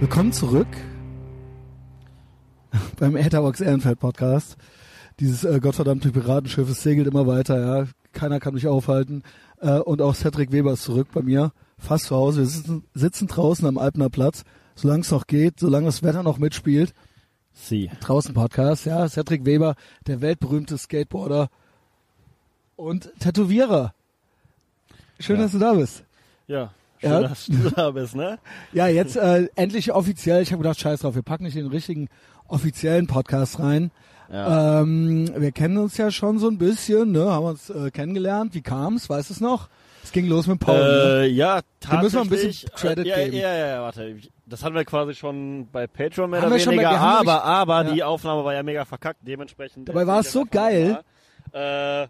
Willkommen zurück beim Etherbox Ehrenfeld Podcast. Dieses äh, gottverdammte Piratenschiff, es segelt immer weiter, ja. Keiner kann mich aufhalten. Äh, und auch Cedric Weber ist zurück bei mir, fast zu Hause. Wir sitzen, sitzen draußen am Alpner Platz, solange es noch geht, solange das Wetter noch mitspielt. Sie. Draußen Podcast, ja. Cedric Weber, der weltberühmte Skateboarder und Tätowierer. Schön, Ja. dass du da bist. Ja. Schön, Ja. dass du da bist, ne? Ja, jetzt äh, endlich offiziell. Ich habe gedacht, scheiß drauf, wir packen nicht den richtigen offiziellen Podcast rein. Ja. Ähm, wir kennen uns ja schon so ein bisschen, ne? haben uns äh, kennengelernt. Wie kam's? Weißt du es noch? Es ging los mit Paul. ne? Äh, ja, Da tatsächlich. müssen wir ein bisschen Credit äh, ja, geben. Ja, ja, ja, warte. Ich- Das hatten wir quasi schon bei Patreon mehr Haben oder wir schon weniger, bei- wir haben aber, aber ja. die Aufnahme war ja mega verkackt, dementsprechend. Dabei war es so geil. Äh,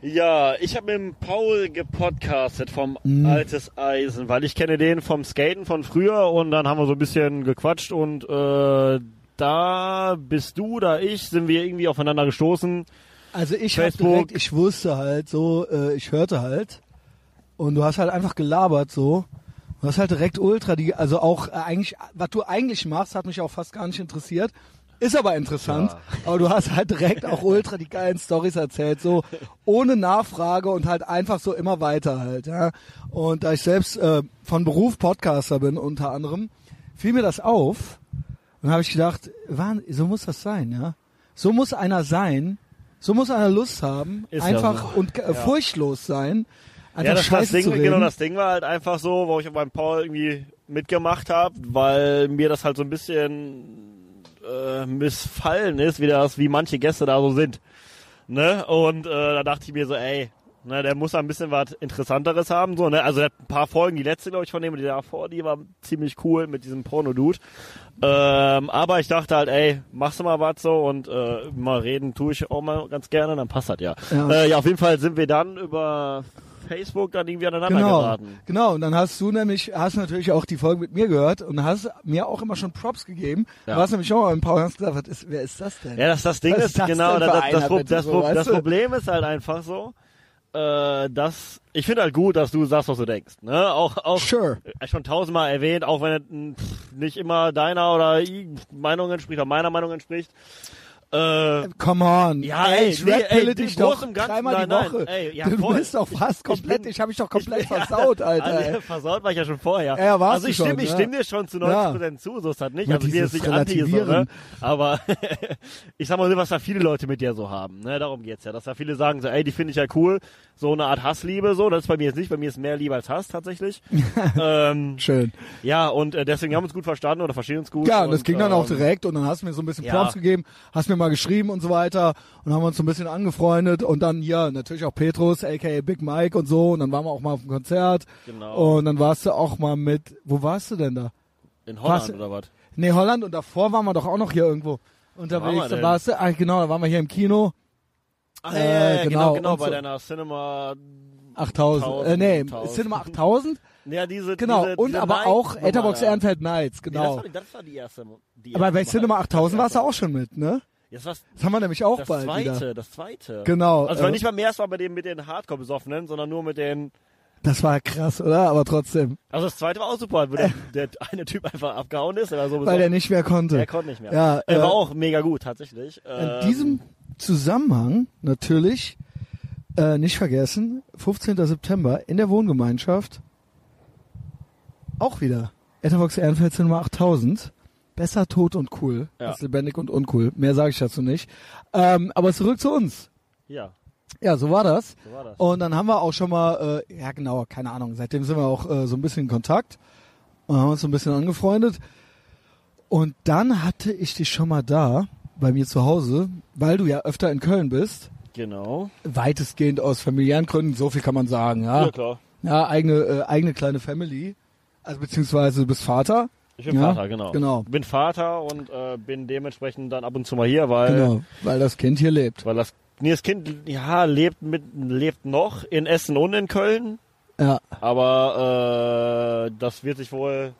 ja, ich habe mit dem Paul gepodcastet vom Mhm. Altes Eisen, weil ich kenne den vom Skaten von früher und dann haben wir so ein bisschen gequatscht und äh, da bist du, da ich, sind wir irgendwie aufeinander gestoßen. Also ich hab Facebook. direkt, ich wusste halt so, äh, ich hörte halt und du hast halt einfach gelabert so. Du hast halt direkt ultra die, also auch äh, eigentlich, was du eigentlich machst, hat mich auch fast gar nicht interessiert. Ist aber interessant. Aber du hast halt direkt auch ultra die geilen Stories erzählt, so ohne Nachfrage und halt einfach so immer weiter halt. Ja. Und da ich selbst äh, von Beruf Podcaster bin unter anderem, fiel mir das auf. Und habe ich gedacht, Wahn- so muss das sein, ja. So muss einer sein, so muss einer Lust haben, Ist ja einfach so. und äh, furchtlos sein. Einfach Ja, das, das Scheiße Ding, zu reden. genau das Ding war halt einfach so, wo ich beim Paul irgendwie mitgemacht habe, weil mir das halt so ein bisschen äh, missfallen ist, wie das, wie manche Gäste da so sind. Ne? Und äh, da dachte ich mir so, ey, ne, der muss da ein bisschen was Interessanteres haben. So, ne? Also der hat ein paar Folgen, die letzte, glaube ich, von dem und die davor, die war ziemlich cool mit diesem Porno-Dude. Ähm, aber ich dachte halt, ey, machst du mal was so und äh, mal reden tue ich auch mal ganz gerne, dann passt das ja. Ja. Ja. Äh, ja, auf jeden Fall sind wir dann über Facebook dann irgendwie aneinander genau, geraten. genau. Und dann hast du nämlich, hast natürlich auch die Folge mit mir gehört und hast mir auch immer schon Props gegeben. Ja. Du warst nämlich auch mal im Paul und hast gesagt, was ist, wer ist das denn? Ja, das, das Ding Was ist, ist das genau, denn für das, das, einer, das, Pro- bitte, das, so, Pro- weißt das du? Problem ist halt einfach so, äh, dass ich finde halt gut, dass du sagst, was du denkst. Ne? Auch, auch Sure. äh, schon tausendmal erwähnt, auch wenn es mh, nicht immer deiner oder i- Meinung entspricht oder meiner Meinung entspricht. Äh, Come on. Ja, ey, ich nee, redpille ey, dich im doch Großen und Ganzen, dreimal die nein, nein, Woche. ey, ja, du voll. bist doch fast komplett, ich, bin- habe mich doch komplett bin- versaut, Alter. Also, ey. versaut war ich ja schon vorher. Ja, ja, warst also ich du schon, stimme, ich ja. stimme dir schon zu 90% zu, so ist das nicht. Mit Also ich bin jetzt dieses nicht anti so, ne? Relativieren. Aber ich sag mal so, was da viele Leute mit dir so haben, ne? Darum geht's ja. Dass da viele sagen so, ey, die finde ich ja cool. So eine Art Hassliebe, so. Das ist bei mir jetzt nicht. Bei mir ist mehr Liebe als Hass, tatsächlich. ähm, Schön. ja, und äh, deswegen haben wir uns gut verstanden oder verstehen uns gut. Ja, und das ging dann auch ähm, direkt und dann hast du mir so ein bisschen ja. Props gegeben, hast mir mal geschrieben und so weiter und haben uns so ein bisschen angefreundet und dann hier natürlich auch Petrus, aka Big Mike und so und dann waren wir auch mal auf dem Konzert Genau. und dann warst du auch mal mit, wo warst du denn da? In Holland Was- oder was? Nee, Holland und davor waren wir doch auch noch hier irgendwo waren unterwegs. wir Da denn? warst du, ah, genau, da waren wir hier im Kino, Ach, Äh, ja, ja, genau, ja, genau, genau, und bei so. deiner Cinema. 8000, äh, nee, 1000. Cinema 8000, Ja, diese, genau, diese, und diese aber auch Night-Nummer, Etherbox ja. Ehrenfeld Nights, Nee, das, genau. war, die- das war die erste. Die Aber erste bei Mal. Cinema 8000 warst du Das auch schon mit, ne? Das war das Das haben wir nämlich auch bald zweite, wieder. das zweite. Genau, Also es war äh, nicht beim ersten Mal bei dem mit den Hardcore-Besoffenen, sondern nur mit den. Das war krass, oder? Aber trotzdem. Also das zweite war auch super, wo der, der eine Typ einfach abgehauen ist, der war so Weil er besoffen. nicht mehr konnte. Er konnte nicht mehr. Ja, er äh, war auch mega gut, tatsächlich. Ähm, In diesem Zusammenhang natürlich äh, nicht vergessen, 15. September in der Wohngemeinschaft auch wieder Etherbox Ehrenfeld Cinema 8000. Besser tot und cool Ja. als lebendig und uncool. Mehr sage ich dazu nicht. Ähm, aber zurück zu uns. Ja, Ja, so war das. so war das. Und dann haben wir auch schon mal, äh, ja genau, keine Ahnung, seitdem sind wir auch äh, so ein bisschen in Kontakt und haben uns so ein bisschen angefreundet. Und dann hatte ich dich schon mal da, bei mir zu Hause, weil du ja öfter in Köln bist, Genau. weitestgehend aus familiären Gründen, so viel kann man sagen, ja. Ja, klar. Ja, eigene, äh, eigene kleine Family, also beziehungsweise du bist Vater. Ich bin Ja, Vater, genau. genau. Bin Vater und äh, bin dementsprechend dann ab und zu mal hier, weil Genau, weil das Kind hier lebt. Weil das, nee, das Kind, ja, lebt mit, lebt noch in Essen und in Köln, Ja, aber äh, das wird sich wohl,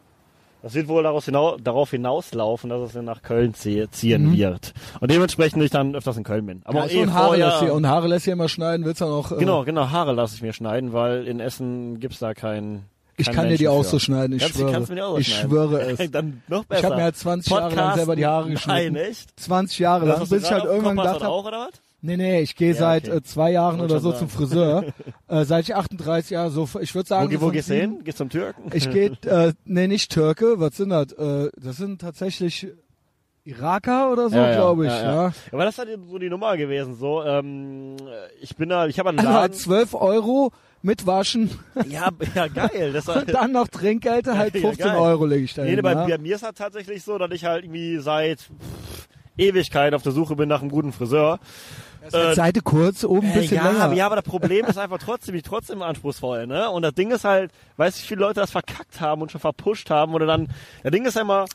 das wird wohl daraus hinau, darauf hinauslaufen, dass es dann nach Köln ziehe, ziehen wird. Und dementsprechend ich dann öfters in Köln bin. Aber Mhm. ja, auch ist eh und, Haare lässt hier, vorher, und Haare lässt hier immer schneiden, willst du auch noch. Äh, genau, genau, Haare lasse ich mir schneiden, weil in Essen gibt's da keinen Ich kein kann dir Menschen die auch für. so schneiden, ich Kannst- schwöre. kannst du mir die auch ich schneiden? schwöre es. Dann noch Ich besser. habe mir halt 20 Jahre lang selber die Haare geschnitten. Nein, echt? 20 Jahre Das, lang, was du bis ich gerade halt auf dem irgendwann Kopf hast, gedacht hat habe, auch, oder was? nee, nee, ich gehe Ja, seit okay. äh, zwei Jahren Wollte oder so schon sagen. zum Friseur. äh, seit ich 38 Jahre, so, ich würde Wo, sagen, ge- so wo von gehst du sieben- hin? Gehst du zum Türken? Ich gehe, äh, nee, nicht Türke, was sind das? Äh, das sind tatsächlich Iraker oder so, Ja, ja, glaube ich. ja, Ja, ja. Aber das hat eben so die Nummer gewesen. So, ähm, ich bin da, ich habe einen Also halt Laden. 12 Euro mitwaschen, ja, ja, geil. Das war, dann noch Trinkgelte, halt Ja, 15 geil. Euro lege ich da nee, hin. bei, ja. bei mir ist halt tatsächlich so, dass ich halt irgendwie seit pff, Ewigkeit auf der Suche bin nach einem guten Friseur. Äh, Seite kurz, oben ein Äh, bisschen ja, länger. aber- ja, aber das Problem ist einfach trotzdem, ich trotzdem anspruchsvoll, ne? Und das Ding ist halt, weiß nicht, wie viele Leute das verkackt haben und schon verpusht haben oder dann, das Ding ist immer,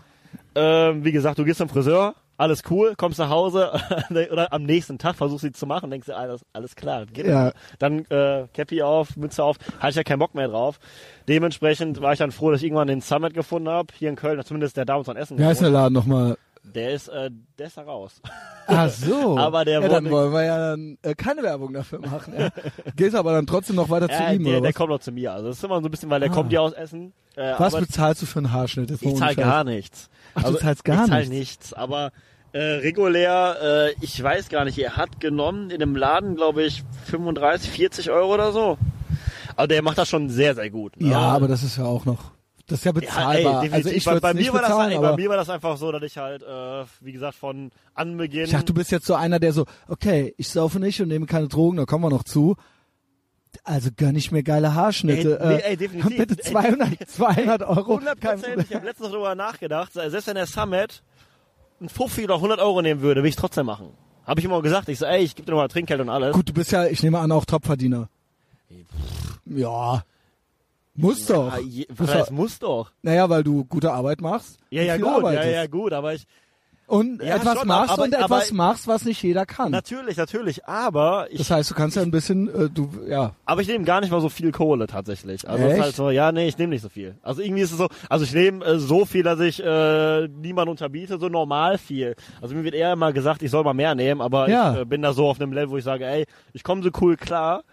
ähm, wie gesagt, du gehst zum Friseur, alles cool, kommst nach Hause oder am nächsten Tag versuchst du sie zu machen, denkst du, alles, alles klar, geht Ja. ja. Dann äh, Cappy auf, Mütze auf, hatte ich ja keinen Bock mehr drauf. Dementsprechend war ich dann froh, dass ich irgendwann den Summit gefunden habe, hier in Köln, zumindest der damals an Essen Wie heißt der gewohnt Laden nochmal? hat. Der ist, äh, der ist da raus. Ach so. Aber der ja, dann wurde- wollen wir ja dann äh, keine Werbung dafür machen. Ja. Geht aber dann trotzdem noch weiter Ja, zu ihm, Äh, der, oder der was? Ah. kommt noch zu mir. Also das ist immer so ein bisschen, weil der kommt ja aus Essen. Äh, Was aber bezahlst du für einen Haarschnitt? Jetzt mal ich ohne zahle Scheiß. gar nichts. Also, Ach, du zahlst gar ich zahl nichts. nichts. Aber äh, regulär, äh, ich weiß gar nicht, er hat genommen in einem Laden, glaube ich, 35, 40 Euro oder so. Aber der macht das schon sehr, sehr gut. ne? Ja, aber das ist ja auch noch, das ist ja Ja, bezahlbar. ey, definitiv. also ich bei, würde bei, nicht mir war das, bezahlen, ey, aber bei mir war das einfach so, dass ich halt, äh, wie gesagt, von Anbeginn... Ich dachte, du bist jetzt so einer, der so, okay, ich saufe nicht und nehme keine Drogen, da kommen wir noch zu. Also gönn ich mir geile Haarschnitte. Ey, nee, äh, ey, definitiv. Bitte 200, 200 Euro. 100 ich habe letztens darüber nachgedacht, äh, selbst wenn der Summit ein Fuffi oder 100 Euro nehmen würde, würde ich es trotzdem machen. Habe ich immer gesagt, ich so, ey, ich gebe dir nochmal Trinkgeld und alles. Gut, du bist ja, ich nehme an, auch Topverdiener. Ja. Muss doch. Ah, je, Muss was doch. heißt, muss doch. Naja, weil du gute Arbeit machst. Ja, und ja, viel gut, ja, arbeitest. Hm. ja, gut, aber ich, Und Ja, etwas schon, machst aber- und aber- etwas machst, was nicht jeder kann. natürlich, natürlich, aber ich, Das heißt, du kannst ja ein bisschen, äh, du, ja. aber ich nehme gar nicht mal so viel Kohle tatsächlich. Also es ist Echt? halt so, ja, nee, ich nehme nicht so viel. Also irgendwie ist es so, also ich nehme äh, so viel, dass ich äh, niemand unterbiete, so normal viel. Also mir wird eher immer gesagt, ich soll mal mehr nehmen, aber Ja. ich äh, bin da so auf einem Level, wo ich sage, ey, ich komme so cool klar,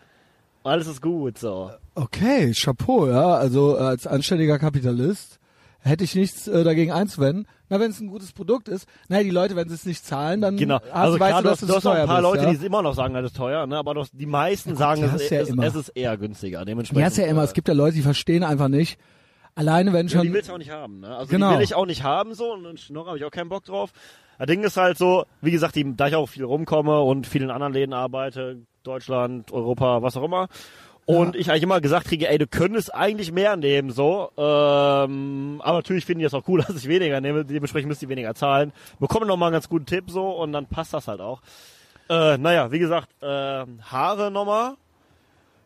alles ist gut so. Okay, Chapeau, ja. Also äh, als anständiger Kapitalist hätte ich nichts äh, dagegen einzuwenden. Na, wenn es ein gutes Produkt ist, naja, die Leute, wenn sie es nicht zahlen, dann Genau. hast, Also Hm, weißt klar, du, du dass hast, du du es hast noch teuer ein paar bist, Leute, ja. die es immer noch sagen, das ist teuer, ne? aber doch die meisten sagen, die es, hast ist- ja es, immer. es ist eher günstiger. Dementsprechend. Ja, ist ja immer, äh, es gibt ja Leute, die verstehen einfach nicht. Alleine wenn Ja, schon. die willst du auch nicht haben, ne? Also Genau. die will ich auch nicht haben so und, und Schnorr habe ich auch keinen Bock drauf. Das Ding ist halt so, wie gesagt, die, da ich auch viel rumkomme und viel in anderen Läden arbeite, Deutschland, Europa, was auch immer. Und ich eigentlich immer gesagt kriege, ey, du könntest eigentlich mehr nehmen, so. Ähm, aber natürlich finden die das auch cool, dass ich weniger nehme. Dementsprechend müssen die weniger zahlen. Bekommen nochmal einen ganz guten Tipp, so. Und dann passt das halt auch. Äh, naja, wie gesagt, äh, Haare nochmal.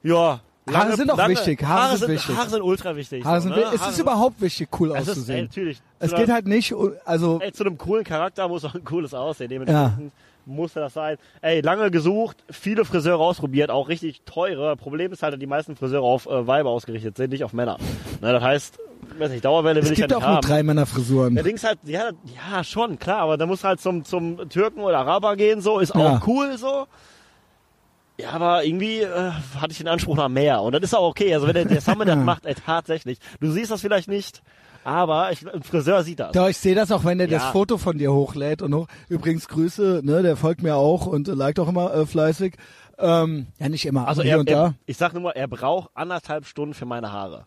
Ja. Haare lange- sind auch lange- wichtig, Haare sind wichtig. Haare sind ultra wichtig. Haare so, sind, ne? es Haare ist überhaupt wichtig, cool Also es ist, ey, auszusehen. natürlich. Es zu geht einer- halt nicht, also ey, zu einem coolen Charakter muss auch ein cooles Aussehen. Dementsprechend musste das sein. Ey, lange gesucht, viele Friseure ausprobiert, auch richtig teure. Problem ist halt, dass die meisten Friseure auf äh, Weiber ausgerichtet sind, nicht auf Männer. Na, das heißt, weiß nicht, Dauerwelle will es ich ja gibt nicht auch nur haben. drei Männerfrisuren. Allerdings halt, ja, ja, schon, klar, aber da musst du halt zum, zum Türken oder Araber gehen, so, ist Ja. auch cool, so. Ja, aber irgendwie äh, hatte ich den Anspruch nach mehr. Und das ist auch okay. Also wenn der, der Summit das macht, ey, tatsächlich. Du siehst das vielleicht nicht, aber ich, ein Friseur sieht das. Doch, ich sehe das auch, wenn der Ja. das Foto von dir hochlädt und hoch. Übrigens Grüße, ne, der folgt mir auch und äh, liked auch immer äh, fleißig. Ähm, ja, nicht immer, Also hier er, und er, da. ich sag nur mal, er braucht anderthalb Stunden für meine Haare.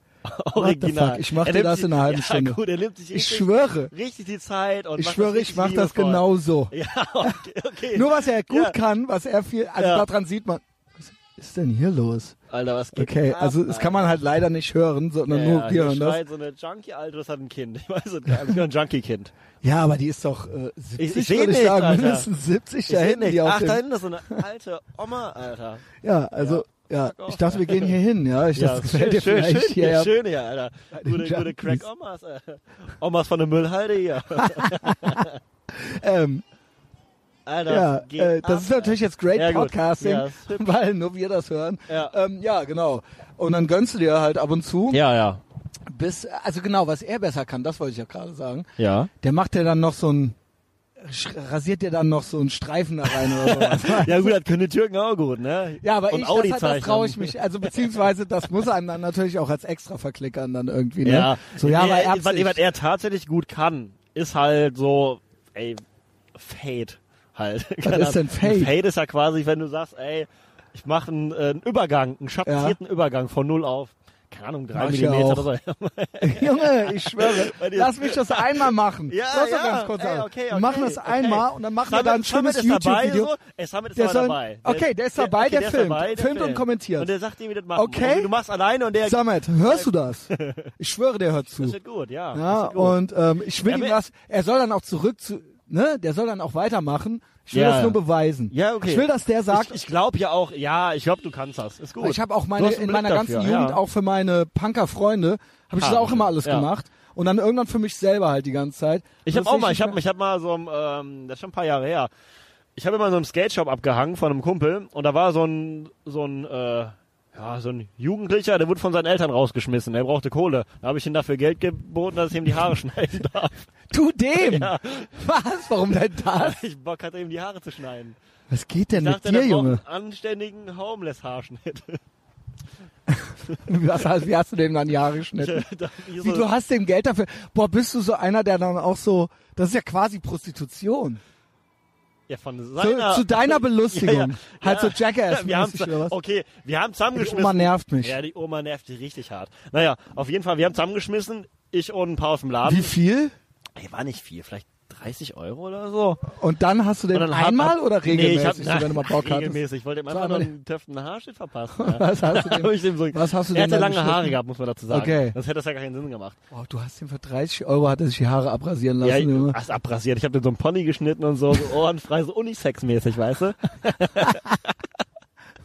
the fuck? Ich mach Er dir nimmt das sich- in einer halben ja, Stunde. Gut, er nimmt sich Ich richtig, schwöre, richtig die Zeit und ich macht schwöre, das ich richtig mache das liebevoll. genauso. Ja, okay. okay. Nur was er gut Ja. kann, was er viel, also Ja. daran sieht man, was ist denn hier los? Alter, was geht Okay, ab, also das kann man halt leider nicht hören, sondern Alter? nur ne? ja, wir ja, hören hier das. schreit so eine Junkie, Alter, das hat ein Kind. Ich weiß es gar nicht. Nur ein Junkie-Kind. Ja, aber die ist doch äh, 70, Ich- ich seh würde ich nicht, sagen, Alter. mindestens 70 Ich da seh hinten. Die nicht. auf Ach, dem, da hinten ist so eine alte Oma, Alter. ja, also ja, Fuck off, ich dachte, wir gehen hier hin, ja. Ich, das gefällt schön, dir schön, vielleicht schön, hier, ja. schön hier, Alter. den Gute, gute Junkies. Crack-Omas, Alter. Omas von der Müllhalde hier. Ähm, Alter, Ja, geht äh, ab, das ist natürlich jetzt great Ja, gut. Podcasting, Ja, das stimmt. weil nur wir das hören. Ja. ähm, ja genau. Und dann gönnst du dir halt ab und zu, Ja, ja. bis, also genau, was er besser kann, das wollte ich ja gerade sagen. Ja. Der macht ja dann noch so ein, äh, sch- rasiert dir dann noch so einen Streifen da rein oder sowas. Ja gut, das können die Türken auch gut, ne? Ja, aber Und ich, Audi das, das zeichnen. traue ich mich. Also beziehungsweise, das muss einem dann natürlich auch als extra verklickern dann irgendwie, ne? Ja, So, ja, er, aber was, Erbsich. was er tatsächlich gut kann, ist halt so, ey, Fade halt. Keine ist denn Ahnung. Fade? Fade ist ja quasi, wenn du sagst, ey, ich mache einen, äh, einen Übergang, einen schattierten Übergang von null auf, keine Ahnung, drei Mach ich ja Millimeter auch. oder so. Junge, ich schwöre, Bei dir- lass mich das einmal machen. Ja, lass doch ja, ganz kurz ey, an. okay, Wir machen okay, das einmal okay. und dann machen wir Samet- da ein Samet schönes ist dabei, YouTube-Video. so. Ey, Samet ist Der aber soll- dabei. okay, der ist dabei, der ist filmt. dabei, der Filmt und kommentiert. Und der sagt dir, wie das machen. Okay. Und du machst alleine und der... Samet, hörst du das? Ich schwöre, der hört Das zu. wird gut, ja. Ja, das wird gut. und ähm, ich will Ja, ihm aber- was, er soll dann auch zurück zu, ne, der soll dann auch weitermachen. Ich will Ja. das nur beweisen. Ja, okay. Ich will, dass der sagt, ich ich glaube ja auch, ja, ich glaube, du kannst das. Ist gut. ich habe auch Du meine, hast einen in Blick meiner ganzen dafür, Jugend ja. auch für meine Punker-Freunde, habe ich Ah, das auch immer alles ja. gemacht. Und dann irgendwann für mich selber halt die ganze Zeit. Ich Und habe auch deswegen- mal, ich habe ich hab mal so ein, ähm, das ist schon ein paar Jahre her, ich habe immer in so einem Skate-Shop abgehangen von einem Kumpel und da war so ein, so ein, äh, ja, so ein Jugendlicher, der wurde von seinen Eltern rausgeschmissen, der brauchte Kohle. Da habe ich ihm dafür Geld geboten, dass ich ihm die Haare schneiden darf. Du dem! Was? Warum denn das? Ich Bock hatte, ihm die Haare zu schneiden. Was geht denn Ich mit dachte, der dir, braucht Junge? einen anständigen Homeless-Haarschnitt. Was, hast- wie hast du dem dann die Haare geschnitten? Da- hier Wie, so- du hast dem Geld dafür. Boah, bist du so einer, der dann auch so. Das ist ja quasi Prostitution. ja, von So, seiner, zu deiner Belustigung. Ja, ja. Halt so Ja, wir Jackass-mäßig oder haben was? okay, wir haben Die zusammengeschmissen. Oma nervt mich. Ja, die Oma nervt die richtig hart. Naja, auf jeden Fall, wir haben zusammengeschmissen, ich und ein paar aus dem Laden. Wie viel? Ey, war nicht viel, vielleicht 30 Euro oder so. Und dann hast du den Und dann hab- einmal hab- oder regelmäßig, Nee, ich so, hab, wenn du mal Bock hattest? Regelmäßig, ich wollte ihm einfach Zweimal nur einen töften Haarschnitt verpassen. Ja. Was hast du Da dem- hab ich dem so, was hast du er denn hatte dann lange geschnitten? Haare gehabt, muss man dazu sagen. Okay. Das hätte das ja gar keinen Sinn gemacht. Boah, du hast den für 30 Euro, hat er sich die Haare abrasieren Ja, ich lassen. Junge. hast abrasiert. Ich habe den so einen Pony geschnitten und so, so ohrenfrei, so unisex-mäßig, weißt du?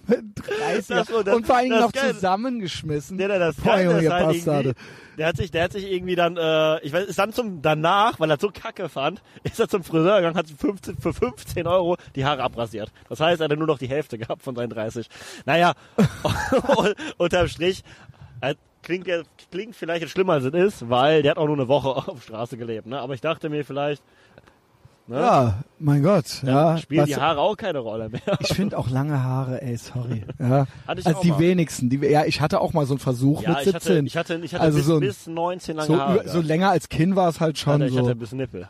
30 das- Euro. das- Und vor allen Dingen das noch Geile- zusammengeschmissen. Nee, nee, das Boah, Geile Junge, ist ihr halt Bastarde. irgendwie, der hat sich, der hat sich irgendwie dann, äh, ich weiß, ist dann zum danach, weil er so Kacke fand, ist er zum Friseur gegangen, hat 15, für 15 Euro die Haare abrasiert. Das heißt, er hat nur noch die Hälfte gehabt von seinen 30. Naja, und, unterm Strich äh, klingt ja, klingt vielleicht jetzt schlimmer als es ist, weil der hat auch nur eine Woche auf Straße gelebt. Ne? Aber ich dachte mir vielleicht, ne, Ja, mein Gott. Ja, spielen was- die Haare auch keine Rolle mehr. Ich finde auch lange Haare, ey, sorry. Ja. Hatte ich also auch die mal. wenigsten. Die, ja, ich hatte auch mal so einen Versuch Ja, mit ich hatte, 17. ich hatte, ich hatte Also bis, so ein- bis 19 lange so, Haare. über- so gehabt. länger als Kinn war es halt schon Alter, ich so. hatte bis Nippel.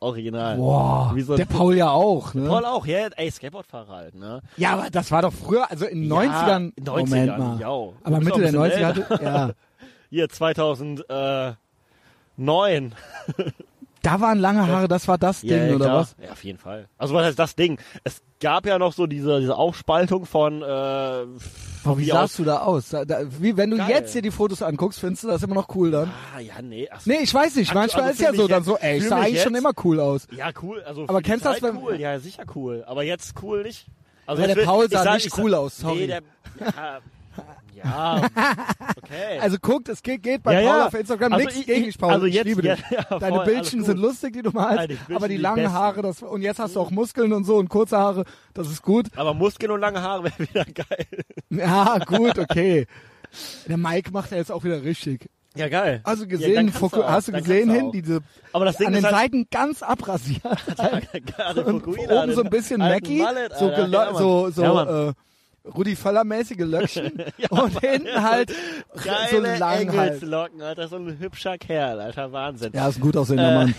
Original. Boah, Wie so ein der Paul ja auch, ne? Paul auch, ja, ey, Skateboardfahrer halt, ne? Ja, aber das war doch früher, also in den Ja, 90ern, 90ern, Moment mal. ja. Aber Schon Mitte der ein 90er bisschen hatte, ja. Hier äh, 2009. Da waren lange Haare, das war das ja, Ding ja, oder klar. was? Ja, auf jeden Fall. Also was heißt das Ding? Es gab ja noch so diese, diese Aufspaltung von äh, Boah, wie wie sahst du da aus? Da, da, wie, wenn du Geil. jetzt dir die Fotos anguckst, findest du das immer noch cool dann? Ah, ja, nee. Ach, so. Nee, ich weiß nicht, Also- manchmal also ist ja für so mich dann so, jetzt- ey, ich für sah mich eigentlich schon jetzt- immer cool aus. Ja, cool. Also Aber für die kennst du das, Zeit wenn- cool? Ja, sicher cool. Aber jetzt cool nicht. Also Ja, jetzt der will- Paul ich sah sag- nicht ich sag- cool aus, sorry. Nee, der, ja, ja, okay. Also guckt, es geht, geht bei Ja, Paul ja. auf Instagram Also nichts ich- gegen ich- dich, Paul. also ich jetzt- liebe ja, dich. ja, voll, Deine Bildchen alles sind gut. lustig, die du Ja, malst, die Bildchen aber die sind die langen besten. Haare das, und jetzt hast du auch Muskeln und so und kurze Haare, das ist gut. aber Muskeln und lange Haare wäre wieder geil. Ja, gut, okay. Der Mike macht ja jetzt auch wieder richtig. Ja, geil. Also ja, dann gesehen, kannst Foku- auch, hast du dann gesehen kannst hin, diese Aber das Ding an den ist halt, Seiten ganz abrasiert. Gerade und Fukuhila, oben den so ein bisschen alten Mackie, Mallet, so, Alter. gelö- Ja, Mann. so, so Ja, Mann. äh, Rudi Völler-mäßige Löckchen und hinten halt so Geile lang halt. Engelslocken, Alter. So ein hübscher Kerl, Alter. Wahnsinn. Ja, ist ein gut aussehender Äh, Mann.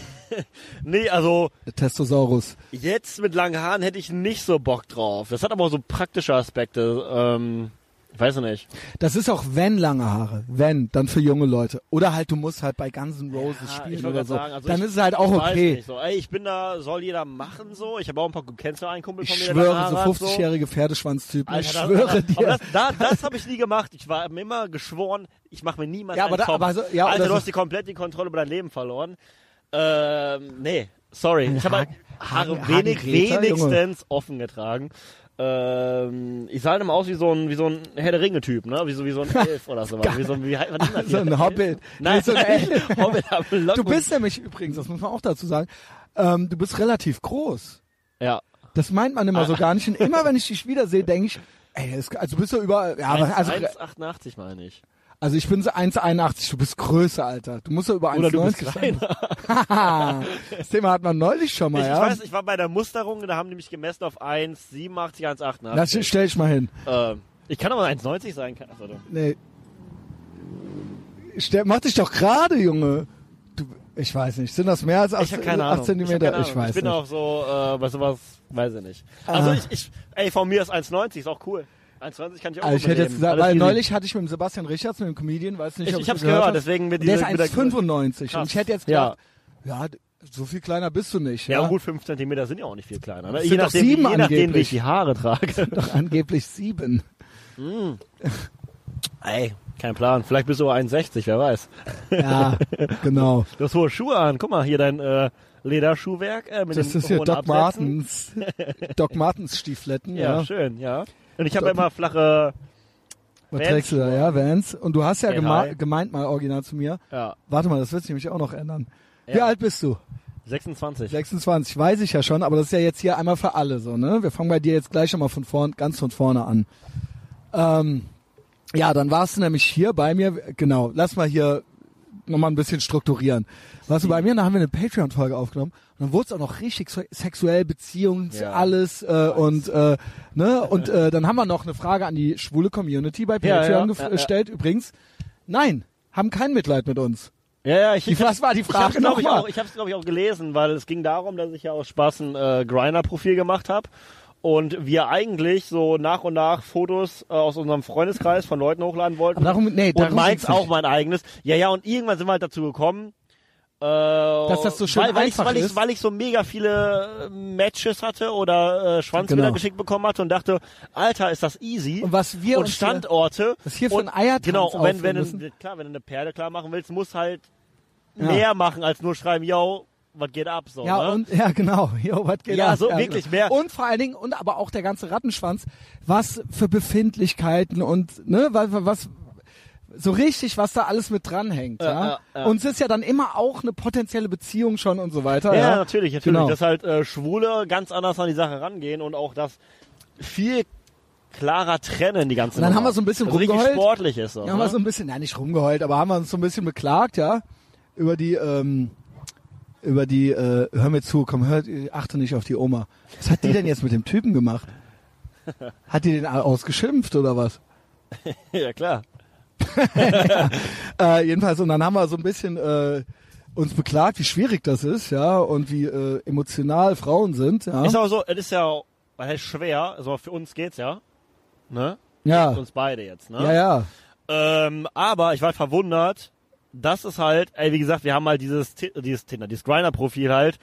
Nee, also Der Testosaurus. jetzt mit langen Haaren hätte ich nicht so Bock drauf. Das hat aber auch so praktische Aspekte. Ähm, ich weiß nicht. Das ist auch wenn lange Haare, wenn, dann für junge Leute. Oder halt, du musst halt bei ganzen Roses Ja, ich spielen wollte oder grad so. sagen, also dann ich- ist es halt auch ich weiß okay. Nicht, so. Ey, ich bin da, soll jeder machen so. Ich habe auch ein paar, kennst du einen Kumpel Ich von mir, der lange schwöre, so Haare hat, 50-jährige Pferdeschwanztypen, ich Alter, schwöre das, dir. Aber das, da, das habe ich nie gemacht. Ich war mir immer geschworen, ich mache mir niemals Ja, aber einen da- Kopf. aber so- ja, Alter, oder du so- hast die komplett die Kontrolle über dein Leben verloren. Ähm, nee, sorry. Ich habe Hagen- Haare Hagen- wenig, Hagen-Greta, wenigstens offen getragen. Ähm, ich sah halt immer aus wie so ein, wie so ein Herr der Ringe-Typ, ne? Wie so, wie so ein Elf oder sowas. Wie so ein, wie, heißt man So ein Hobbit. Nein, So ein Elf. Hobbit haben Du Locken. bist nämlich übrigens, das muss man auch dazu sagen, ähm, du bist relativ groß. Ja. Das meint man immer so gar nicht. Und immer wenn ich dich wiedersehe, denke ich, ey, das, also du bist du über, ja, aber, also, 1,88 meine ich. Also ich bin so 1,81, du bist größer, Alter. Du musst ja über Oder du bist 1,90 sein. kleiner. Haha. das Thema hat man neulich schon mal, Ich, ich ja. weiß, ich war bei der Musterung, da haben die mich gemessen auf 1,87, 1,88. das stell ich mal hin. Ähm, ich kann aber 1,90 sein. Kann, also, Nee. Stell, mach dich doch gerade, Junge. Du, ich weiß nicht. Sind das mehr als 8, ich habe keine Ahnung. Zentimeter? Ich, hab keine Ahnung. weiß ich bin nicht. auch so, äh, bei sowas, weiß ich nicht. Also Aha. ich, ich, ey, von mir ist 1,90, ist auch cool. 1,20 kann ich auch also ich hätte jetzt überleben. gesagt, Alles weil easy. neulich hatte ich mit dem Sebastian Richards, mit dem Comedian, weiß nicht, Ich, ob ich hab's du gehört, gehört, hast. deswegen wird Der ist diese- wieder- 1,95 und Krass. ich hätte jetzt gedacht, ja. d- so viel kleiner bist du nicht. Ja, Ja, gut, 5 Zentimeter sind ja auch nicht viel kleiner. Ne? Das Je, sind doch nachdem, sieben je nachdem, wie angeblich. ich die Haare trage. Doch angeblich sieben. Ey, kein Plan. Vielleicht bist du 1,60, wer weiß. Ja, genau. Du hast hohe Schuhe an. Guck mal, hier dein äh, Lederschuhwerk äh, mit Das den ist hier hohen Doc Absätzen. Martens. Doc Martens Stiefletten, Ja, ja. schön, ja. Und ich habe Doc- immer flache... Was Vans. trägst du da, ja, Vans? Und du hast ja Hey, gema hi. gemeint mal original zu mir. Ja, Warte mal, das wird sich nämlich auch noch ändern. Wie Ja. alt bist du? 26. 26, weiß ich ja schon, aber das ist ja jetzt hier einmal für alle so, ne? Wir fangen bei dir jetzt gleich schon mal von vorn, ganz von vorne an. Ähm, ja, dann warst du nämlich hier bei mir, genau, lass mal hier nochmal ein bisschen strukturieren. Warst du bei mir, dann haben wir eine Patreon-Folge aufgenommen und dann wurde es auch noch richtig se- sexuell, Beziehungs, Ja. alles äh, und äh, ne? Und äh, dann haben wir noch eine Frage an die schwule Community bei Ja, Patreon ja, gef- ja, ja. gestellt. Übrigens, nein, haben kein Mitleid mit uns. Ja, ja, ich, Die, was war die Ich hab's, Frage glaube ich, nochmal? auch- ich hab's, glaub ich, auch gelesen, weil es ging darum, dass ich ja aus Spaß ein äh, Grinder-Profil gemacht habe. Und wir eigentlich so nach und nach Fotos äh, aus unserem Freundeskreis von Leuten hochladen wollten. Aber darum- nee, und darum meins geht's nicht. auch mein eigenes. Ja, ja, und irgendwann sind wir halt dazu gekommen. Äh, Dass das so schön weil, weil einfach ich, weil ist. Ich, weil ich so mega viele äh, Matches hatte oder äh, Schwanzbilder Genau. geschickt bekommen hatte und dachte, Alter, ist das easy. Und was wir und uns hier- Standorte. was hier für und, ein Eiertanz Genau, und wenn, wenn, aufführen müssen. du- klar, wenn du eine Perle klar machen willst, muss halt Ja. mehr machen als nur schreiben, yo, was geht ab so. Ja, ne? und, ja, genau. Yo, was geht Ja, ab? genau. so wirklich mehr. Und vor allen Dingen, und aber auch der ganze Rattenschwanz, was für Befindlichkeiten und, ne, was, was so richtig, was da alles mit dranhängt, ja. ja, ja. Und es ist ja dann immer auch eine potenzielle Beziehung schon und so weiter. ja, Ja, natürlich, natürlich. Genau. Dass halt äh, Schwule ganz anders an die Sache rangehen und auch das viel klarer trennen, die ganze Und dann Nummer. haben wir so ein bisschen also richtig rumgeheult. sportlich ist so. Ja, haben wir ne? so ein bisschen, na nicht rumgeheult, aber haben wir uns so ein bisschen beklagt, ja, über die, ähm, über die, äh, hör mir zu, komm, hör, achte nicht auf die Oma. Was hat die denn jetzt mit dem Typen gemacht? Hat die den ausgeschimpft oder was? ja, klar. Äh, jedenfalls, und dann haben wir so ein bisschen äh, uns beklagt, wie schwierig das ist, ja, und wie äh, emotional Frauen sind, ja. Ist auch so, es ist ja was heißt schwer, also für uns geht's ja. Ne? Ja, Uns beide jetzt, ne? ja, ja. Ähm, aber ich war halt verwundert, dass es halt, ey, wie gesagt, wir haben halt dieses, Ti- dieses Tinder, dieses Grinder-Profil halt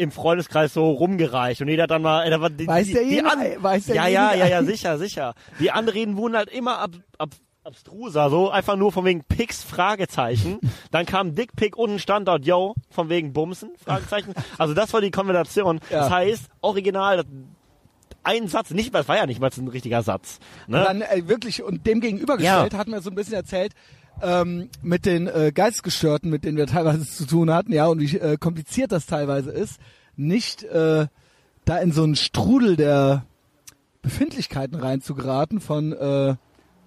im Freundeskreis so rumgereicht und jeder hat dann mal, ey, da war die, Weiß die, der die jeder- an- weiß der eh ja, ja, jeder- ja, ja, sicher, sicher. Die anderen wurden halt immer ab, ab, abstruser, so einfach nur von wegen Pics, Fragezeichen. Dann kam Dickpick und ein Standort, yo, von wegen Bumsen, Fragezeichen. Also das war die Konversation. Ja. Das heißt, original, ein Satz, nicht mal, das war ja nicht mal so ein richtiger Satz. Ne? Und dann äh, wirklich, und dem gegenübergestellt hatten wir so ein bisschen erzählt, ähm, mit den äh, Geistgestörten, mit denen wir teilweise zu tun hatten, ja, und wie äh, kompliziert das teilweise ist, nicht äh, da in so einen Strudel der Befindlichkeiten reinzugeraten von äh,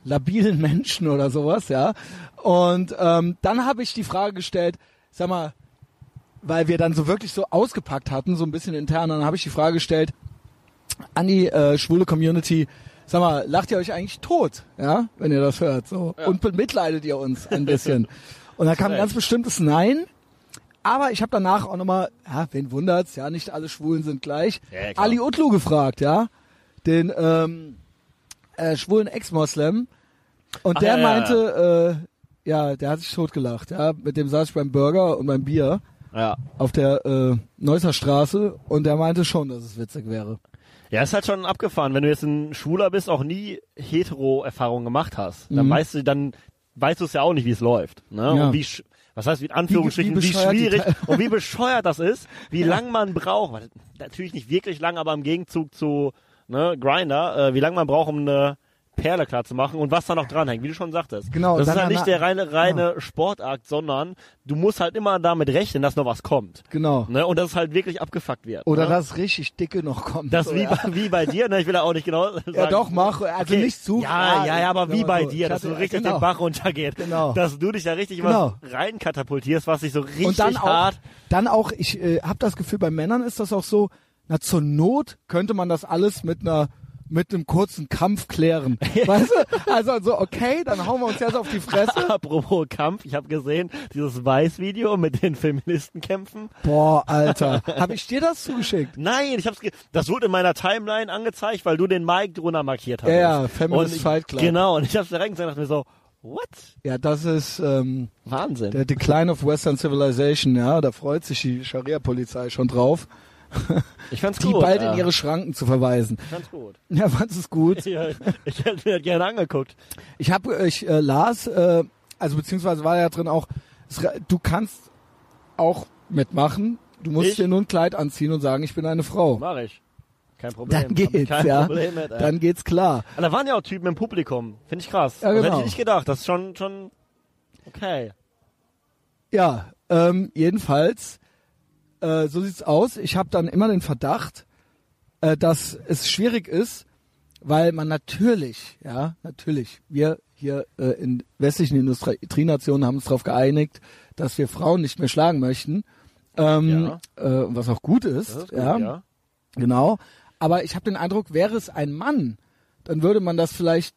labilen Menschen oder sowas, ja. Und ähm, dann habe ich die Frage gestellt, sag mal, weil wir dann so wirklich so ausgepackt hatten, so ein bisschen intern, dann habe ich die Frage gestellt, an die äh, schwule Community, sag mal, lacht ihr euch eigentlich tot, ja, wenn ihr das hört, so und bemitleidet ihr uns ein bisschen. und da kam ein Recht. ganz bestimmtes Nein. Aber ich habe danach auch nochmal, ja, wen wundert's, ja, nicht alle Schwulen sind gleich. Ja, ja, klar. Ali Utlu gefragt, ja, den ähm, äh, schwulen Ex-Moslem. Und Ach, der ja, ja, meinte, ja. Äh, ja, der hat sich totgelacht, ja, mit dem saß ich beim Burger und beim Bier ja. auf der äh, Neusser Straße und der meinte schon, dass es witzig wäre. Ja, ist halt schon abgefahren, wenn du jetzt ein Schwuler bist, auch nie Hetero-Erfahrung gemacht hast. Dann Mhm. weißt du, dann weißt du es ja auch nicht, wie es läuft. Ne? Ja. Und wie sch- was heißt, wie in Anführungsstrichen, Wie- wie wie, bescheuert die schwierig Teil- und wie bescheuert das ist, wie lang man braucht. Weil, Natürlich nicht wirklich lang, aber im Gegenzug zu ne, Grinder, äh, wie lang man braucht, um eine Perle klar zu machen und was da noch dranhängt, wie du schon sagtest. Genau, das ist dann halt nicht eine- der reine, reine Sportakt, sondern du musst halt immer damit rechnen, dass noch was kommt. Genau. Ne? Und dass es halt wirklich abgefuckt wird. Oder ne? dass richtig dicke noch kommt. Das so, wie, ja. bei, wie bei dir, ne? Ich will da auch nicht genau sagen. Ja, doch, mach. Also Okay. nicht zu. Ja, ja, ja, aber wie aber bei so. dir, Ich dass du hatte- richtig genau. den Bach runtergeht. Genau. Dass du dich da richtig Genau. was reinkatapultierst, was sich so richtig Und dann auch, hart. dann auch, ich äh, habe das Gefühl, bei Männern ist das auch so, na zur Not könnte man das alles mit einer mit einem kurzen Kampf klären. Weißt du? Also so, okay, dann hauen wir uns jetzt auf die Fresse. Apropos Kampf, ich habe gesehen, dieses Weiß-Video mit den Feministen kämpfen. Boah, Alter. Habe ich dir das zugeschickt? Nein, ich hab's ge das wurde in meiner Timeline angezeigt, weil du den Mike drunter markiert hast. ja, Feminist und ich, Fight Club. Genau, und ich hab's da reingesehen und dachte mir so, what? Ja, das ist ähm, Wahnsinn. der Decline of Western Civilization, ja. Da freut sich die Scharia-Polizei schon drauf, ich fand's die gut. bald ja. in ihre Schranken zu verweisen. ich fand's gut. Ja, fand's es gut. Ja, ich hätte mir das gerne angeguckt. Ich habe, ich äh, las, äh, also beziehungsweise war ja drin auch, es, re- du kannst auch mitmachen. Du musst Ich? dir nur ein Kleid anziehen und sagen, ich bin eine Frau. Mach ich. Kein Problem. Dann Hab ich geht's, kein ja. Problem mit, ey. Dann geht's klar. Aber da waren ja auch Typen im Publikum. Finde ich krass. Ja, Das genau. hätte ich nicht gedacht. Das ist schon, schon okay. Ja, ähm, jedenfalls, äh, so sieht's aus. Ich habe dann immer den Verdacht, äh, dass es schwierig ist, weil man natürlich, ja, natürlich, wir hier äh, in westlichen Industrienationen haben uns darauf geeinigt, dass wir Frauen nicht mehr schlagen möchten. Ähm, äh, was auch gut ist, Das ist gut, ja, ja. genau. Aber ich habe den Eindruck, wäre es ein Mann, dann würde man das vielleicht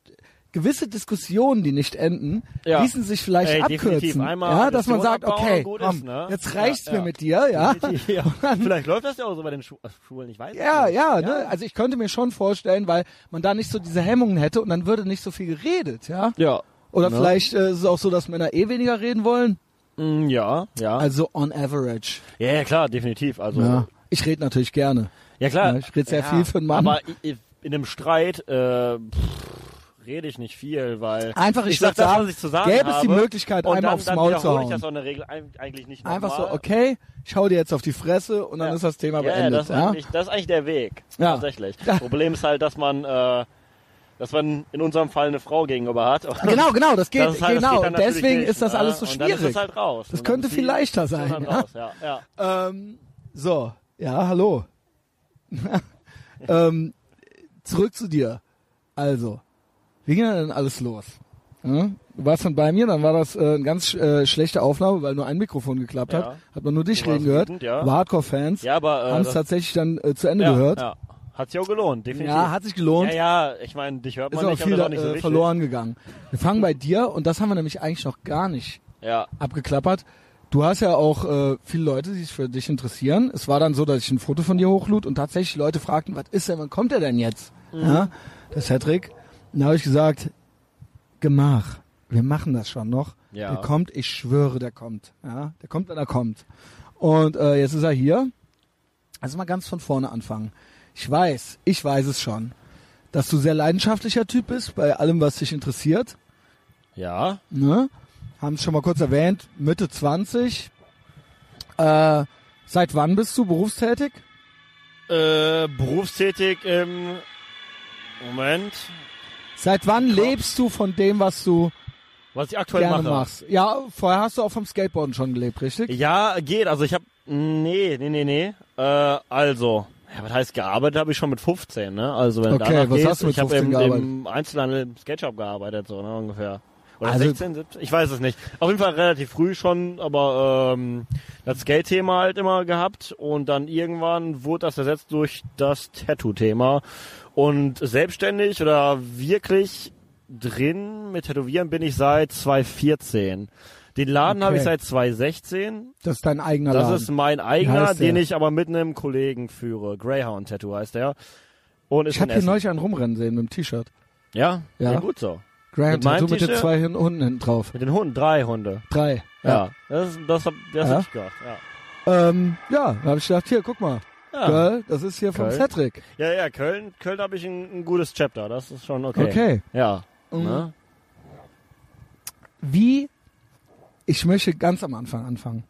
gewisse Diskussionen, die nicht enden, Ja. ließen sich vielleicht Ey, definitiv. abkürzen. Einmal Ja, dass man Diskussion sagt, abbauen, okay, gut komm, ist, ne? jetzt Ja, reicht's ja. mir mit dir, ja. ja. Vielleicht läuft das ja auch so bei den Schu äh, Schulen, ich weiß Ja, nicht. ja, ne? Also ich könnte mir schon vorstellen, weil man da nicht so diese Hemmungen hätte und dann würde nicht so viel geredet, ja. Ja. Oder Ne? vielleicht äh, ist es auch so, dass Männer eh weniger reden wollen. Mm, ja, ja. Also on average. ja, ja, klar, definitiv. Also, Ja. ja, Ich rede natürlich gerne. klar. Ja, ich rede sehr ja, viel für einen Mann. Aber i- i- in einem Streit, äh, pff, rede ich nicht viel, weil. Einfach, Also, ich, ich sag würd das, sagen, was ich zu sagen gäbe es die habe. Möglichkeit, und einmal dann, aufs dann Maul zu wiederhole ich hauen. das auch in der Regel ein- eigentlich nicht Einfach so, nochmal. okay, ich hau dir jetzt auf die Fresse und dann Ja. ist das Thema Ja, ja, beendet. das, ist halt Ja, eigentlich, das ist eigentlich der Weg. Ja. Tatsächlich. Ja. Das Problem ist halt, dass man, äh, dass man in unserem Fall eine Frau gegenüber hat. Genau, genau, das geht, Das ist halt, genau. das geht dann und deswegen natürlich ist das nicht, alles so ne? Und dann ist schwierig. das halt raus. Das Und dann könnte ist viel leichter ist sein, dann ja. Raus. Ja, ja. Ähm, so, ja, hallo. ähm, zurück zu dir. Also, wie ging denn alles los? Hm? Du warst dann bei mir, dann war das äh, eine ganz sch- äh, schlechte Aufnahme, weil nur ein Mikrofon geklappt hat. Ja. Hat man nur dich Du warst reden gehört. wütend, ja. Aber Hardcore-Fans ja, aber äh, haben es das- tatsächlich dann äh, zu Ende ja, gehört. Ja. Hat sich auch gelohnt, definitiv. Ja, hat sich gelohnt. Ja, ja, ich meine, dich hört Ist man aber nicht, viel aber das ist da, auch nicht so äh, wichtig. verloren gegangen. Wir fangen bei dir und das haben wir nämlich eigentlich noch gar nicht Ja, abgeklappert. Du hast ja auch äh, viele Leute, die sich für dich interessieren. Es war dann so, dass ich ein Foto von dir hochlud und tatsächlich Leute fragten, was ist denn, wann kommt er denn jetzt? Mhm. Ja, der Cedric. Und da habe ich gesagt, gemach, wir machen das schon noch. Ja. Der kommt, ich schwöre, der kommt. Ja, der kommt, wenn er kommt. Und äh, jetzt ist er hier. Also mal ganz von vorne anfangen. Ich weiß, ich weiß es schon, dass du sehr leidenschaftlicher Typ bist bei allem, was dich interessiert ja, ne? Haben es schon mal kurz erwähnt, Mitte 20. Äh, seit wann bist du berufstätig? äh, berufstätig im Moment, Seit wann Ja. lebst du von dem, was du was ich aktuell gerne mache. machst? Ja, vorher hast du auch vom Skateboarden schon gelebt, richtig? Ja, geht. Also ich habe nee, nee, nee, nee. Äh, also, ja, was heißt gearbeitet habe ich schon mit 15, ne? Also wenn Okay, du danach was gehst, hast du mit ich habe 15 im, gearbeitet? im Einzelhandel im Sketchup gearbeitet so, ne, ungefähr. Oder Also- 16, 17, ich weiß es nicht. Auf jeden Fall relativ früh schon, aber ähm, das Skate-Thema halt immer gehabt und dann irgendwann wurde das ersetzt durch das Tattoo-Thema. Und selbstständig oder wirklich drin mit Tätowieren bin ich seit 2014. Den Laden habe ich Okay. seit 2016 Das ist dein eigener das Laden. ist mein Wie eigener, heißt der? den ich aber mit einem Kollegen führe. Greyhound Tattoo heißt der. Und ist ich habe in hier Essen. neulich einen rumrennen sehen mit dem T-Shirt. ja? Ja. ja, gut so. Graham Mit meinem Tattoo mit den T-Shirt? zwei Hin- Hunden hinten drauf. Mit den Hunden, drei Hunde. Drei. Ja, das ist, das, hab- das Ja. hab ich gedacht. Ja. Ja, ähm, ja da habe ich gedacht, hier, guck mal. Ja. Girl, das ist hier vom Geil. Cedric. ja, ja, Köln, Köln habe ich ein, ein gutes Chapter. Das ist schon okay. Okay. Ja. Mhm. Ne? wie, ich möchte ganz am Anfang anfangen.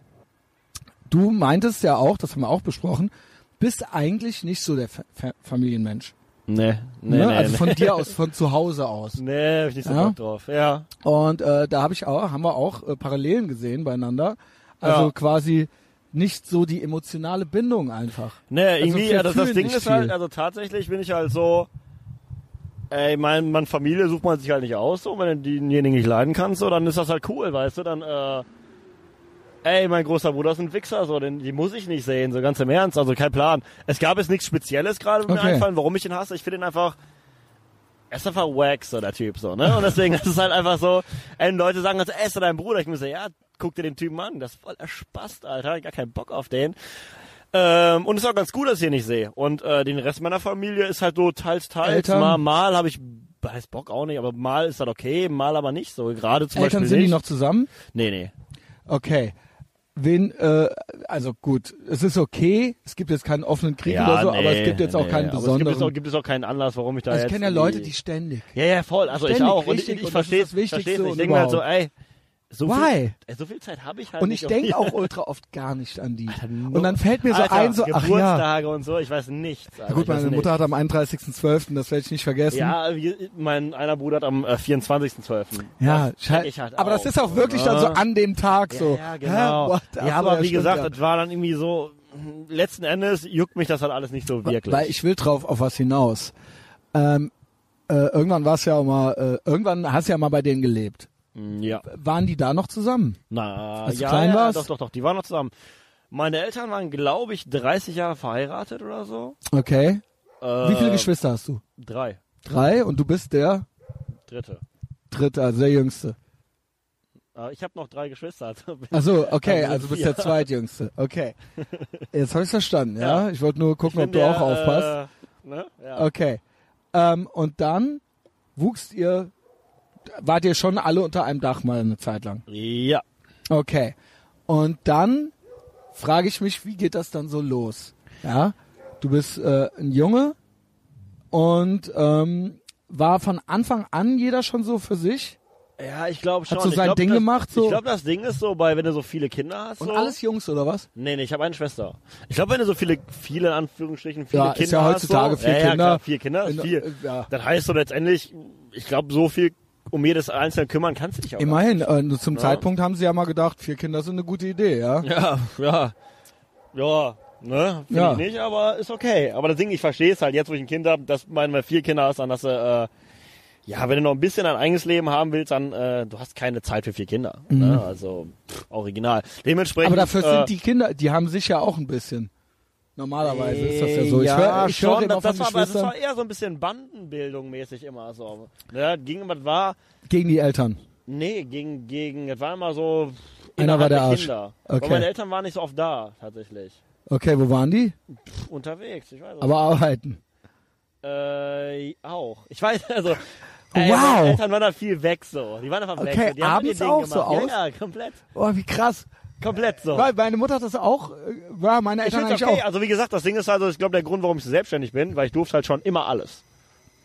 Du meintest ja auch, das haben wir auch besprochen, bist eigentlich nicht so der Fa Fa Familienmensch. Nee, nee, ne? nee. also nee. von dir aus, von zu Hause aus. Nee, hab ich nicht so Ja? Bock drauf. Ja. Und äh, da habe ich auch, haben wir auch äh, Parallelen gesehen beieinander. Also Ja. quasi nicht so die emotionale Bindung einfach. Nee, irgendwie, wir also das, das fühlen Ding nicht ist halt, viel. also tatsächlich bin ich halt so, ey, mein, man Familie sucht man sich halt nicht aus, so, wenn du denjenigen nicht leiden kannst, so, dann ist das halt cool, weißt du, dann, äh, ey, mein großer Bruder ist ein Wichser, so, den, die muss ich nicht sehen, so ganz im Ernst, also kein Plan. Es gab jetzt nichts Spezielles gerade, mir Okay. einfallen, warum ich ihn hasse, ich finde ihn einfach, er ist einfach wack, so der Typ, so, ne, und deswegen ist es halt einfach so, ey, Leute sagen, also, ey, ist doch dein Bruder, ich muss sagen, ja, guck dir den Typen an, das ist voll erspast, Alter, gar keinen Bock auf den. Ähm, und ist auch ganz gut, dass ich ihn nicht sehe. Und äh, den Rest meiner Familie ist halt so teils, teils. Eltern? Mal, mal habe ich, weiß Bock auch nicht, aber mal ist das okay, mal aber nicht so. Gerade zum Eltern Beispiel sind die nicht. noch zusammen? Nee, nee. Okay. Wen, äh, also gut, es ist okay, es gibt jetzt keinen offenen Krieg oder so, aber es gibt jetzt auch nee, keinen aber Es besonderen. gibt, jetzt auch, gibt es auch keinen Anlass, warum ich da also ich jetzt... kenne ja irgendwie- Leute, die ständig. Ja, ja, voll. Also ich Ständig auch. Und ich, richtig ich und das ist verstehe das Wichtigste nicht. Ich und denke mir halt so, überhaupt. ey, so Why? viel, ey, so viel Zeit habe ich halt Und nicht. ich um- denke auch ultra oft gar nicht an die. Alter, Und dann fällt mir so Alter, ein, so, ach ja. Geburtstage und so, ich weiß nichts. Alter, Ja gut, ich weiß meine nicht. Mutter hat am 31.12., das werde ich nicht vergessen. Ja, wie, mein einer Bruder hat am äh, 24.12. Ja, Das check scheiße. ich halt aber auch. das ist auch wirklich dann so an dem Tag so. Ja, ja, Hä? genau. What? Ach so, ja, aber wie stimmt, gesagt, ja. das war dann irgendwie so, hm, letzten Endes juckt mich das halt alles nicht so wirklich. Weil ich will drauf auf was hinaus. Ähm, äh, irgendwann war es ja auch mal, äh, irgendwann hast du ja mal bei denen gelebt. Hm, ja. Waren die da noch zusammen? Na, Als du ja, klein ja, warst? doch, doch, doch, die waren noch zusammen. Meine Eltern waren, glaube ich, 30 Jahre verheiratet oder so. Okay. Äh, Wie viele Geschwister hast du? Drei. Drei und du bist der Dritte. dritte, also der jüngste. Äh, Ich habe noch drei Geschwister. Also bin- Also okay, Also also bist vier. der zweitjüngste. Okay. Jetzt habe ich verstanden, ja? Ja. Ich wollte nur ich gucken, bin ob du der, auch aufpasst. Äh, ne? ja. Okay. Ähm, und dann wuchst ihr, wart ihr schon alle unter einem Dach mal eine Zeit lang. ja. Okay. Und dann frage ich mich, wie geht das dann so los? Ja, du bist äh, ein Junge und ähm, war von Anfang an jeder schon so für sich Ja, ich glaube schon. so ich sein glaub, Ding das, gemacht, so? Ich glaube, das Ding ist so, bei wenn du so viele Kinder hast. und so, alles Jungs oder was? Nee, nee, ich habe eine Schwester. Ich glaube, wenn du so viele, viele in Anführungsstrichen, viele Ja, ist Kinder ja hast, heutzutage so, vier ja, Ja, Kinder. klar, vier Kinder, In- ist viel. äh, ja. Das heißt so letztendlich, ich glaube, so viel um jedes Einzelne kümmern kannst du dich auch. Immerhin, äh, nur zum Ja. Zeitpunkt haben sie ja mal gedacht, vier Kinder sind eine gute Idee, ja? Ja, ja. Ja, ne? Finde Ja. ich nicht, aber ist okay. Aber das Ding, ich verstehe es halt, jetzt wo ich ein Kind habe, dass man mal vier Kinder hast, dann dass du, äh, ja, wenn du noch ein bisschen ein eigenes Leben haben willst, dann äh, du hast keine Zeit für vier Kinder. Ne? Also pff, original. Dementsprechend. Mhm. Aber dafür äh, sind die Kinder, die haben sich ja auch ein bisschen. Normalerweise ist das ja so. Ja, ich höre ich schon, höre immer das, von das, war, aber das Geschwistern war eher so ein bisschen Bandenbildung mäßig immer so. Ja, ging immer, das war, gegen die Eltern. nee, gegen, gegen, das war immer so Einer war innerhalb der Arsch. Kinder. Okay. Weil meine Eltern waren nicht so oft da, tatsächlich. Okay, wo waren die? Pff, Unterwegs, ich weiß auch Aber arbeiten. Äh, auch. Ich weiß, also. Ey, Wow. Meine Eltern waren halt viel weg so. Die waren einfach weg. Okay, so. Die haben abends ihr Ding auch gemacht. so aus? Ja, ja, komplett. Oh, wie krass. Komplett so. Weil meine Mutter hat das auch, äh, war meine Ich Eltern find's eigentlich okay. auch. Also wie gesagt, das Ding ist also, ich glaube, der Grund, warum ich so selbstständig bin, weil ich durfte halt schon immer alles.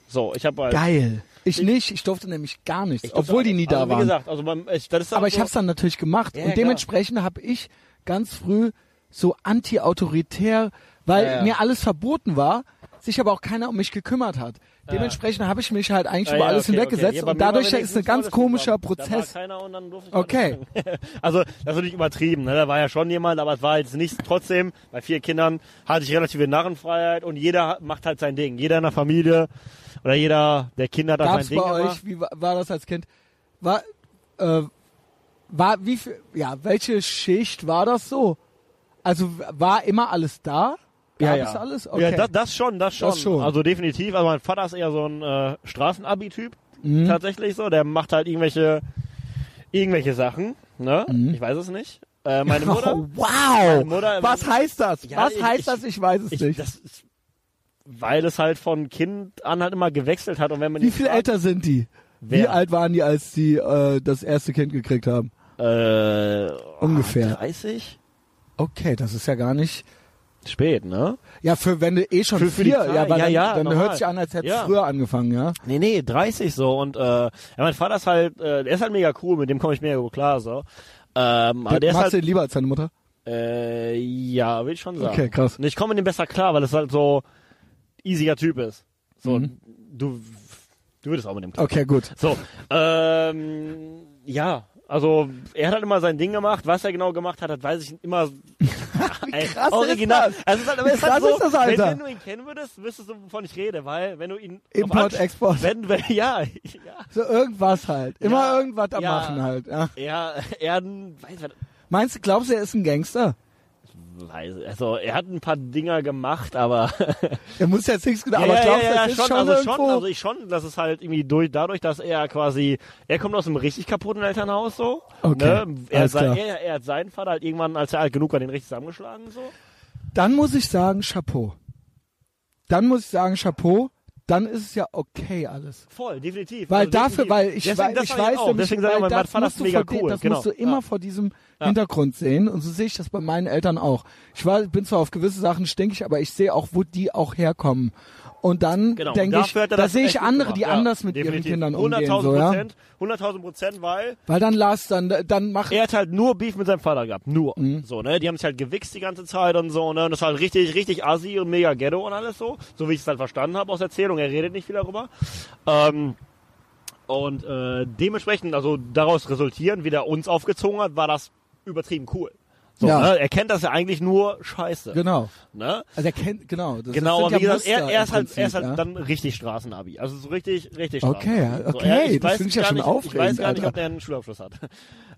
So, ich habe halt. Geil. Ich nicht, ich durfte nämlich gar nichts, ich durfte obwohl die alles. nie da also, waren. Wie gesagt, also man, ich, das ist dann Aber ich so, habe es dann natürlich gemacht Ja, und ja, dementsprechend habe ich ganz früh so anti-autoritär, weil Ja, ja. mir alles verboten war, sich aber auch keiner um mich gekümmert hat. Dementsprechend habe ich mich halt eigentlich Ja, über Ah, ja, alles okay, hinweggesetzt okay. Ja, bei und mir war dadurch wenigstens ist ein ganz alles zusammen. komischer Da war Prozess. keiner und dann durfte ich Okay. alles. also, das ist natürlich übertrieben. Ne? Da war ja schon jemand, aber es war jetzt nichts. Trotzdem, bei vier Kindern hatte ich relative Narrenfreiheit und jeder macht halt sein Ding. Jeder in der Familie oder jeder der Kinder hat halt Gab's sein Ding bei gemacht. euch, wie war, war das als Kind? War, äh, war wie viel, ja, welche Schicht war das so? Also war immer alles da? Gab es alles? Okay. Ja, das, das schon, das schon. Das schon. Also definitiv. Also mein Vater ist eher so ein äh, Straßenabi-Typ. Mhm. Tatsächlich so. Der macht halt irgendwelche, irgendwelche Sachen. Ne? Mhm. Ich weiß es nicht. Äh, meine Mutter. Oh, Meine wow! Mutter- Was heißt das? Ja, Was ich- heißt ich- das? Ich weiß es Ich, nicht. das ist, weil es halt von Kind an halt immer gewechselt hat und wenn man Wie ihn viel fragt- älter sind die? Wie Wer? alt waren die, als die äh, das erste Kind gekriegt haben? äh, Ungefähr. 30? Okay, das ist ja gar nicht. Spät, ne? Ja, für wenn du eh schon Für- für die vier, Zeit, ja, aber ja, dann, ja, dann normal. hört sich an, als hättest du Ja. früher angefangen, ja. Nee, nee, 30 so und äh, ja, mein Vater ist halt äh, der ist halt mega cool, mit dem komme ich mega gut klar so. Ähm, aber der ist Magst halt du ihn lieber als deine Mutter? Äh, ja, will ich schon sagen. Okay, krass. Und ich komme mit dem besser klar, weil es halt so easier Typ ist. So, Mhm. du, du würdest auch mit dem klarkommen. Okay, gut. So, ähm, ja, also er hat halt immer sein Ding gemacht. Was er genau gemacht hat, das weiß ich immer. Ey, krass ist original. das? Also es ist halt, aber es Wie ist halt krass so, ist das, Alter? Wenn, wenn du ihn kennen würdest, wüsstest du, wovon ich rede, weil wenn du ihn auf Import, Ansch- Export. wenn, wenn, ja, ja, So irgendwas halt. Immer Ja, irgendwas am ja. Machen halt. Ja. er, er, weiß, was- Meinst du, glaubst du, er ist ein Gangster? weiß, also er hat ein paar Dinger gemacht, aber Er muss jetzt nichts genau, aber ja, glaubst du, ja, ja, es ist schon, schon also irgendwo... schon, also ich schon, das ist halt irgendwie durch, dadurch, dass er quasi, er kommt aus einem richtig kaputten Elternhaus so. Okay, Ne? Er, alles hat sein, klar. er, er hat seinen Vater halt irgendwann, als er alt genug war, den richtig zusammengeschlagen so. dann muss ich sagen, Chapeau. Dann muss ich sagen, Chapeau. Dann ist es ja okay alles. Voll, definitiv. Weil Also dafür, definitiv. weil ich, deswegen, weil, das ich sag weiß, auch. nämlich, deswegen sage ich weil immer, mein das Vater musst ist du mega vor dem- cool. Das genau. musst du immer vor diesem Hintergrund sehen und so sehe ich das bei meinen Eltern auch. Ich war, bin zwar auf gewisse Sachen stinkig, aber ich sehe auch, wo die auch herkommen. Und dann Genau, und denke ich, dafür hat er da das sehe echt ich gut andere, gemacht. die ja, anders mit definitiv. ihren Kindern umgehen. 100.000 So, ja? Prozent, 100.000 Prozent, weil Weil dann las, dann, dann mach er hat halt nur Beef mit seinem Vater gehabt. Nur. Mhm. So, ne? Die haben sich halt gewichst die ganze Zeit und so, ne? Und das war halt richtig, richtig assi und mega ghetto und alles so. So wie ich es halt verstanden habe aus Erzählung. Er redet nicht viel darüber. Ähm, und äh, dementsprechend, also daraus resultieren, wie der uns aufgezogen hat, war das übertrieben cool. So, Ja. ne? Er kennt das ja eigentlich nur scheiße. Genau. ne? Also er kennt, genau. Das das Genau, sind aber wie ja gesagt, er, Muster er im ist halt, er ist halt Prinzip, ja? dann richtig Straßenabi. Also so richtig, richtig Okay, Straßenabi. So, okay, er- ich das weiß finde ich ja gar schon nicht, Ich weiß aufregend, gar nicht, Alter. ob der einen Schulabschluss hat.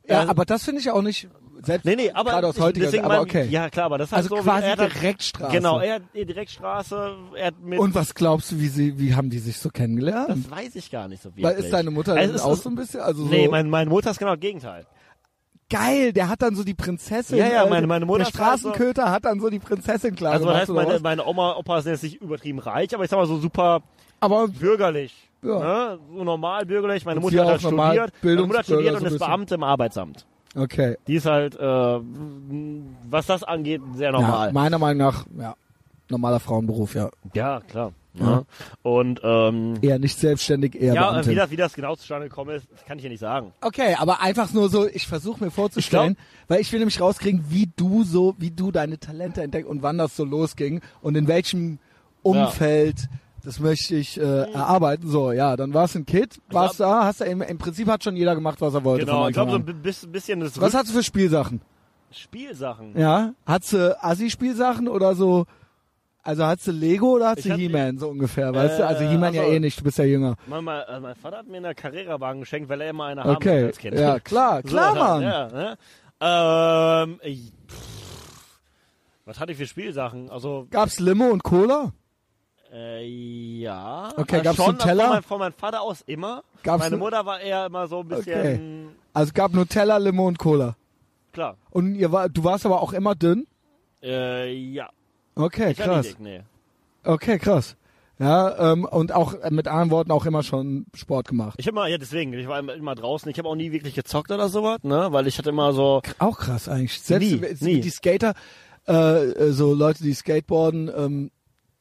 Ja, Also- aber das finde ich auch nicht, selbst Nee, nee, aber gerade aus ich- heutiger Sicht, deswegen aber mein- okay. Ja, klar, aber das ist also halt so quasi wie, er hat, Direktstraße. Genau, er hat die Direktstraße, er hat mit Und was glaubst du, wie sie, wie haben die sich so kennengelernt? das weiß ich gar nicht so wirklich. Weil ist deine Mutter Es dann ist- auch ist- so ein bisschen, also Nee, so mein, meine Mutter ist genau das Gegenteil. geil, der hat dann so die Prinzessin. Ja, ja, äh, meine- meine Mutter Der ist halt so- Straßenköter hat dann so die Prinzessin klar Also, das gemacht, heißt, oder meine, was? meine Oma, Opa sind jetzt nicht übertrieben reich, aber ich sag mal so super Aber bürgerlich. Ja. Ne? So normal bürgerlich. Meine Und Mutter sie hat auch halt normal studiert. Meine Mutter hat Bildungsbürger studiert so und ein ist bisschen. Beamte im Arbeitsamt. okay. Die ist halt, äh, was das angeht, sehr Ja, normal. meiner Meinung nach, ja, normaler Frauenberuf, ja. Ja, klar. Ja. Ne? Und ähm, Eher nicht selbstständig, eher ja, Beamtin. wie das, wie das genau zustande gekommen ist, kann ich ja nicht sagen. Okay, aber einfach nur so, ich versuche mir vorzustellen, weil ich will nämlich rauskriegen, wie du so, wie du deine Talente entdeckt und wann das so losging und in welchem Umfeld. Das möchte ich äh, Mhm. erarbeiten. So, ja, dann warst du ein Kid, warst da, hast du im, im Prinzip hat schon jeder gemacht, was er wollte. Genau, von ich glaube so Anfang ein bi- bis- bisschen das an. Was hast du für Spielsachen? Spielsachen. Ja, hat's äh, Assi-Spielsachen oder so? Also hat's du Lego oder hat's Ich du hab- He-Man so ungefähr? Weißt du, also Äh, He-Man ja also- eh nicht, du bist ja jünger. Mein, mein, äh, mein Vater hat mir eine Carrera-Wagen geschenkt, weil er immer eine haben wollte Okay, Ah, als Kind. ja klar, klar, so, Mann. Ja, ne? ähm, ich, pff, was hatte ich für Spielsachen? Also, Gab's Limo und Cola? äh, ja. Okay, Also gab's schon einen Teller? Von, mein, von meinem Vater aus immer. Gab's Meine ne- Mutter war eher immer so ein bisschen, Also es gab Nutella, Limo und Cola. klar. Und ihr war, du warst aber auch immer dünn? Äh, ja. Okay, Ich war nicht Äh, krass. dick, nee. Okay, krass. Ja, ähm, und auch äh, mit anderen Worten auch immer schon Sport gemacht. Ich hab immer, ja deswegen, ich war immer, immer draußen. Ich habe auch nie wirklich gezockt oder sowas, ne? Weil ich hatte immer so, Auch krass eigentlich. Selbst Nie, die- nie. die Skater, äh, äh, so Leute, die skateboarden, ähm,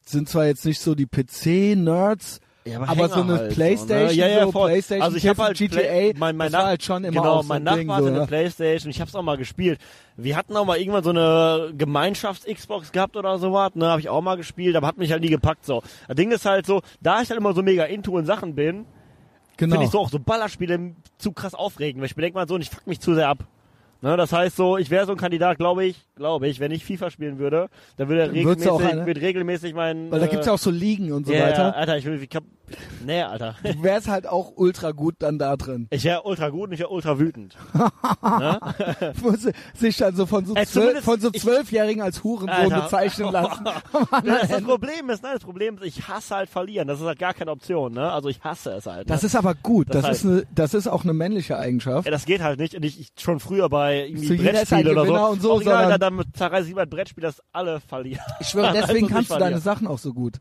sind zwar jetzt nicht so die PC-Nerds, Ja, aber Hänger so eine halt Playstation, ne? ja, ja, so voll. Playstation, also ich hab Kids und halt GTA, Play- mein, mein das war Nach- halt schon immer genau, auch so mein ein Nachbar Ding, hatte so, ne? eine ja. Playstation, ich hab's auch mal gespielt. Wir hatten auch mal irgendwann so eine Gemeinschafts-Xbox gehabt oder sowas, ne, habe ich auch mal gespielt, aber hat mich halt nie gepackt so. Das Ding ist halt so, da ich halt immer so mega into in Sachen bin, genau. finde ich so auch so Ballerspiele zu krass aufregend, weil ich bedenke mal so, und ich fuck mich zu sehr ab. Ne, das heißt so, ich wäre so ein Kandidat, glaube ich, glaube ich, wenn ich FIFA spielen würde, dann würde er würdest regelmäßig, du auch eine- wird regelmäßig mein Weil da äh, gibt's ja auch so Ligen und so ja, ja, weiter. Alter, ich will, ich hab, nee, Alter. Du wärst halt auch ultra gut dann da drin. Ich wäre ultra gut und ich wäre ultra wütend. Muss sich dann so von so, Ey, zwölf, Äh, zumindest- von so ich- Zwölfjährigen als Hurensohn Alter. bezeichnen lassen. Ah, Das, das Problem ist, nein, das Problem ist, ich hasse halt verlieren. Das ist halt gar keine Option, ne? Also ich hasse es halt. Ne? Das ist aber gut. Das, Das ist, eine, das ist auch eine männliche Eigenschaft. ja, das geht halt nicht. Und ich, ich schon früher bei irgendwie So, jeder ist ein Brettspiel oder so. Gewinner und so, auch egal, sondern- dann, dann zerreiße ich mein Brettspiel, das alle verlieren. Ich schwöre, Also deswegen nicht kannst du verlieren. deine Sachen auch so gut,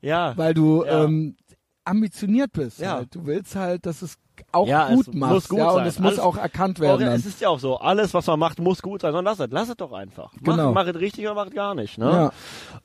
Ja. weil du Ja. ähm, ambitioniert bist. Ja. Halt. Du willst halt, dass es auch Ja, es gut muss machst. gut ja, und sein. es muss Alles- auch erkannt Auch, werden. es Dann. ist ja auch so, alles, was man macht, muss gut sein. Sondern lass es, lass es doch einfach. Mach, Genau. Ne? mach es richtig oder mach es gar nicht. Ne? Ja.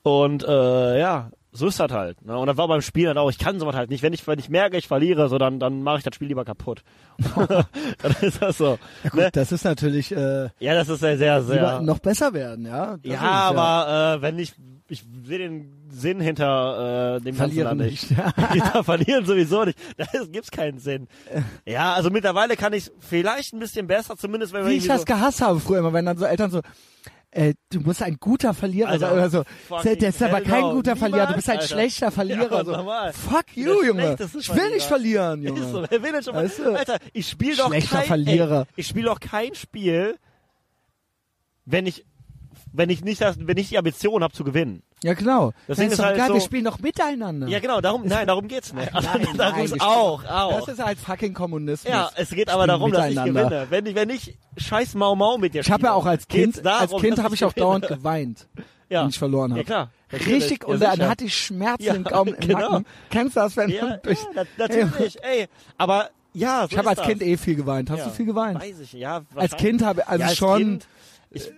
Und äh, ja, so ist das halt. Ne? Und das war beim Spiel dann auch, ich kann sowas halt nicht. Wenn ich, wenn ich merke, ich verliere, so dann, dann mache ich das Spiel lieber kaputt. dann ist das so. Ja, gut, Ne? das ist natürlich äh, Ja, das ist sehr, sehr, lieber sehr. noch besser werden, ja. Das ist es, ja, aber äh, wenn ich, ich sehe den Sinn hinter äh, dem verlieren Ganzen da nicht. nicht. Ja. Peter verlieren sowieso nicht. Da gibt's keinen Sinn. Äh. Ja, also mittlerweile kann ich vielleicht ein bisschen besser, zumindest wenn wir Wie ich irgendwie das so, gehasst habe früher immer, wenn dann so Eltern so, äh, du musst ein guter Verlierer Alter, sein oder so. Der fucking ist aber hell kein no. guter Verlierer, du Niemals, bist ein Alter. schlechter Verlierer. Ja, so. normal. Fuck Der you, Junge. schlechteste Ich will nicht verlieren, Junge. Ist so, wer will denn schon mal, Weißt du? Alter, ich spiele doch Schlechter kein, Verlierer. Ey, ich spiele doch kein Spiel, wenn ich wenn ich nicht das, wenn ich die Ambition habe zu gewinnen. Ja, genau. Das Dann Ding ist ist doch halt egal, so- wir spielen doch miteinander. Ja, genau, darum nein, darum geht's nicht. Also, Nein, darum nein, ist wir auch, spielen- auch. Das ist halt fucking Kommunismus. ja, es geht aber darum, dass ich miteinander. gewinne. Wenn ich wenn ich scheiß Mau Mau mit dir ich habe ja spiele, auch als geht's Kind, darum, als Kind dass habe ich auch gewinne. dauernd geweint, ja. wenn ich verloren habe. Ja klar. Natürlich. Richtig, Ja, und dann sicher. hatte ich Schmerzen Ja, im Gaumen, im genau. Nacken. Kennst du das, wenn ja, ich, ja, na- natürlich, ey. Aber ja, so ich habe ist als das. Kind eh viel geweint. Hast ja. du viel geweint? Weiß ich, ja. Als Kind habe also ja, als schon Kind, ich,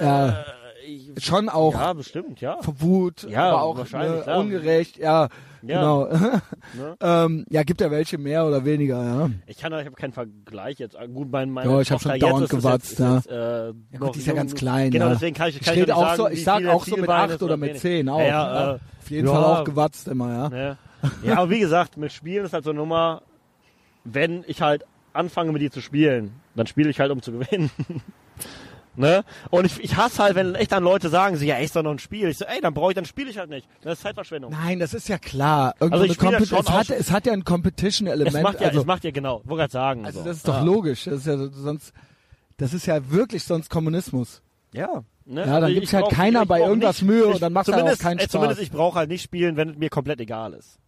äh, ja. ich, schon auch ja, bestimmt, ja. vor Wut, Ja, aber auch wahrscheinlich, ne, klar. ungerecht, ja, Ja. genau. Ne? ähm, ja, gibt ja welche mehr oder weniger, ja. Ich kann, ich habe keinen Vergleich jetzt. Ah, Gut, mein, meine Ja, ich hab schon Tochter jetzt dauernd ist jetzt- gewatzt, ist ja. Jetzt, äh, Ja noch gut, die ist ja jung. ganz klein. Genau, ja. deswegen kann ich, ich kann ich rede auch auch nicht so, ich sagen, wie sag viele auch so mit Zielbeine acht es oder noch mit wenig- zehn auch. Ja, ja. ja, äh, Auf jeden ja. Fall auch gewatzt immer, ja. Ja. Ne? ja, aber wie gesagt, mit Spielen ist halt so eine Nummer, wenn ich halt anfange mit dir zu spielen, dann spiele ich halt, um zu gewinnen. ne? Und ich, ich hasse halt, wenn echt dann Leute sagen, so, ja, ist doch noch ein Spiel. Ich so, ey, dann brauche ich, dann spiele ich halt nicht. Das ist Zeitverschwendung. Nein, das ist ja klar. Irgendwo Also ich eine spiel Compet- das schon es, hat, auch- es hat ja ein es Competition-Element. macht ja, also, es macht ja genau, wollte gerade sagen. also so. das ist doch ja. logisch. Das ist ja sonst, das ist ja wirklich sonst Kommunismus. Ja. Ne? Ja, dann ich gibt's halt brauch- keiner ich bei brauch irgendwas Mühe und dann macht's halt auch zumindest- keinen ey, Zumindest Spaß. ich brauche halt nicht spielen, wenn es mir komplett egal ist.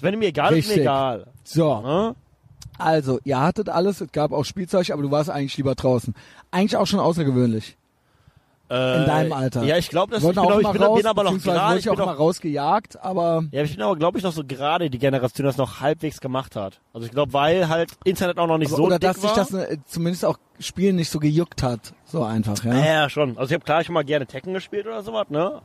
Wenn mir egal ist, ist mir Richtig. egal. So. Ne? Also, ihr hattet alles, es gab auch Spielzeug, aber du warst eigentlich lieber draußen. Eigentlich auch schon außergewöhnlich. Äh, deinem Alter. Ja, ich glaube, Wir das ich wollten bin, auch auch, ich mal bin, raus, bin aber noch beziehungsweise gerade, wurde ich ich auch bin mal noch, rausgejagt, aber ja, ich bin aber, glaube ich, noch so gerade die Generation, die das noch halbwegs gemacht hat. Also ich glaube, weil halt Internet auch noch nicht aber- so oder dick dass sich war. das äh, zumindest auch Spielen nicht so gejuckt hat, so einfach, ja. ja, ja, schon. Also ich habe klar schon mal gerne Tekken gespielt oder sowas, ne?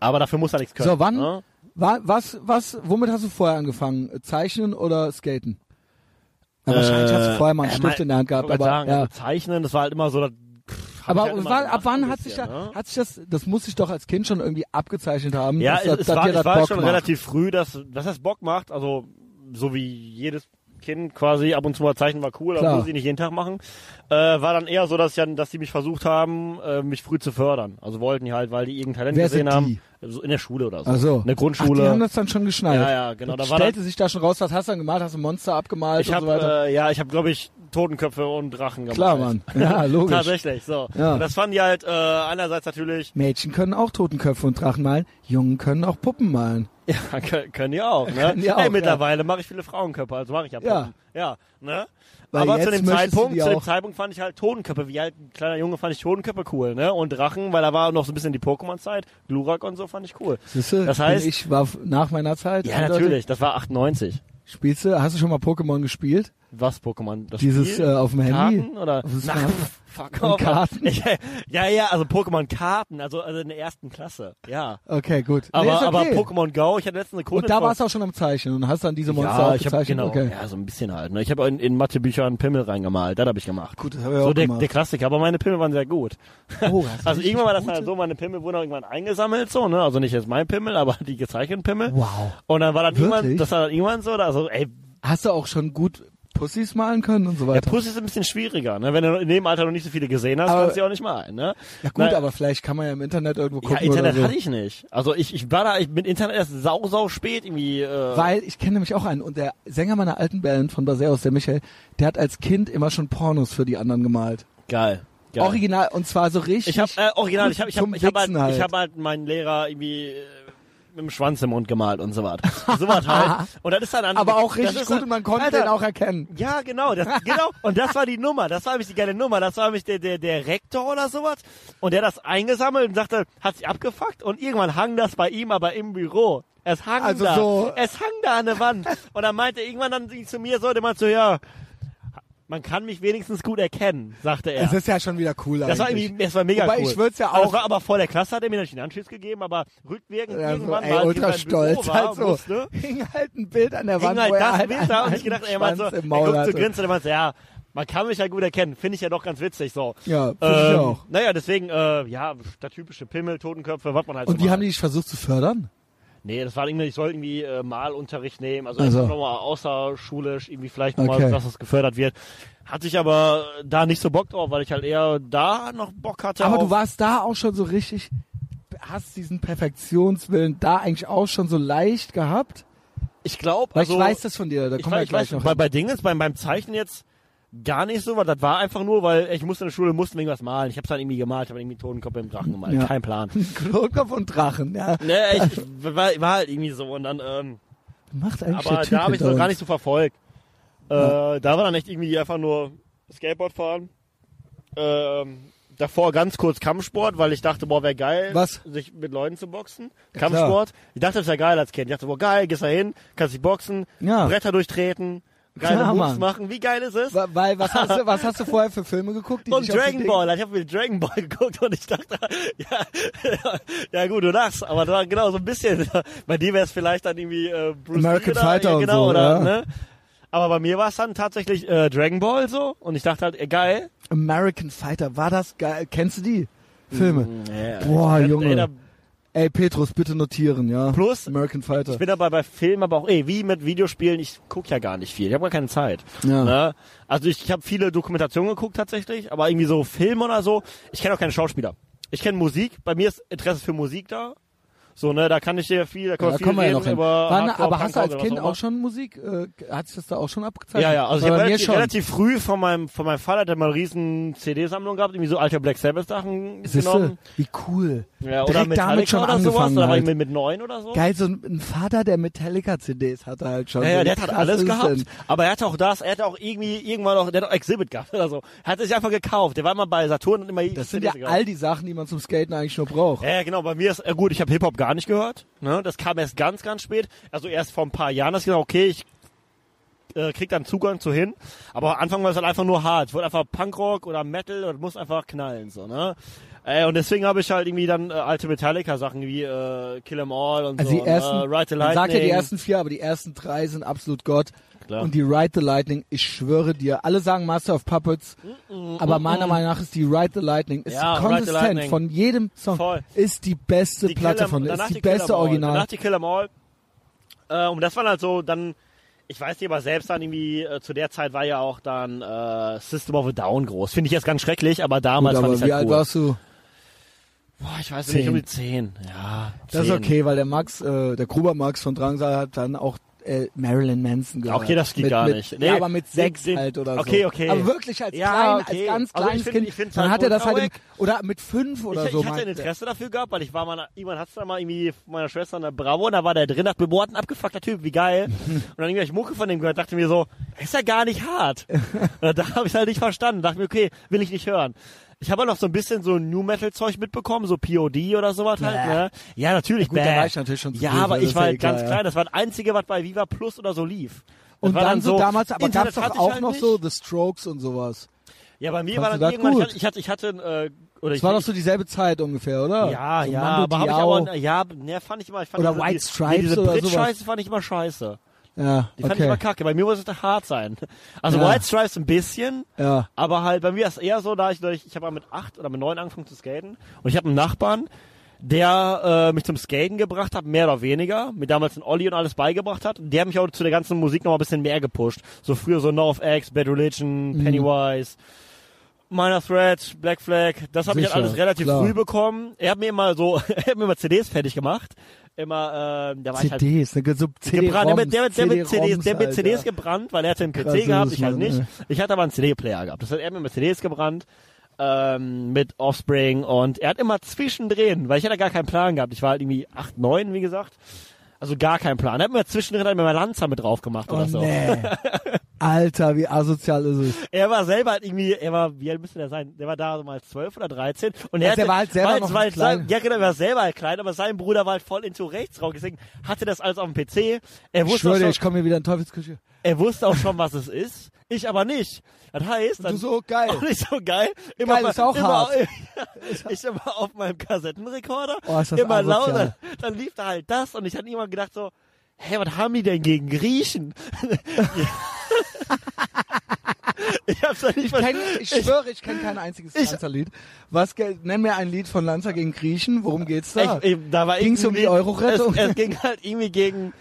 Aber dafür muss er nichts können. So, wann? Ne? Wa- was was womit hast du vorher angefangen? Zeichnen oder Skaten? Ja, Äh, wahrscheinlich hast du vorher mal einen äh, Stift mein- in der Hand Ich gehabt, wollte aber sagen, ja. also Zeichnen, das war halt immer so. Das, pff, hab ich Aber halt immer wann- ab gemacht, wann ein hat sich bisschen, da, ne? hat sich das, das muss ich doch als Kind schon irgendwie abgezeichnet haben, Ja, dass, es, das- es dass war, dir das es war Bock schon macht. relativ früh, dass, dass das Bock macht. Also, so wie jedes Kind quasi ab und zu mal zeichnen war cool, aber Klar. muss ich nicht jeden Tag machen. Äh, war dann eher so, dass, ich, dann- dass die mich versucht haben, äh, mich früh zu fördern. Also wollten die halt, weil die irgendein Talent Wer gesehen sind haben. So in der Schule oder so. Ach so. In der Ach, die haben Grundschule. das dann schon geschnallt. ja, ja, genau. Da war dann, stellte sich da schon raus, was hast du dann gemalt? Hast du Monster abgemalt ich halt und habe, so weiter? äh, ja, ich habe, glaube ich, Totenköpfe und Drachen gemacht. Klar, Mann. Ja, logisch. Tatsächlich, so. Ja. Und das fanden die halt äh, einerseits natürlich Mädchen können auch Totenköpfe und Drachen malen, Jungen können auch Puppen malen. Ja, kö- können die auch, ne? Können die auch, hey, ja. mittlerweile mache ich viele Frauenköpfe, also mache ich ja Ja. Puppen. Ja, ne? Weil Aber jetzt zu dem möchtest du Zeitpunkt, die zu dem auch. Zeitpunkt fand ich halt Totenköpfe, wie halt ein kleiner Junge fand ich Totenköpfe cool, ne? Und Drachen, weil da war noch so ein bisschen die Pokémon-Zeit, Glurak und so fand ich cool. Siehste, Das heißt- bin ich war f- nach meiner Zeit. Ja, eindeutig. natürlich, das war 98. Spielst du, hast du schon mal Pokémon gespielt? Was Pokémon? Das Dieses Spiel? äh, auf dem Handy? Karten oder? Auf das Na, Karten. pff, fuck Und off. Karten? Ich, ja, ja, also Pokémon-Karten, also, also in der ersten Klasse, ja. Okay, gut. Aber, nee, ist okay. aber Pokémon Go, ich hatte letztens eine Kunde und da von- warst du auch schon am Zeichnen und hast dann diese Monster ja, ich hab, aufgezeichnet? genau, okay. ja, so ein bisschen halt. Ne? Ich habe in, in Mathebüchern Pimmel reingemalt, das habe ich gemacht. Gut, das habe ich so auch der, gemacht. der Klassiker, aber meine Pimmel waren sehr gut. oh, hast du Also richtig irgendwann war das halt gute- so, meine Pimmel wurden auch irgendwann eingesammelt, so, ne? Also nicht jetzt mein Pimmel, aber die gezeichneten Pimmel. Wow. Und dann war dann irgendwann, Wirklich? das war dann irgendwann so, da, also, ey, Hast du auch schon gut Pussys malen können und so der weiter? Puss ist ein bisschen schwieriger, ne? Wenn du in dem Alter noch nicht so viele gesehen hast, Aber- kannst du die auch nicht malen, ne? ja gut, Nein. aber vielleicht kann man ja im Internet irgendwo gucken Ja, Internet oder so. hatte ich nicht. Also ich, ich war da ich, mit Internet erst sau, sau spät irgendwie. Äh, Weil ich kenne nämlich auch einen und der Sänger meiner alten Band von Baseus, der Michael, der hat als Kind immer schon Pornos für die anderen gemalt. geil. geil. Original und zwar so richtig. Ich habe äh, original, ich habe ich hab, Zum ich hab halt, Wichsen halt. ich hab halt meinen Lehrer irgendwie äh, mit dem Schwanz im Mund gemalt und so was. So was halt. Und das ist dann an- aber auch das richtig ist gut dann- und man konnte Alter, den auch erkennen. Ja, genau, das, genau. Und das war die Nummer. Das war nämlich die geile Nummer. Das war nämlich der, der, der Rektor oder sowas. Und der hat das eingesammelt und sagte, hat sich abgefuckt. Und irgendwann hang das bei ihm, aber im Büro. Es hang Also da. so- Es hang da an der Wand. Und dann meinte irgendwann dann zu mir so, der meinte so, ja, man kann mich wenigstens gut erkennen, sagte er. Es ist ja schon wieder cool. Das war eigentlich. irgendwie, das war mega Wobei, cool. ich würd's ja Aber auch- Das war aber vor der Klasse, hat er mir natürlich einen Anschiss gegeben, aber rückwirkend Ja, so, irgendwann ey, mal, als ich ultra in meinem Büro stolz, war, halt so. Wusste, Hing halt ein Bild an der Wand, hing halt wo er das halt Bild da und ich einen gedacht, ey, man so, Schwanz er im Maul guckt so hatte. grinst und er meinte, ja, man kann mich ja gut erkennen, finde ich ja doch ganz witzig, so. Ja, find ich ähm, auch. Naja, deswegen, äh, ja, der typische Pimmel, Totenköpfe, was man halt so Und wie macht. haben die dich versucht zu fördern? Nee, das war irgendwie, ich soll irgendwie äh, Malunterricht nehmen, also, Also. also. nochmal außerschulisch, irgendwie vielleicht nochmal, Okay. dass es gefördert wird. Hatte ich aber da nicht so Bock drauf, weil ich halt eher da noch Bock hatte. Aber auf, du warst da auch schon so richtig, hast diesen Perfektionswillen da eigentlich auch schon so leicht gehabt? ich glaube, Weil also, ich weiß das von dir, da ich kommen weiß, wir ich weiß, gleich noch bei, hin. bei Dingen, bei meinem Zeichen jetzt gar nicht so, weil das war einfach nur, weil ich musste in der Schule, musste irgendwas malen. Ich habe es dann irgendwie gemalt, habe irgendwie einen Totenkopf im Drachen gemalt. Ja. Kein Plan. Klotkopf und Drachen, ja. nee, Ne, ich war, war halt irgendwie so und dann, ähm, Macht eigentlich aber der Typ da habe ich hinter noch gar uns. nicht so verfolgt. Äh, Da war dann echt irgendwie einfach nur Skateboard fahren. Ähm, davor ganz kurz Kampfsport, weil ich dachte, boah, wäre geil, Was? sich mit Leuten zu boxen. Ja, Kampfsport. Ich dachte, das wäre geil als Kind. Ich dachte, boah, geil, gehst da hin, kannst dich boxen, Ja. Bretter durchtreten, geile Klar, Moves Mann. machen. Wie geil ist es? Wa- Weil, was hast du, was hast du vorher für Filme geguckt? Die und dich auf die Dragon Dinge- Ball. Ich habe mir Dragon Ball geguckt und ich dachte, ja, ja gut, du lachst, aber da, genau so ein bisschen. Bei dir wäre es vielleicht dann irgendwie äh, Bruce American Lee oder, Fighter ja, und genau, so, oder, ja. ne? Aber bei mir war es dann tatsächlich äh, Dragon Ball so und ich dachte halt, äh, geil. American Fighter, war das geil? Kennst du die Filme? Mhm. Ich Boah, hab- Junge. ey, da- Ey, Petrus, bitte notieren, ja. Plus, American Fighter. ich bin dabei bei Filmen, aber auch eh, wie mit Videospielen, ich guck ja gar nicht viel. Ich habe gar keine Zeit. Ja. Ne? Also ich, ich habe viele Dokumentationen geguckt tatsächlich, aber irgendwie so Filme oder so. Ich kenne auch keine Schauspieler. Ich kenne Musik. Bei mir ist Interesse für Musik da. So, ne, da kann ich dir viel, da Ja, kann man da viel kommen wir ja reden noch hin. über Wann, Hardcore, aber hast du Punkrock als oder was Kind immer. auch schon Musik? Äh, hat sich das da auch schon abgezeichnet? Ja, ja, also ich Weil habe bei mir relativ, schon. relativ früh von meinem, von meinem Vater, der hat mal eine riesen CD-Sammlung gehabt, irgendwie so alte Black Sabbath Sachen Siehste, genommen. wie cool. Ja, oder Direkt Metallica damit schon oder angefangen. sowas, oder war halt. ich mit, mit neun oder so. Geil, so ein, ein Vater, der Metallica-CDs hatte halt schon. Ja, ja, Wie der hat halt krass alles ist gehabt. denn? Aber er hatte auch das, er hatte auch irgendwie irgendwann noch, der hat auch Exhibit gehabt oder so. Er hat sich einfach gekauft. Der war immer bei Saturn und immer Das sind ja gekauft. all die Sachen, die man zum Skaten eigentlich nur braucht. Ja, ja, genau, bei mir ist, äh, gut, ich habe Hip-Hop gar nicht gehört. Ne? Das kam erst ganz, ganz spät. Also erst vor ein paar Jahren, dass ich gesagt okay, ich äh, krieg dann Zugang zu hin. Aber am Anfang war es halt einfach nur hart. Ich wollte einfach Punkrock oder Metal und muss einfach knallen. so ne? Äh, und deswegen habe ich halt irgendwie dann äh, alte Metallica-Sachen wie äh, Kill 'Em All und Also so. die ersten, und, äh, Ride the man Lightning. sagt ja die ersten vier, aber die ersten drei sind absolut Gott. Klar. Und die Ride the Lightning, ich schwöre dir, alle sagen Master of Puppets, Mm, aber meiner Meinung nach ist die Ride the Lightning, ist Ja, Ride the konsistent Lightning. von jedem Song, Voll. ist die beste die Platte Kill 'em- von, danach ist die Kill 'em beste All, Original. Danach die Kill 'em All. Äh, und das war halt so, dann, ich weiß nicht, aber selbst dann irgendwie, äh, zu der Zeit war ja auch dann äh, System of a Down groß. Finde ich jetzt ganz schrecklich, aber Gut, damals aber fand wie ich halt alt cool. warst du? Boah, ich weiß Zehn. nicht, um die 10. Ja, Das ist 10. okay, weil der Max, äh, der Gruber Max von Drangsal hat dann auch äh, Marilyn Manson gehört. Okay, das geht mit, gar mit, nicht. ja, Nee, aber mit den- sechs den- halt oder so. okay, okay. Aber wirklich als Ja, klein, als okay. ganz Also ich kleines find- Kind. ich find's dann halt hat er das halt im, ultra oder mit fünf oder ich, so. ich hatte ein meinte- Interesse dafür gehabt, weil ich war mal, jemand hat's da mal irgendwie von meiner Schwester in der Bravo und da war der drin, dachte mir, boah, ein abgefuckter Typ, wie geil. und dann irgendwie hab ich Mucke von dem gehört, dachte mir so, ist ja gar nicht hart. und da habe ich halt nicht verstanden, dachte mir, okay, will ich nicht hören. Ich habe halt noch so ein bisschen so New Metal Zeug mitbekommen, so POD oder sowas halt, Bäh. ne? Ja, natürlich, gut, da bäh. war ich natürlich schon zu Ja, blöd, aber also ich ist war ja halt ganz egal, ja. klein, das war das einzige, was bei Viva Plus oder so lief. Das Und war dann so damals, aber Internet gab's doch hatte ich auch halt noch nicht. so The Strokes und sowas. Ja, bei mir Fandst war du das dann irgendwann, gut? ich hatte, ich hatte, ich hatte äh, oder Das ich, war doch ich, so dieselbe Zeit ungefähr, oder? Ja, so ja, Mando aber habe ich Diao. aber, ja, ne, fand ich immer, ich fand Oder diese, White die- Stripes nee, diese oder Brit-Scheiße fand ich immer scheiße. ja, Die fand ich okay. immer kacke. Bei mir muss es hart sein. Also Ja. White Stripes ein bisschen, Ja. aber halt bei mir ist eher so, da ich, ich, ich habe mit acht oder mit neun angefangen zu skaten und ich habe einen Nachbarn, der äh, mich zum Skaten gebracht hat, mehr oder weniger, mir damals den Olli und alles beigebracht hat. Und der hat mich auch zu der ganzen Musik noch mal ein bisschen mehr gepusht. So früher so North X, Bad Religion, Mhm. Pennywise, Minor Threat, Black Flag. Das habe ich halt Sicher, alles relativ klar. früh bekommen. Er hat mir immer so, er hat mir immer CDs fertig gemacht. Immer, äh, da war ich halt CDs, ne, so CD gebrannt. Der, mit- der, mit- der, mit CDs, CD-ROMs, der mit CDs Alter. gebrannt, weil er hatte einen PC Krass ist gehabt, es, ich halt Mann, nicht. ey. Ich hatte aber einen CD-Player gehabt. Das hat er mir mit CDs gebrannt. Ähm, mit Offspring und er hat immer zwischendrin, weil ich hatte gar keinen Plan gehabt. Ich war halt irgendwie 8, 9, wie gesagt. Also gar keinen Plan. Er hat mir zwischendrin hat mir mal Lanza mit drauf gemacht Oh oder so. nee. Alter, wie asozial ist es. Er war selber halt irgendwie, er war, wie alt müsste der sein? Der war da mal zwölf oder dreizehn. Und er Also der hatte- war halt selber halt- noch war halt klein. sein- Ja, genau, er war selber halt klein, aber sein Bruder war halt voll into Rechtsraum, deswegen hatte das alles auf dem PC. Er Ich wusste, auch schwöre dir, schon, ich komme mir wieder in Teufelsküche. er wusste auch schon, was es ist. Ich aber nicht. Das heißt, Du dann, so, geil. auch nicht so geil. Immer Geil, ist auch immer, hart. ich immer auf meinem Kassettenrekorder, Oh, ist das immer asozial. lauter. Dann lief da halt das und ich hatte immer gedacht so, hä, was haben die denn gegen Griechen? ich hab's ja nicht Kein, verstanden. ich schwöre, ich kenne kein einziges Ich- Lanzer-Lied. Was, ge- nenn mir ein Lied von Lanzer gegen Griechen. Worum geht's da? Ich, ich, da war Ging's um irgendwie- die Euro-Rettung? Es, es ging halt irgendwie gegen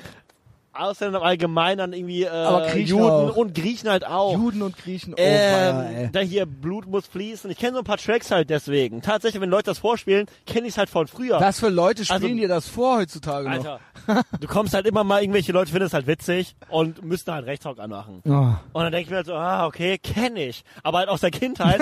Ausländer im Allgemeinen, dann irgendwie äh, Aber Griechen Juden auch. und Griechen halt auch. Juden und Griechen. Oh, weia, Ähm, ey. da hier Blut muss fließen. Ich kenne so ein paar Tracks halt deswegen. Tatsächlich, wenn Leute das vorspielen, kenne ich es halt von früher. Was für Leute spielen Also- dir das vor heutzutage Alter, du kommst halt immer mal irgendwelche Leute finden es halt witzig und müssen halt Rechtsrock anmachen. noch? Und dann denke ich mir halt so, ah, okay, kenne ich. Aber halt aus der Kindheit.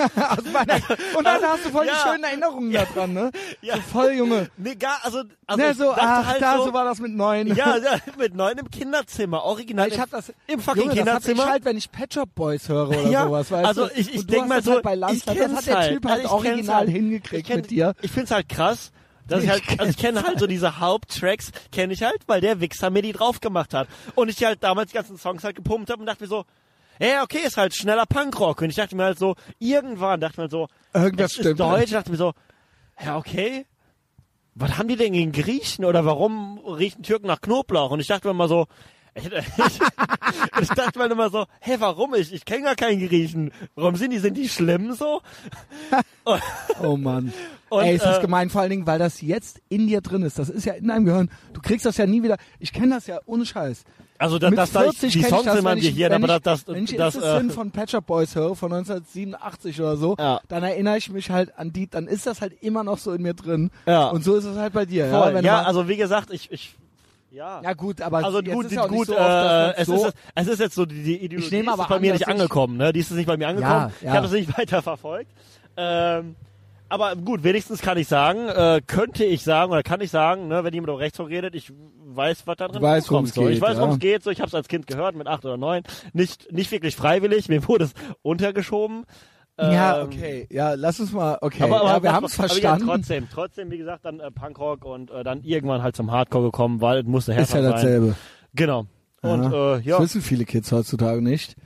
Aus meiner, und dann hast du voll Ja. die schönen Erinnerungen Ja. da dran, ne? Ja. So voll, Junge. nee, gar, also, also ne, ich so, dachte ach, halt da, so, so, war das mit neun. ja, ja, mit neun im Kinderzimmer, original. ich im- hab das im fucking Junge, das hab Kinderzimmer. ich halt, wenn ich Pet Shop Boys höre oder ja, sowas, weißt also du? ich, ich Und du denk hast mal das so, halt bei Lanz, ich das kenn's hat der halt. Typ Also halt ich kenn's original halt. hingekriegt ich kenn, mit dir. Ich find's halt krass, dass ich, Ich halt, also ich kenne halt so diese Haupttracks, kenne ich halt, weil der Wichser mir die drauf gemacht hat. Und ich halt damals die ganzen Songs halt gepumpt habe und dachte mir so, ja, okay, ist halt schneller Punkrock. Und ich dachte mir halt so, irgendwann dachte mir halt so, Irgendwas es stimmt ist deutsch, dachte mir so, ja, okay. Was haben die denn gegen Griechen oder warum riechen Türken nach Knoblauch? Und ich dachte mir mal so, ich, ich dachte mir immer so, hä, warum ich? Ich kenne gar keinen Griechen. Warum sind die, sind die schlimm so? Oh Mann. Und, Ey, ist das äh, gemein, vor allen Dingen, weil das jetzt in dir drin ist. Das ist ja in deinem Gehirn. Du kriegst das ja nie wieder. Ich kenne das ja ohne Scheiß. Also da, Mit das, das, 40 die kenn Songs ich das, sind man wenn ich, hier, wenn aber ich, das, das, wenn ich das, It's a äh, Sin von Patch Up Boys höre, von 1987 oder so, Ja. dann erinnere ich mich halt an die, dann ist das halt immer noch so in mir drin. Ja. Und so ist es halt bei dir. voll. ja, wenn du ja, mal, also wie gesagt, ich, ich, ja. ja gut, aber also jetzt gut, ist ja auch gut, nicht so oft, äh, dass es, man so ist, es ist jetzt so, die, die Ideologie Ich nehme ist aber bei an, mir nicht dass ich- angekommen, ne? Die ist jetzt nicht bei mir angekommen. Ich ja. habe es nicht weiter verfolgt. Ähm, aber gut, wenigstens kann ich sagen, äh, könnte ich sagen oder kann ich sagen, ne, wenn jemand über Rechtsrock redet, ich weiß, was da drin Du weißt, worum's vorkommt, so. Ich geht, weiß, ja. worum es geht. So, ich habe es als Kind gehört mit acht oder neun. Nicht, nicht wirklich freiwillig, mir wurde es untergeschoben. ja, Ähm, okay, ja, lass uns mal, okay, aber, aber ja, wir aber- haben es aber verstanden. Ja, trotzdem, trotzdem, wie gesagt, dann äh, Punkrock und äh, dann irgendwann halt zum Hardcore gekommen, weil es muss eine ist ja Härter sein. dasselbe. Genau. Und Aha. äh, ja, Das wissen viele Kids heutzutage nicht.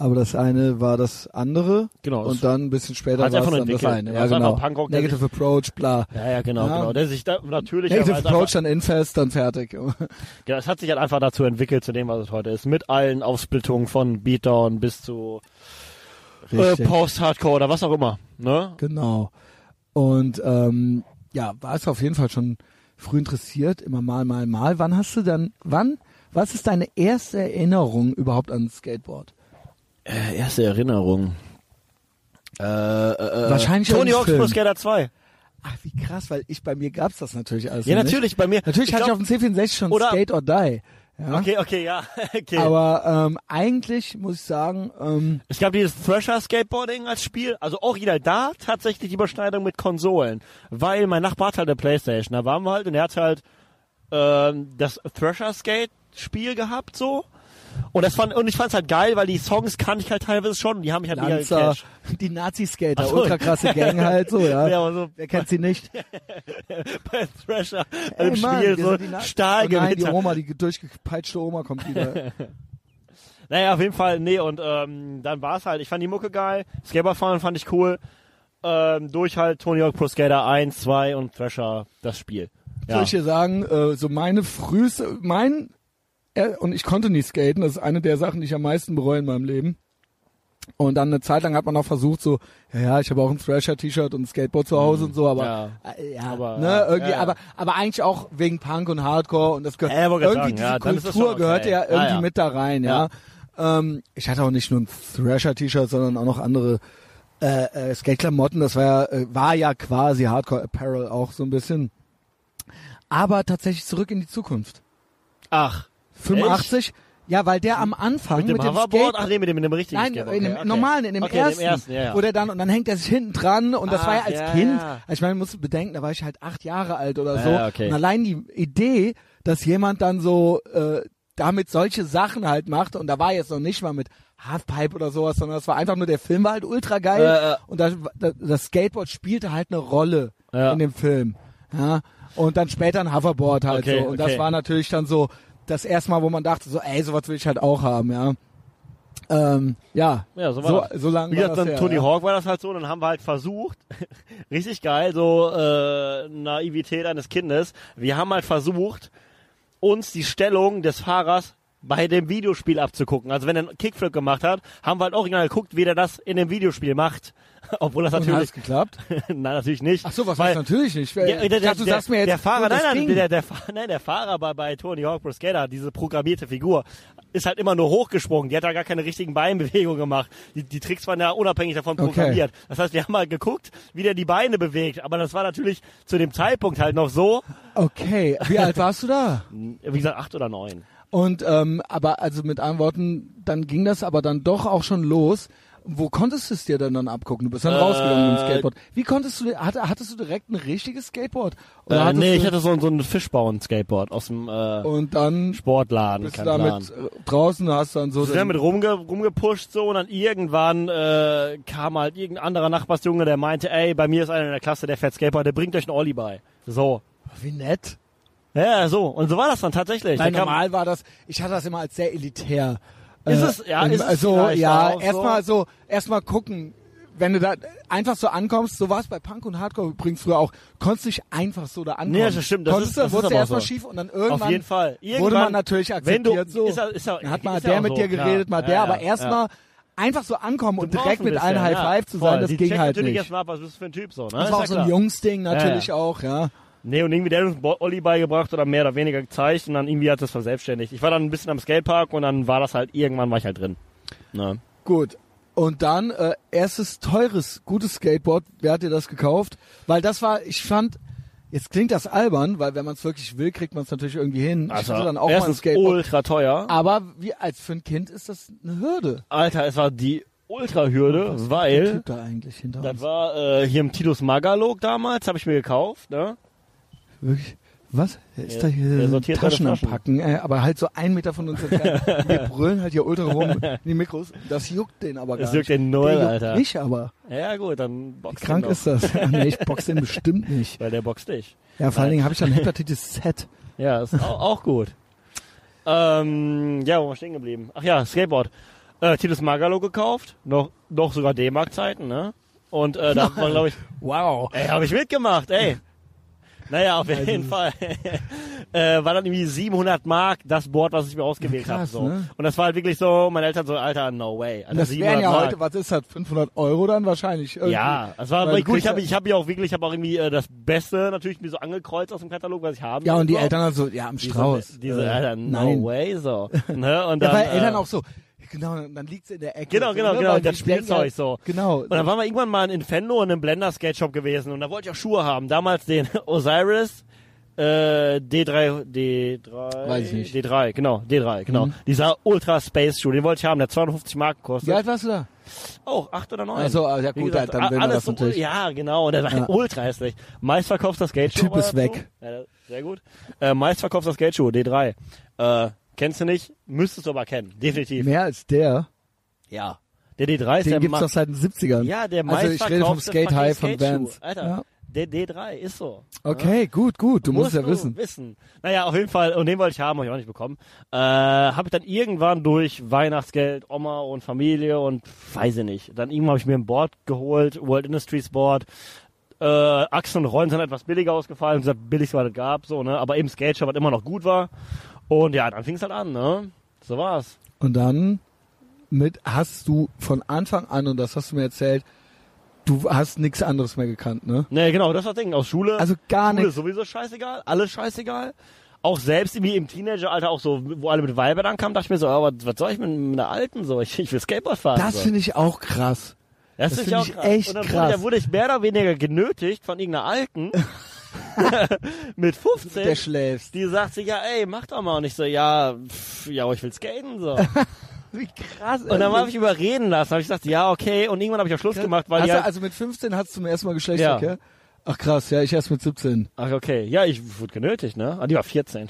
Aber das eine war das andere. Genau, es Und dann ein bisschen später war es hat sich einfach dann nur das entwickelt. eine. Ja, Ja, es war genau. einfach Punkrock, der Negative Approach, bla. Ja, ja, genau, Ja. genau. Der sich da natürlich. Negative aber es Approach, einfach- dann Infest, dann fertig. Ja, es hat sich halt einfach dazu entwickelt, zu dem, was es heute ist. Mit allen Aufsplittungen von Beatdown bis zu äh, Richtig. Post-Hardcore oder was auch immer. Ne? Genau. Und ähm, ja, war es auf jeden Fall schon früh interessiert, immer mal, mal, mal. Wann hast du dann, wann, was ist deine erste Erinnerung überhaupt an Skateboard? Äh, erste Erinnerung. Äh, äh, Wahrscheinlich Tony irgendein Hawk's Pro Film. Skater 2. Ach, wie krass, weil ich bei mir gab's das natürlich alles. Ja, noch natürlich, bei mir. Nicht. Natürlich Ich hatte glaub- ich auf dem C64 schon Oder- Skate or Die. Ja? Okay, okay, ja. Okay. Aber ähm, eigentlich muss ich sagen, ähm, Es gab dieses Thrasher Skateboarding als Spiel, also original da tatsächlich die Überschneidung mit Konsolen, weil mein Nachbar hatte halt eine Playstation, da waren wir halt und er hatte halt ähm, das Thrasher Skate Spiel gehabt so und das fand und ich fand's halt geil, weil die Songs kannte ich halt teilweise schon, und die haben mich halt mega Lanzer, gecatcht. die Nazi-Skater, Ach so. ultra krasse Gang halt so, ja. Ja, aber so Wer kennt sie nicht? bei Thrasher Ey, im Mann, Spiel wir so sind die Na- Oh nein, die Stahlgewitter. Oma, die durchgepeitschte Oma kommt wieder. Naja, auf jeden Fall, nee, und ähm, dann war's halt, ich fand die Mucke geil, Skateboardfahren fand ich cool, ähm, durch halt Tony Hawk Pro Skater 1, 2 und Thrasher das Spiel. Soll ich dir sagen, äh, so meine früheste, mein, äh, und ich konnte nie skaten, das ist eine der Sachen, die ich am meisten bereue in meinem Leben. Und dann eine Zeit lang hat man auch versucht, so, ja, ja, ich habe auch ein Thrasher-T-Shirt und ein Skateboard zu Hause und so, aber Mhm. ja. äh, ja, Aber, ne, ja, irgendwie, ja, ja. aber aber eigentlich auch wegen Punk und Hardcore und das gehört Ja, ich wollte irgendwie grad sagen, diese ja, dann ist das Kultur schon okay. gehört ja Ja, irgendwie ja. mit da rein, ja. Ähm, ich hatte auch nicht nur ein Thrasher-T-Shirt, sondern auch noch andere äh, äh, Skate-Klamotten, das war ja, äh, war ja quasi Hardcore-Apparel auch so ein bisschen. Aber tatsächlich zurück in die Zukunft. Ach, 85, ja, weil der am Anfang mit dem, Skate Hoverboard? Ach nee, mit dem, mit dem richtigen Nein, Skateboard. in dem okay, okay. normalen, in dem okay, ersten, In dem ersten ja, ja. wo der dann und dann hängt er sich hinten dran und das Ach, war ja als ja, Kind. ja. Also ich meine, musst du bedenken, da war ich halt acht Jahre alt oder Ja, so. ja, okay. Und allein die Idee, dass jemand dann so äh, damit solche Sachen halt macht und da war jetzt noch nicht mal mit Halfpipe oder sowas, sondern das war einfach nur, der Film war halt ultra geil Äh, äh. und das, das Skateboard spielte halt eine Rolle Ja. in dem Film. Ja? Und dann später ein Hoverboard halt Okay, so. Und okay. das war natürlich dann so das erste Mal, wo man dachte, so, ey, sowas will ich halt auch haben, ja. Ähm, ja, Ja, so war so, das. so lange Wie war gesagt, das dann her, Tony ja. Hawk war das halt so, dann haben wir halt versucht, richtig geil, so äh, Naivität eines Kindes, wir haben halt versucht, uns die Stellung des Fahrers bei dem Videospiel abzugucken. Also wenn er einen Kickflip gemacht hat, haben wir halt original geguckt, wie der das in dem Videospiel macht. Obwohl das Und hat es natürlich, geklappt? nein, natürlich nicht. Ach so, was Weil- heißt natürlich nicht? Ja, äh, Ich der, der, dachte, du sagst mir jetzt, der Fahrer, nur das nein, nein, Ding. der, der, Fahr- nein, der Fahrer bei, bei Tony Hawk Pro Skater, diese programmierte Figur, ist halt immer nur hochgesprungen. Die hat da gar keine richtigen Beinbewegungen gemacht. Die, die Tricks waren ja unabhängig davon Okay. programmiert. Das heißt, wir haben mal halt geguckt, wie der die Beine bewegt. Aber das war natürlich zu dem Zeitpunkt halt noch so, Okay, wie alt warst du da? wie gesagt, acht oder neun. Und ähm, aber also mit anderen Worten, dann ging das aber dann doch auch schon los. Wo konntest du es dir denn dann abgucken? Du bist dann Äh, rausgegangen mit dem Skateboard. Wie konntest du, hat, hattest du direkt ein richtiges Skateboard? Äh, Oder hattest du, so, so ein Fischbauen-Skateboard aus dem äh, und dann Sportladen. bist du damit äh, draußen, hast dann so Wir sind den- damit rumge rumgepusht so und dann irgendwann äh, kam halt irgendein anderer Nachbarsjunge, der meinte, ey, bei mir ist einer in der Klasse, der fährt Skateboard, der bringt euch einen Olli bei. So. wie nett. Ja, so. Und so war das dann tatsächlich. Nein, Der kam- normal war das, ich hatte das immer als sehr elitär. äh, Ist es- ja, ist es also, vielleicht ja, auch so? erstmal so, erstmal gucken, wenn du da einfach so ankommst, so war es bei Punk und Hardcore übrigens früher auch, konntest nicht einfach so da ankommen. Nee, das stimmt, das konntest ist- du, das ist wurdest aber auch erstmal so. schief und dann irgendwann Auf jeden Fall. Irgendwann wurde man natürlich wenn du- akzeptiert so. ist er- ist er- dann hat mal ist er der auch mit so, dir klar. geredet, mal Ja, der, ja, aber erstmal einfach so ankommen und Du brauchst direkt ein mit allen bisschen, High Five ja, zu voll. sein, das Die ging checken halt natürlich nicht. erstmal, was bist du für ein Typ so, ne? Das Ist war ja auch so klar. ein Jungsding natürlich Ja, auch, ja. Nee, und irgendwie der hat uns Bo- Olli beigebracht oder mehr oder weniger gezeigt und dann irgendwie hat das verselbstständigt. Ich war dann ein bisschen am Skatepark und dann war das halt, irgendwann war ich halt drin. Ne? Na. Gut. Und dann äh, erstes teures, gutes Skateboard. Wer hat dir das gekauft? Weil das war, ich fand, jetzt klingt das albern, weil wenn man es wirklich will, kriegt man es natürlich irgendwie hin. ich hatte dann auch mal ein Also, erstens Skateboard. ultra teuer. Aber wie als für ein Kind ist das eine Hürde. Alter, es war die Oh, Ultra-Hürde, Der weil Typ da eigentlich hinter das uns. war äh, hier im Titus Magalog damals, habe ich mir gekauft, ne? Wirklich. Was? Er ist Ja, da der hier sortiert seine Taschen am Flaschen. Packen, äh, aber halt so einen Meter von uns entfernt. Wir brüllen halt hier ultra rum in die Mikros. Das juckt den aber gar Das juckt nicht. den null, der juckt Alter. mich aber. Ja gut, dann boxt Wie krank ihn doch, ist das? Ah, nee, ich box den bestimmt nicht. Weil der boxt dich. Ja, vor allen Nein. Dingen habe ich dann Hepatitis Z. Ja, ist auch, auch gut. Ähm, ja, wo waren wir stehen geblieben? Ach ja, Skateboard. Äh, Titus Magalo gekauft, noch, noch sogar D-Mark-Zeiten, ne? Und äh, da hat man, glaube ich, Wow. Also Ey, habe ich mitgemacht, ey. Naja, auf jeden Fall. äh, war dann irgendwie 700 Mark das Board, was ich mir ausgewählt habe. Krass, So. ne? Und das war halt wirklich so, meine Eltern so, Alter, no way. Alter, Das wären 700 ja Mark. heute, was ist das, 500 Euro dann wahrscheinlich? Irgendwie. ja, das war Weil wirklich gut, gut. Ich habe ich hab ja auch wirklich, ich habe auch irgendwie äh, das Beste natürlich mir so angekreuzt aus dem Katalog, was ich haben Ja, und die wollte. Eltern dann so, ja, am diese, Strauß. Diese, Äh, Alter, no Nein. way, so. Ne? Und Ja, dann, weil äh, Eltern auch so, genau, dann liegt's in der Ecke. Genau, so, genau, ne, genau, weil das die denken Spielzeug halt- so. Genau. Und dann waren wir irgendwann mal in Infendo und im Blender Skate Shop gewesen und da wollte ich auch Schuhe haben. Damals den Osiris äh, D3, D3, Weiß ich nicht. D3, genau, D3, genau. Mhm. Dieser Ultra Space Schuh, den wollte ich haben, der hat 250 Mark gekostet. Wie alt warst du da? Auch, acht oder neun. Ach so, ah, ja, Wie gut, gesagt, dann a- will man alles das so, natürlich. Ja, genau, und der war Ja. ultra hässlich. Meistverkaufter Skate Schuh. Typ ist weg. Ja, sehr gut. Äh, meistverkaufter Skate Schuh, D3. Äh, kennst du nicht, müsstest du aber kennen, definitiv. Mehr als der. Ja. Der D3 ist Den der gibt's Ma- doch seit den 70ern. ja, der Also ich rede vom meistverkaufte Skate fucking High von Skateschuh. Vans. Alter, Ja. der D3 ist so. Okay, gut, gut, du musst Musst ja du wissen. wissen. Naja, auf jeden Fall. Und den wollte ich haben, habe ich auch nicht bekommen. Äh, habe ich dann irgendwann durch Weihnachtsgeld, Oma und Familie und weiß ich nicht. Dann irgendwann habe ich mir ein Board geholt, World Industries Board. Äh, Achsen und Rollen sind etwas billiger ausgefallen, das billigste, was es gab, so, ne? Aber eben Skate Shop, was immer noch gut war. Und ja, dann fing es halt an, ne? So war's. Und dann mit hast du von Anfang an, und das hast du mir erzählt, du hast nichts anderes mehr gekannt, ne? Ne, genau, das war das Ding. Aus Schule. Also gar Schule nichts. ist sowieso scheißegal, alles scheißegal. Auch selbst irgendwie im Teenageralter, auch so, wo alle mit Weibern ankamen, dachte ich mir so, aber was soll ich mit einer Alten so? Ich, ich will Skateboard fahren. Das so. finde ich auch krass. das das find find ich echt Und dann krass. Wurde, dann wurde ich mehr oder weniger genötigt von irgendeiner Alten mit 15. Der schläfst. die sagt sich, ja, ey, mach doch mal. Und ich so, ja, pff, ja, aber ich will skaten, so. Und Wie krass. dann habe ich überreden lassen. habe ich gesagt, ja, okay. Und irgendwann habe ich auch Schluss gemacht, weil hast die du, halt, also mit 15 hast du zum ersten Mal Geschlechtsverkehr. Ach krass, ja, ich erst mit 17. Ach, okay. Ja, ich wurde genötigt, ne? Ah, die war 14.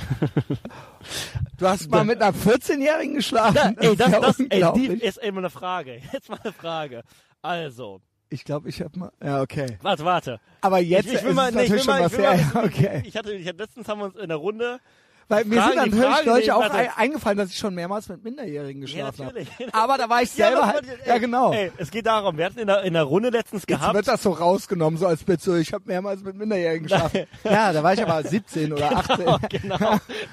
Du hast mal mit einer 14-Jährigen geschlafen. ey, das, ja das, ey, die unglaublich. ist immer eine Frage. Jetzt mal eine Frage. Also, Ich glaube, ich habe mal. Ja, okay. warte, warte. Aber jetzt ich will ist es mal- nee, natürlich ich will schon mal- was ich will mal her. Ja, okay. Ich hatte, ich hatte, letztens haben wir uns in der Runde, Weil mir Frage- sind die dann höchst Frage, die ich Leute auch hatte- ein- eingefallen, dass ich schon mehrmals mit Minderjährigen geschlafen habe. natürlich. Aber da war ich selber aber- halt. ey, Ja, genau. Ey, es geht darum, wir hatten in der, in der Runde letztens Jetzt gehabt. wird das so rausgenommen, so als Bild, so ich habe mehrmals mit Minderjährigen geschlafen. Ja, da war ich aber 17 oder 18. genau.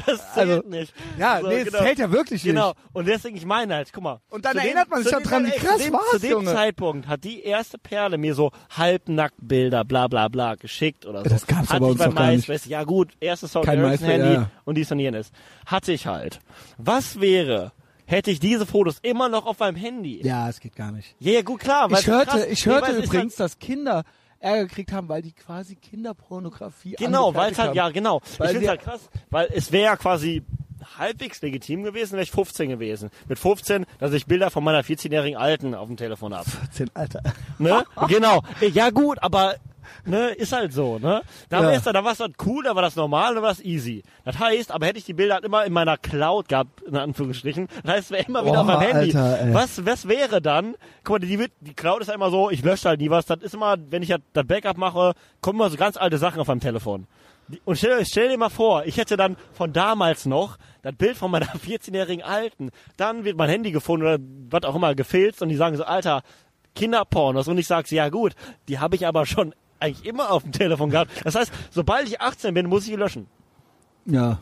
Das zählt Also, nicht. Ja, So, nee, genau. es hält ja wirklich nicht. Genau. Und deswegen, ich meine halt, guck mal. Und dann zu dem- erinnert man sich zu doch dem- dran, wie ey, krass zu dem, war's, Zu dem Junge. Zeitpunkt hat die erste Perle mir so Halbnacktbilder, bla, bla, bla, geschickt oder so. Das gab's Hatte aber ich uns bei doch gar nicht. MySpace. Ja gut, erstes Song, Kein Eric's MySpace, Handy ja, ja. und dies und jenes. Hatte ich halt. Was wäre, hätte ich diese Fotos immer noch auf meinem Handy? Ja, es geht gar nicht. Ja, ja gut, klar. weil Ich es ist krass. hörte, ich hörte Nee, weil es ist halt- übrigens, dass Kinder Ärger gekriegt haben, weil die quasi Kinderpornografie Genau, weil angefertigt es halt, haben. ja genau. Weil ich finde sie- es halt krass, weil es wäre ja quasi halbwegs legitim gewesen, wäre ich 15 gewesen. Mit 15, dass ich Bilder von meiner 14-jährigen Alten auf dem Telefon habe. 14, Alter. Ne? genau. Ja gut, aber ne, ist halt so, ne? Da Ja. wär's dann, da war's dann cool, da war das normal, da war das easy. Das heißt, aber hätte ich die Bilder halt immer in meiner Cloud gehabt, in Anführungsstrichen, das heißt, es wäre immer wieder Boah, auf meinem Handy. Alter, ey. was, was wäre dann? Guck mal, die, wird- die Cloud ist ja immer so, ich lösche halt nie was, das ist immer, wenn ich halt das Backup mache, kommen immer so ganz alte Sachen auf meinem Telefon. Die- Und stell, stell dir mal vor, ich hätte dann von damals noch das Bild von meiner 14-jährigen Alten. Dann wird mein Handy gefunden oder was auch immer gefilzt und die sagen so, Alter, Kinderpornos und ich sag's, ja gut, die habe ich aber schon eigentlich immer auf dem Telefon gehabt. Das heißt, sobald ich 18 bin, muss ich die löschen. Ja.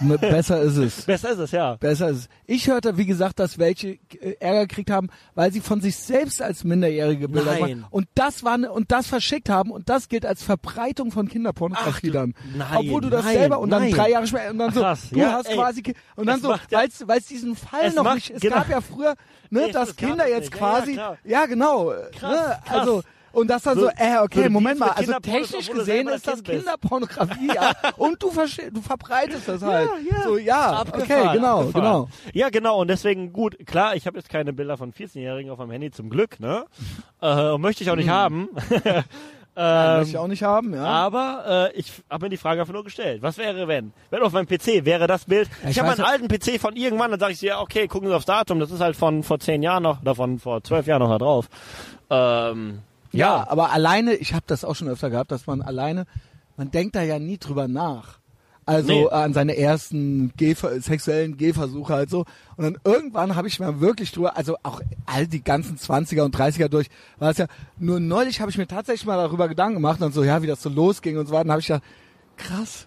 Ne, Besser ist es. Besser ist es, ja. Besser ist es. Ich hörte, wie gesagt, dass welche äh, Ärger gekriegt haben, weil sie von sich selbst als Minderjährige Bilder Nein. machen. Und das waren, und das verschickt haben und das gilt als Verbreitung von Kinderpornografie Ach du- dann. nein, Obwohl du das nein, selber und dann nein. drei Jahre später und dann so, Krass, du ja, hast ey. quasi, Ki- und dann Es so, macht ja- weil es diesen Fall Es noch macht- nicht, es genau. gab ja früher, ne, Es- dass es gab Kinder das jetzt nicht. Ja, ja, quasi, ja, klar. genau, ne, krass. also, und das dann so, So- äh, so okay, die Moment Dienste mal, also Kinderpornos, technisch obwohl du gesehen selber ist das das Kind bist. Kinderpornografie, ja, und du, verste- du verbreitest das halt. ja. So, ja, Abgefahren, okay, genau, abgefahren. genau. Ja, genau. Und deswegen, gut, klar, ich habe jetzt keine Bilder von 14-Jährigen auf meinem Handy, zum Glück, ne? äh, möchte ich auch nicht Hm. haben. ähm, Möchte ich auch nicht haben, ja. aber äh, ich habe mir die Frage einfach nur gestellt. Was wäre, wenn? Wenn auf meinem PC wäre das Bild. Ja, ich ich habe weiß meinen alten PC von irgendwann, dann sage ich so, ja, okay, gucken Sie aufs Datum. Das ist halt von vor zehn Jahren noch, oder von vor zwölf Jahren noch da drauf. Ähm, ja, aber alleine, ich habe das auch schon öfter gehabt, dass man alleine, man denkt da ja nie drüber nach. Also Nee. äh, an seine ersten Gehver sexuellen Gehversuche halt so. Und dann irgendwann habe ich mal wirklich drüber, also auch all die ganzen 20er und 30er durch, war es ja, nur neulich habe ich mir tatsächlich mal darüber Gedanken gemacht und so, ja, wie das so losging und so weiter. Dann habe ich gedacht, krass,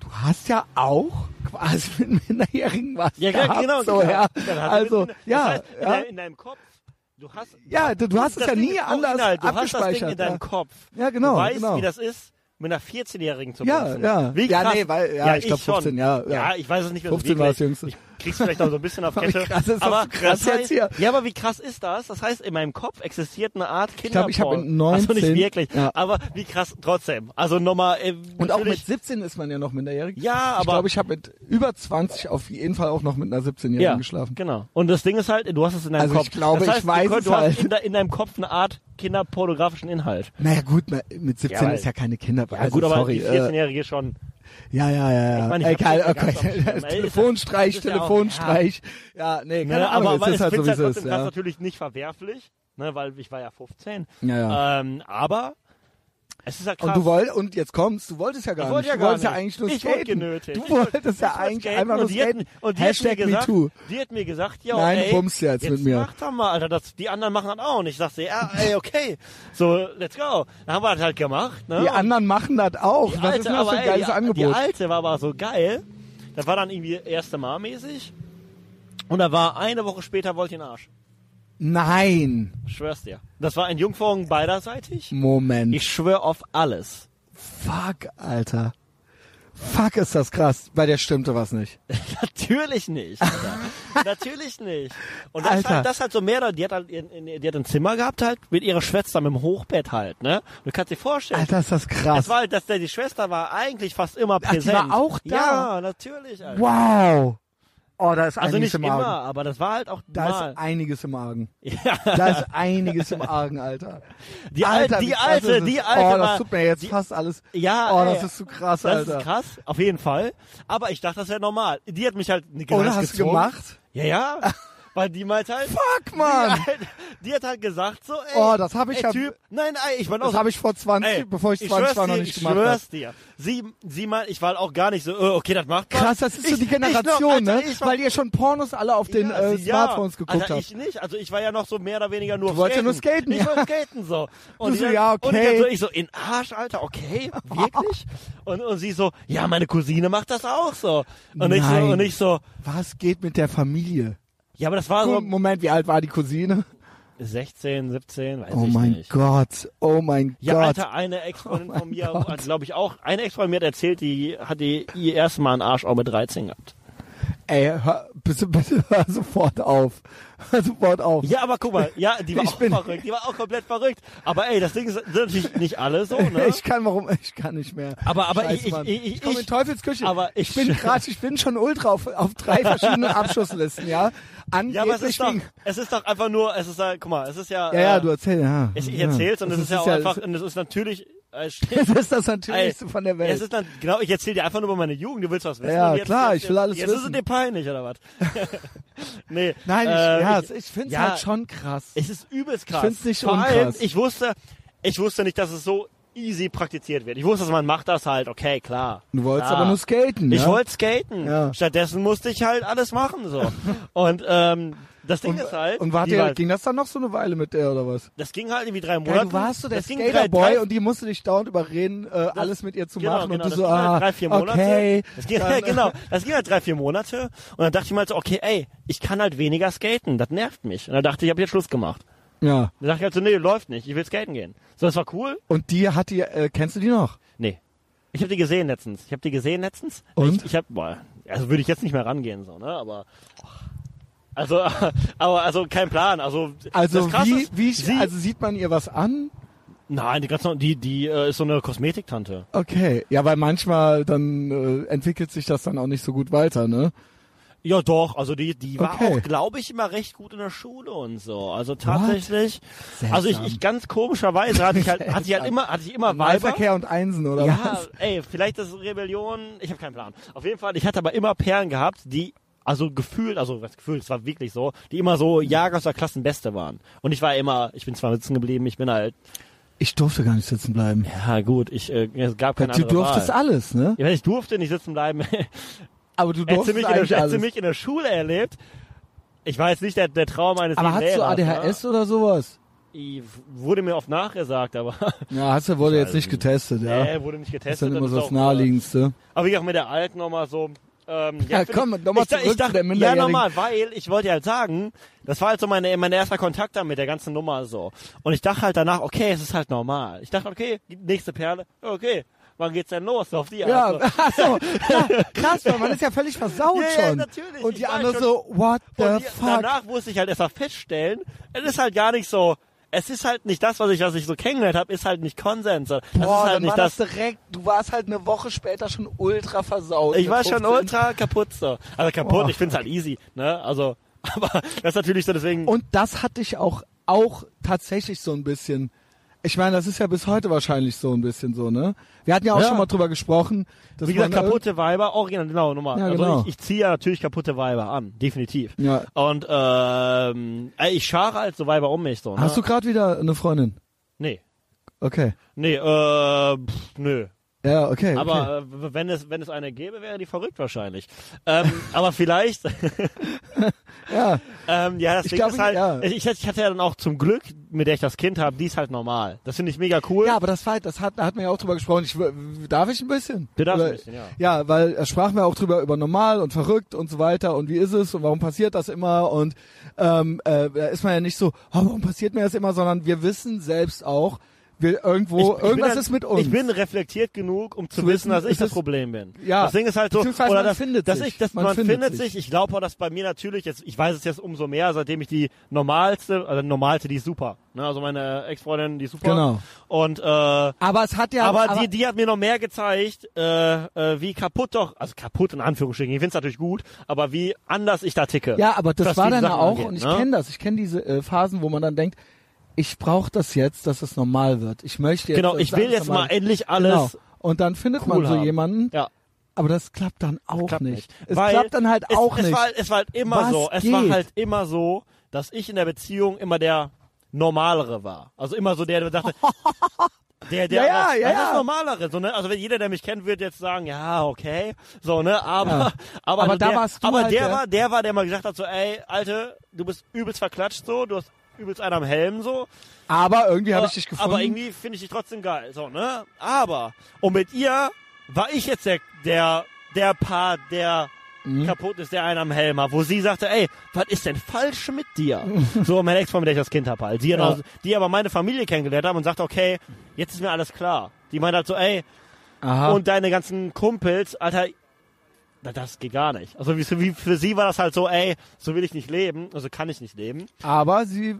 du hast ja auch quasi mit Minderjährigen was ja, gehabt. ja genau, so, genau. Ja. Dann hast du Also, mit- das ja. heißt, in, ja. dein- in deinem Kopf. Du hast Ja, du, du hast es das ja Ding nie ist auch anders Inhalt. Du hast abgespeichert. das Ding in deinem ja. Kopf. Ja, genau, Du weißt, genau. wie das ist, mit einer 14-Jährigen zu Ja, machen. ja. Wie Ja, krass. nee, weil- ja, ich glaub 15, schon. ja, ja. ich weiß es nicht mehr so 15 wirklich. war das Jüngste. Ich krieg's vielleicht noch so ein bisschen auf Wie Kette. krass ist das aber krass das heißt, jetzt hier? Ja, aber wie krass ist das? Das heißt, in meinem Kopf existiert eine Art Kinderporn. glaub, ich hab in Also nicht 19 wirklich, ja. aber wie krass trotzdem. Also nochmal... Äh, Und auch mit natürlich- 17 ist man ja noch minderjährig. Ja, ich aber- glaube, ich habe mit über 20 auf jeden Fall auch noch mit einer 17-Jährigen ja, geschlafen. Genau. Und das Ding ist halt, du hast es in deinem Also ich Kopf. glaube, das heißt, ich weiß du, es du hast halt. in, de, in deinem Kopf eine Art kinderpornografischen Inhalt. Naja gut, na- mit 17 Ja, weil- ist ja keine Kinder. Ja, also, gut, aber sorry. die äh, 14-Jährige schon. ne? ja, ja, ja, ja. Ich meine, ich Egal, hab's jetzt nicht ganz okay. auf dem Schirm. Ey, ist ja- Telefonstreich, ist ja auch- Telefonstreich. Ja, nee, keine Ne, Ahnung, aber es weil ist halt so, wie es find's ist. trotzdem ganz Ja. natürlich nicht verwerflich, ne, weil ich war ja 15. Ja, ja. Ähm, aber es ist ja krass. Und du wolltest, und jetzt kommst, du wolltest ja gar Ich wollte nicht. ja du gar wolltest ja nicht. eigentlich nur Ich wurde skaten. genötigt. Du Ich wollte- wolltest ja eigentlich Skaten einfach nur und die hätten- skaten. Und die hat Hashtag mir gesagt, ne, MeToo. Die hat mir gesagt, ja, Nein, ey, bummst jetzt mit mir. Mach doch mal, Alter, das, die anderen machen das auch. Und ich sagte, ja, ey, okay. So, let's go. Dann haben wir das halt gemacht. Die Ne? Und anderen machen das auch. die Was ist denn das aber, für ein ey, geiles die, Angebot? Die alte war aber so geil. Das war dann irgendwie erste Mal mäßig. Und da war eine Woche später wollte ich den Arsch. Nein. Schwör's dir. Das war ein Jungfong beiderseitig. Moment. Ich schwör auf alles. Fuck, Alter. Fuck, ist das krass. Bei der stimmte was nicht. Natürlich nicht. Alter. Natürlich nicht. Und das Alter. halt, das halt so mehr, da- die hat halt, ihren- die hat ein Zimmer gehabt halt, mit ihrer Schwester mit dem Hochbett halt, ne? Du kannst dir vorstellen. Alter, ist das krass. Das war halt, dass der, die Schwester war eigentlich fast immer Ach, die präsent. war auch da? Ja, natürlich, Alter. wow. Oh, da ist Also einiges nicht im immer, Argen. aber das war halt auch Da mal. ist einiges im Argen. Ja, Da ist einiges im Argen, Alter. die, alte, wie die krass alte, ist es. die alte. Oh, das war, tut mir jetzt die- fast alles. ja, Oh, ey, das ist zu krass, das Alter. ist krass, auf jeden Fall. Aber ich dachte, das wäre normal. Die hat mich halt eine Oh, Grenze das hast du gezogen. gemacht? Ja, ja. Weil die meint halt, Fuck, Mann! die hat halt gesagt so, ey, Oh, das hab ich ey, ja- Typ, nein, ey, ich meine Das auch genau so, habe ich vor 20, ey, bevor ich ich 20 war, schwör's noch dir, nicht ich gemacht habe. schwör's dir. Sie, sie meint, ich war halt auch gar nicht so, äh, okay, das macht man. Krass, das ist so Ich- die ich Generation, noch, Alter, ne? ich war- Weil ihr schon Pornos alle auf den Ja, äh, sie- ja. Smartphones geguckt Alter, habt. ich nicht. Also ich war ja noch so mehr oder weniger nur Du auf wolltest ja Skaten. nur skaten, Ich ja. wollte skaten so. Und Du die so, dann- ja, Und ich, dann okay. so, ich so, in Arsch, Alter, okay, wirklich? und, und sie so, ja, meine Cousine macht das auch so. Und ich Nein. so, und ich so, Was geht mit der Familie? ja, aber das war so Moment, wie alt war die Cousine? 16, 17, weiß Oh ich mein nicht. Gott, oh mein Ja, Gott. Alter, eine Ex-Freundin Oh mein von mir Gott. hat, glaube ich, auch, eine Ex-Freundin mir hat erzählt, die hat die ihr erstes Mal einen Arsch auch mit 13 gehabt. Ey, hör, bitte, bitte hör sofort auf. Hör sofort auf. Ja, aber guck mal, ja, die war Ich auch bin- verrückt, die war auch komplett verrückt. Aber ey, das Ding ist natürlich nicht alle so, ne? Ich kann, warum? Ich kann nicht mehr. Aber- aber Scheiß, ich- ich- Mann. ich- ich komme ich- in Teufelsküche. aber ich- bin gerade, ich bin schon ultra auf, auf drei verschiedenen Abschlusslisten, ja. Angeblich Ja, aber es ist, doch, wegen- es ist doch einfach nur, es ist ja, guck mal, es ist ja. ja, ja, äh, du erzählst, ja. es, ich ja. erzähl's und es ist ja auch einfach, es- und es ist natürlich. äh, Es ist das ey, Natürlichste von der Es Welt. ist dann, genau, ich erzähl dir einfach nur über meine Jugend, du willst was wissen. Ja, und jetzt, klar, jetzt, ich will alles jetzt Jetzt ist wissen. es dir peinlich, oder was? nee. Nein, ich, äh, ja, ich, ich finde es ja, halt schon krass. Es ist übelst krass. find's nicht Vor allem, unkrass. ich wusste, ich wusste nicht, dass es so easy praktiziert wird. Ich wusste, dass man macht das halt, okay, klar. du wolltest klar. aber nur skaten, ne? Ich ja? wollte skaten. Ja. Stattdessen musste ich halt alles machen, so. und, ähm, das Ding und, ist halt. und wart die ihr, war- ging das dann noch so eine Weile mit der oder was? Das ging halt irgendwie drei Monate. Ja, du warst so der das ging drei, Skaterboy drei, und die musste dich dauernd überreden, äh, alles mit ihr zu genau, machen genau, und das du so, ging ah, halt drei, vier Monate. okay. Das ging, dann, äh, genau, das ging halt drei, vier Monate. Und dann dachte ich mir halt so, okay, ey, ich kann halt weniger skaten, das nervt mich. Und dann dachte ich, ich habe jetzt Schluss gemacht. Ja. Dann dachte ich halt so, nee, läuft nicht, ich will skaten gehen. So, das war cool. Und die hat die, äh, kennst du die noch? Nee. Ich habe die gesehen letztens. Ich habe die gesehen letztens. Und? Ich, ich habe, boah, also würde ich jetzt nicht mehr rangehen, so, ne, aber... Also, aber also kein Plan. Also, Also das Krasse wie, ist, wie, sie, also sieht man ihr was an? nein, die, ganz normal- die, die äh, ist so eine Kosmetiktante. Okay, ja, weil manchmal dann äh, entwickelt sich das dann auch nicht so gut weiter, ne? Ja, doch. Also die, die war Okay. auch, glaube ich, immer recht gut in der Schule und so. Also tatsächlich. Seltsam. Also ich, ich ganz komischerweise hatte ich halt, hatte ich halt Seltsam. immer, hatte ich immer Weiber. Wahlverkehr und Einsen oder Ja, was? ey, vielleicht ist es Rebellion. Ich habe keinen Plan. Auf jeden Fall, ich hatte aber immer Perlen gehabt, die also gefühlt, also was gefühlt, es war wirklich so, die immer so Jahres- oder Klassenbeste waren. Und ich war immer, ich bin zwar sitzen geblieben, ich bin halt, Ich durfte gar nicht sitzen bleiben. ja gut, ich äh, es gab keine du andere durftest Wahl. alles, ne? Ja, ich durfte nicht sitzen bleiben. Aber du Hättest du durftest mich, in eigentlich der, hättest du alles. mich in der Schule erlebt, ich weiß nicht, der, der Traum eines Aber hast du Lehrers, ADHS oder sowas? Ne? Wurde mir oft nachgesagt, aber Ja, hast du, wurde Ich jetzt weiß nicht es getestet, ja. nee, wurde nicht ist getestet. dann und immer so ist das auch- äh, Naheliegendste. Aber wie auch mit der Alten nochmal so. Ähm, Ja, find komm, ich- noch mal ich, da- zurück ich dachte, zu der Minderjährigen. Ja, nochmal, weil ich wollte ja halt sagen, das war halt so meine, mein erster Kontakt dann mit der ganzen Nummer so. Und ich dachte halt danach, okay, es ist halt normal. Ich dachte, okay, nächste Perle, okay, wann geht's denn los? Auf die Ja, Art. ach so, ja, krass, weil man ist ja völlig versaut also. Ja, ja, schon. natürlich, und ich die weiß andere schon. so, what the Und die, fuck? danach musste ich halt erst mal feststellen, es ist halt gar nicht so, es ist halt nicht das, was ich, was ich so kennengelernt habe, ist halt nicht Konsens. Das Boah, ist halt dann nicht war das. direkt, du warst halt eine Woche später schon ultra versaut. Ich mit war schon 15. ultra kaputt so. Also kaputt, Boah. ich find's halt easy, ne? Also, aber das ist natürlich so deswegen. Und das hatte ich auch, auch tatsächlich so ein bisschen. Ich meine, das ist ja bis heute wahrscheinlich so ein bisschen so, ne? Wir hatten ja auch Ja. schon mal drüber gesprochen. Dass Wie gesagt, man, äh, kaputte Weiber, original, genau, nochmal. Ja, also genau. ich, ich ziehe ja natürlich kaputte Weiber an, definitiv. Ja. Und ähm, ey, ich schare halt so Weiber um mich so. Äh, hast du ne? gerade wieder eine Freundin? Nee. Okay. Nee, äh, pff, nö. Ja, okay. okay. Aber äh, wenn es wenn es eine gäbe, wäre die verrückt wahrscheinlich. Ähm, aber vielleicht, Ja, ähm, ja, das Ich Ding glaube, ist halt, ja. ich, ich hatte ja dann auch zum Glück, mit der ich das Kind habe, die ist halt normal. Das finde ich mega cool. ja, aber das war, das hat, da hatten wir ja auch drüber gesprochen. Ich, w- darf ich ein bisschen? Du darfst ein Oder- bisschen, ja. Ja, weil da sprachen wir auch drüber über normal und verrückt und so weiter und wie ist es und warum passiert das immer und ähm, äh, da ist man ja nicht so, oh, warum passiert mir das immer, sondern wir wissen selbst auch, wir irgendwo, Ich- ich irgendwas bin ein- ist mit uns. Ich bin reflektiert genug, um zu Zu wissen, wissen, dass ich es das ist- Problem bin. Ja. Das Ding ist halt so, Beziehungsweise oder man dass, findet dass sich. ich, dass man, Man findet, findet sich. sich. Ich glaube auch, dass bei mir natürlich jetzt, ich weiß es jetzt umso mehr, seitdem ich die normalste, also die normalste, die ist super. Ne? Also meine Ex-Freundin, die ist super. Genau. Und äh, aber es hat ja, aber, die, die hat mir noch mehr gezeigt, äh, äh, wie kaputt doch, also kaputt in Anführungsstrichen, ich find's natürlich gut, aber wie anders ich da ticke. Ja, aber das was war die dann ja Sachen auch, angeht, und ich ne? kenne das, ich kenne diese äh, Phasen, wo man dann denkt, ich brauche das jetzt, dass es normal wird. Ich möchte jetzt. Genau, dass ich alles will jetzt mal normal endlich wird. alles. Genau. Und dann findet cool man so haben. jemanden, Ja. aber das klappt dann auch klappt nicht. nicht. Es Weil klappt dann halt es, auch es nicht. War, es war halt immer Was so. Es war geht? halt immer so, dass ich in der Beziehung immer der Normalere war. Also immer so der, der dachte, der, der, Ja, ja, ja, das ja. ist Normalere. So, ne? Also wenn jeder, der mich kennt, wird jetzt sagen, ja, okay, so, ne, aber, Ja. aber, Aber der, da warst du aber halt der, der- war, der war, der mal gesagt hat, so, ey, Alte, du bist übelst verklatscht, so, du hast übelst einen am Helm, so, aber irgendwie habe ich dich aber- gefunden. Aber irgendwie finde ich dich trotzdem geil. So, ne? Aber, und mit ihr war ich jetzt der, der, der Part, der Mhm. kaputt ist, der einen am Helm hat, wo sie sagte, ey, was ist denn falsch mit dir? so, meine Ex-Freundin, mit der ich das Kind habe halt. Die, hat Ja. auch- die aber meine Familie kennengelernt haben und sagt, okay, jetzt ist mir alles klar. Die meint halt so, ey, Aha. und deine ganzen Kumpels, Alter, na, das geht gar nicht. Also wie, wie, für sie war das halt so, ey, so will ich nicht leben, also kann ich nicht leben. aber sie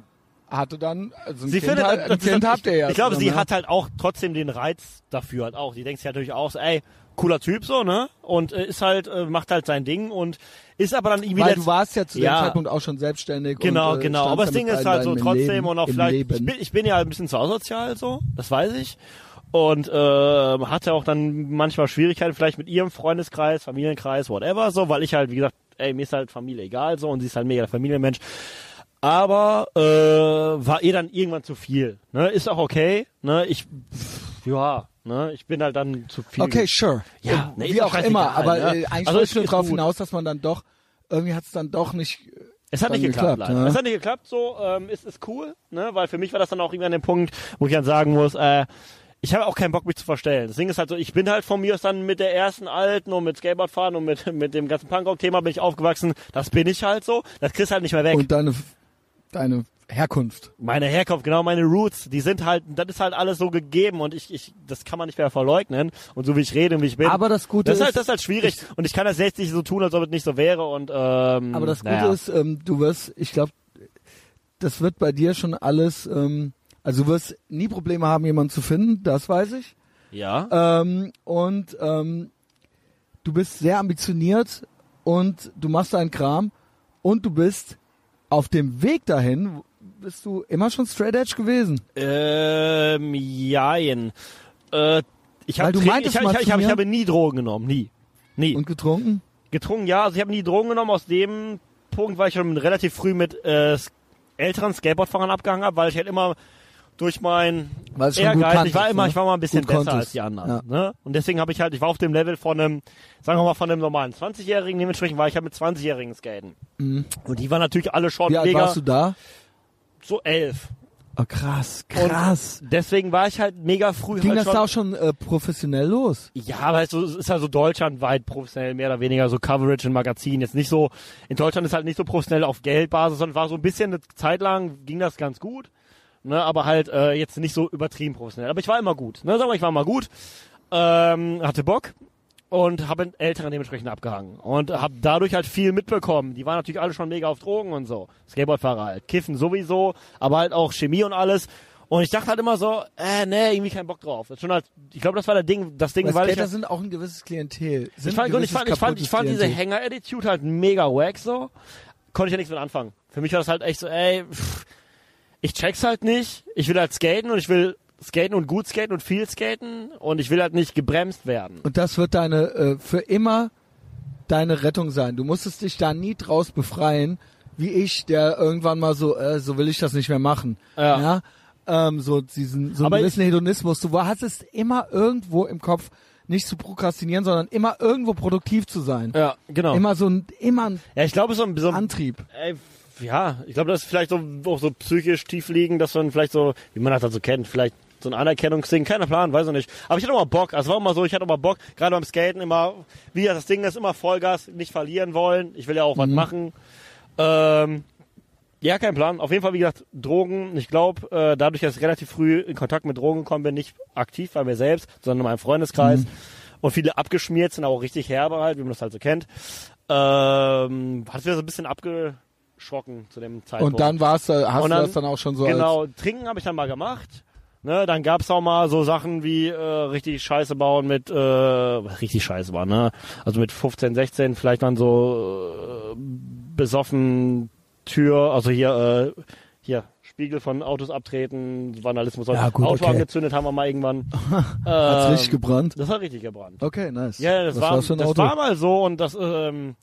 hatte dann, also ein Sie Kind, findet, halt- hat, das ein ist- Kind ich, habt ihr ja. ne? Ich glaube, sie zusammen, hat halt auch trotzdem den Reiz dafür halt auch. Die denkt sich natürlich auch, so, ey, cooler Typ so, ne? Und äh, ist halt, äh, macht halt sein Ding und ist aber dann irgendwie Weil letzt- du warst ja zu dem Ja. Zeitpunkt auch schon selbstständig. Genau, und, äh, genau. standst Aber ja das mit Ding ist beiden halt so Beinen im trotzdem Leben, und auch im vielleicht. Ich Leben. bin, ich bin ja ein bisschen zu asozial so, das weiß ich. Und äh, hatte auch dann manchmal Schwierigkeiten, vielleicht mit ihrem Freundeskreis, Familienkreis, whatever, so, weil ich halt, wie gesagt, ey, mir ist halt Familie egal so und sie ist halt mega der Familienmensch. Aber äh, war ihr dann irgendwann zu viel. Ne? Ist auch okay. Ne? Ich pff, ja, ne? Ich bin halt dann zu viel. Okay, sure. Ja, ne, wie ist doch auch immer, scheißegal, aber ne? äh, eigentlich Also also ist- ich nur ist drauf gut. hinaus, dass man dann doch, irgendwie hat es dann doch nicht. äh, Es hat dann nicht geklappt, geklappt, leider. ne? Es hat nicht geklappt, so ähm, ist, ist cool, ne? Weil für mich war das dann auch irgendwann der Punkt, wo ich dann sagen muss, äh, ich habe auch keinen Bock, mich zu verstellen. Das Ding ist halt so, ich bin halt von mir aus dann mit der ersten alten und mit Skateboard fahren und mit, mit dem ganzen Punkrock-Thema bin ich aufgewachsen. Das bin ich halt so. Das kriegst du halt nicht mehr weg. Und deine, deine Herkunft. meine Herkunft, genau meine Roots, die sind halt, das ist halt alles so gegeben und ich, ich, das kann man nicht mehr verleugnen. Und so wie ich rede und wie ich bin. Aber das Gute das ist halt, ist- das ist halt schwierig. und ich kann das jetzt nicht so tun, als ob es nicht so wäre und, ähm, Aber das Gute naja. ist, ähm, du wirst, ich glaube, das wird bei dir schon alles, ähm, also du wirst nie Probleme haben, jemanden zu finden, das weiß ich. Ja. Ähm, und ähm, du bist sehr ambitioniert und du machst deinen Kram und du bist auf dem Weg dahin, bist du immer schon straight edge gewesen. Ähm, jein. Äh, ich habe Weil du meintest ich, hab- mal ich, hab- zu ich, hab, ich mir- habe nie Drogen genommen, nie. Nie. Und getrunken? Getrunken, ja, also ich habe nie Drogen genommen. Aus dem Punkt, weil ich schon relativ früh mit äh, s- älteren Skateboardfahrern abgehangen habe, weil ich halt immer durch mein Weil es schon gut Ehrgeiz, ich kanntest, war immer, ne? ich war immer ein bisschen Gut besser konntest. als die anderen. Ne? Und deswegen habe ich halt, ich war auf dem Level von einem, sagen wir mal, von einem normalen 20-Jährigen, dementsprechend war ich ja mit 20-Jährigen skaten. Und die waren natürlich alle schon Mhm. Wie alt mega warst du da? so elf. Oh, krass, krass. Und deswegen war ich halt mega früh Ging halt das schon, da auch schon äh, professionell los? Ja, aber es ist so- es ist ja so deutschlandweit professionell, mehr oder weniger so Coverage in Magazinen. Jetzt nicht so, in Deutschland ist halt nicht so professionell auf Geldbasis, sondern war so ein bisschen eine Zeit lang, ging das ganz gut. Ne, aber halt äh, jetzt nicht so übertrieben professionell. Aber ich war immer gut. Ne, sag mal, ich war immer gut. Ähm, hatte Bock und habe einen Älteren dementsprechend abgehangen. Und habe dadurch halt viel mitbekommen. Die waren natürlich alle schon mega auf Drogen und so. Skateboardfahrer halt. Kiffen sowieso, aber halt auch Chemie und alles. Und ich dachte halt immer so, äh, nee, irgendwie kein Bock drauf. Das ist schon halt, ich glaube, das war der Ding, das Ding, Weil weil ich halt Skater sind auch ein gewisses Klientel. Sind ich fand, ein und ich gewisses fand, ich fand, ich fand kaputtes diese Klientel. Hänger-Attitude halt mega wack so. Konnte ich ja nichts mit anfangen. Für mich war das halt echt so, ey, pff, ich check's halt nicht. Ich will halt skaten und ich will skaten und gut skaten und viel skaten und ich will halt nicht gebremst werden. Und das wird deine äh, für immer deine Rettung sein. Du musstest dich da nie draus befreien, wie ich, der irgendwann mal so, äh, so will ich das nicht mehr machen. Ja. Ja? Ähm, so diesen so einen Aber gewissen Hedonismus. Du war- hattest immer irgendwo im Kopf, nicht zu prokrastinieren, sondern immer irgendwo produktiv zu sein. Ja, genau. Immer so ein, immer ein ja, ich glaube, so ein, so ein Antrieb. Ey, ja, ich glaube, das ist vielleicht so, auch so psychisch tief liegen, dass man vielleicht so, wie man das dann so kennt, vielleicht so ein Anerkennungsding, keiner Plan, weiß ich nicht. Aber ich hatte immer Bock, also war immer so, ich hatte immer Bock, gerade beim Skaten immer, wie das Ding ist, immer Vollgas, nicht verlieren wollen, ich will ja auch was machen. Ähm, Ja, kein Plan. Auf jeden Fall, wie gesagt, Drogen. Ich glaube, äh, dadurch, dass ich relativ früh in Kontakt mit Drogen gekommen bin, nicht aktiv bei mir selbst, sondern in meinem Freundeskreis und viele abgeschmiert sind, aber auch richtig herbe halt, wie man das halt so kennt, ähm, hat mir so ein bisschen abgeschrocken zu dem Zeitpunkt. Und dann war's, da- hast Und du dann- das dann auch schon so als, Genau, trinken habe ich dann mal gemacht. Ne, dann gab's auch mal so Sachen wie äh, richtig Scheiße bauen mit, äh, was richtig Scheiße war, ne? Also mit 15, 16 vielleicht dann so äh, besoffen Tür, also hier, äh, hier, Spiegel von Autos abtreten, Vandalismus. Ja, gut, Auto okay. angezündet haben wir mal irgendwann. hat's Ähm, richtig gebrannt. Das hat richtig gebrannt. Okay, nice. Ja, das, Was war, war's für das ein Auto? war mal so und das, ähm,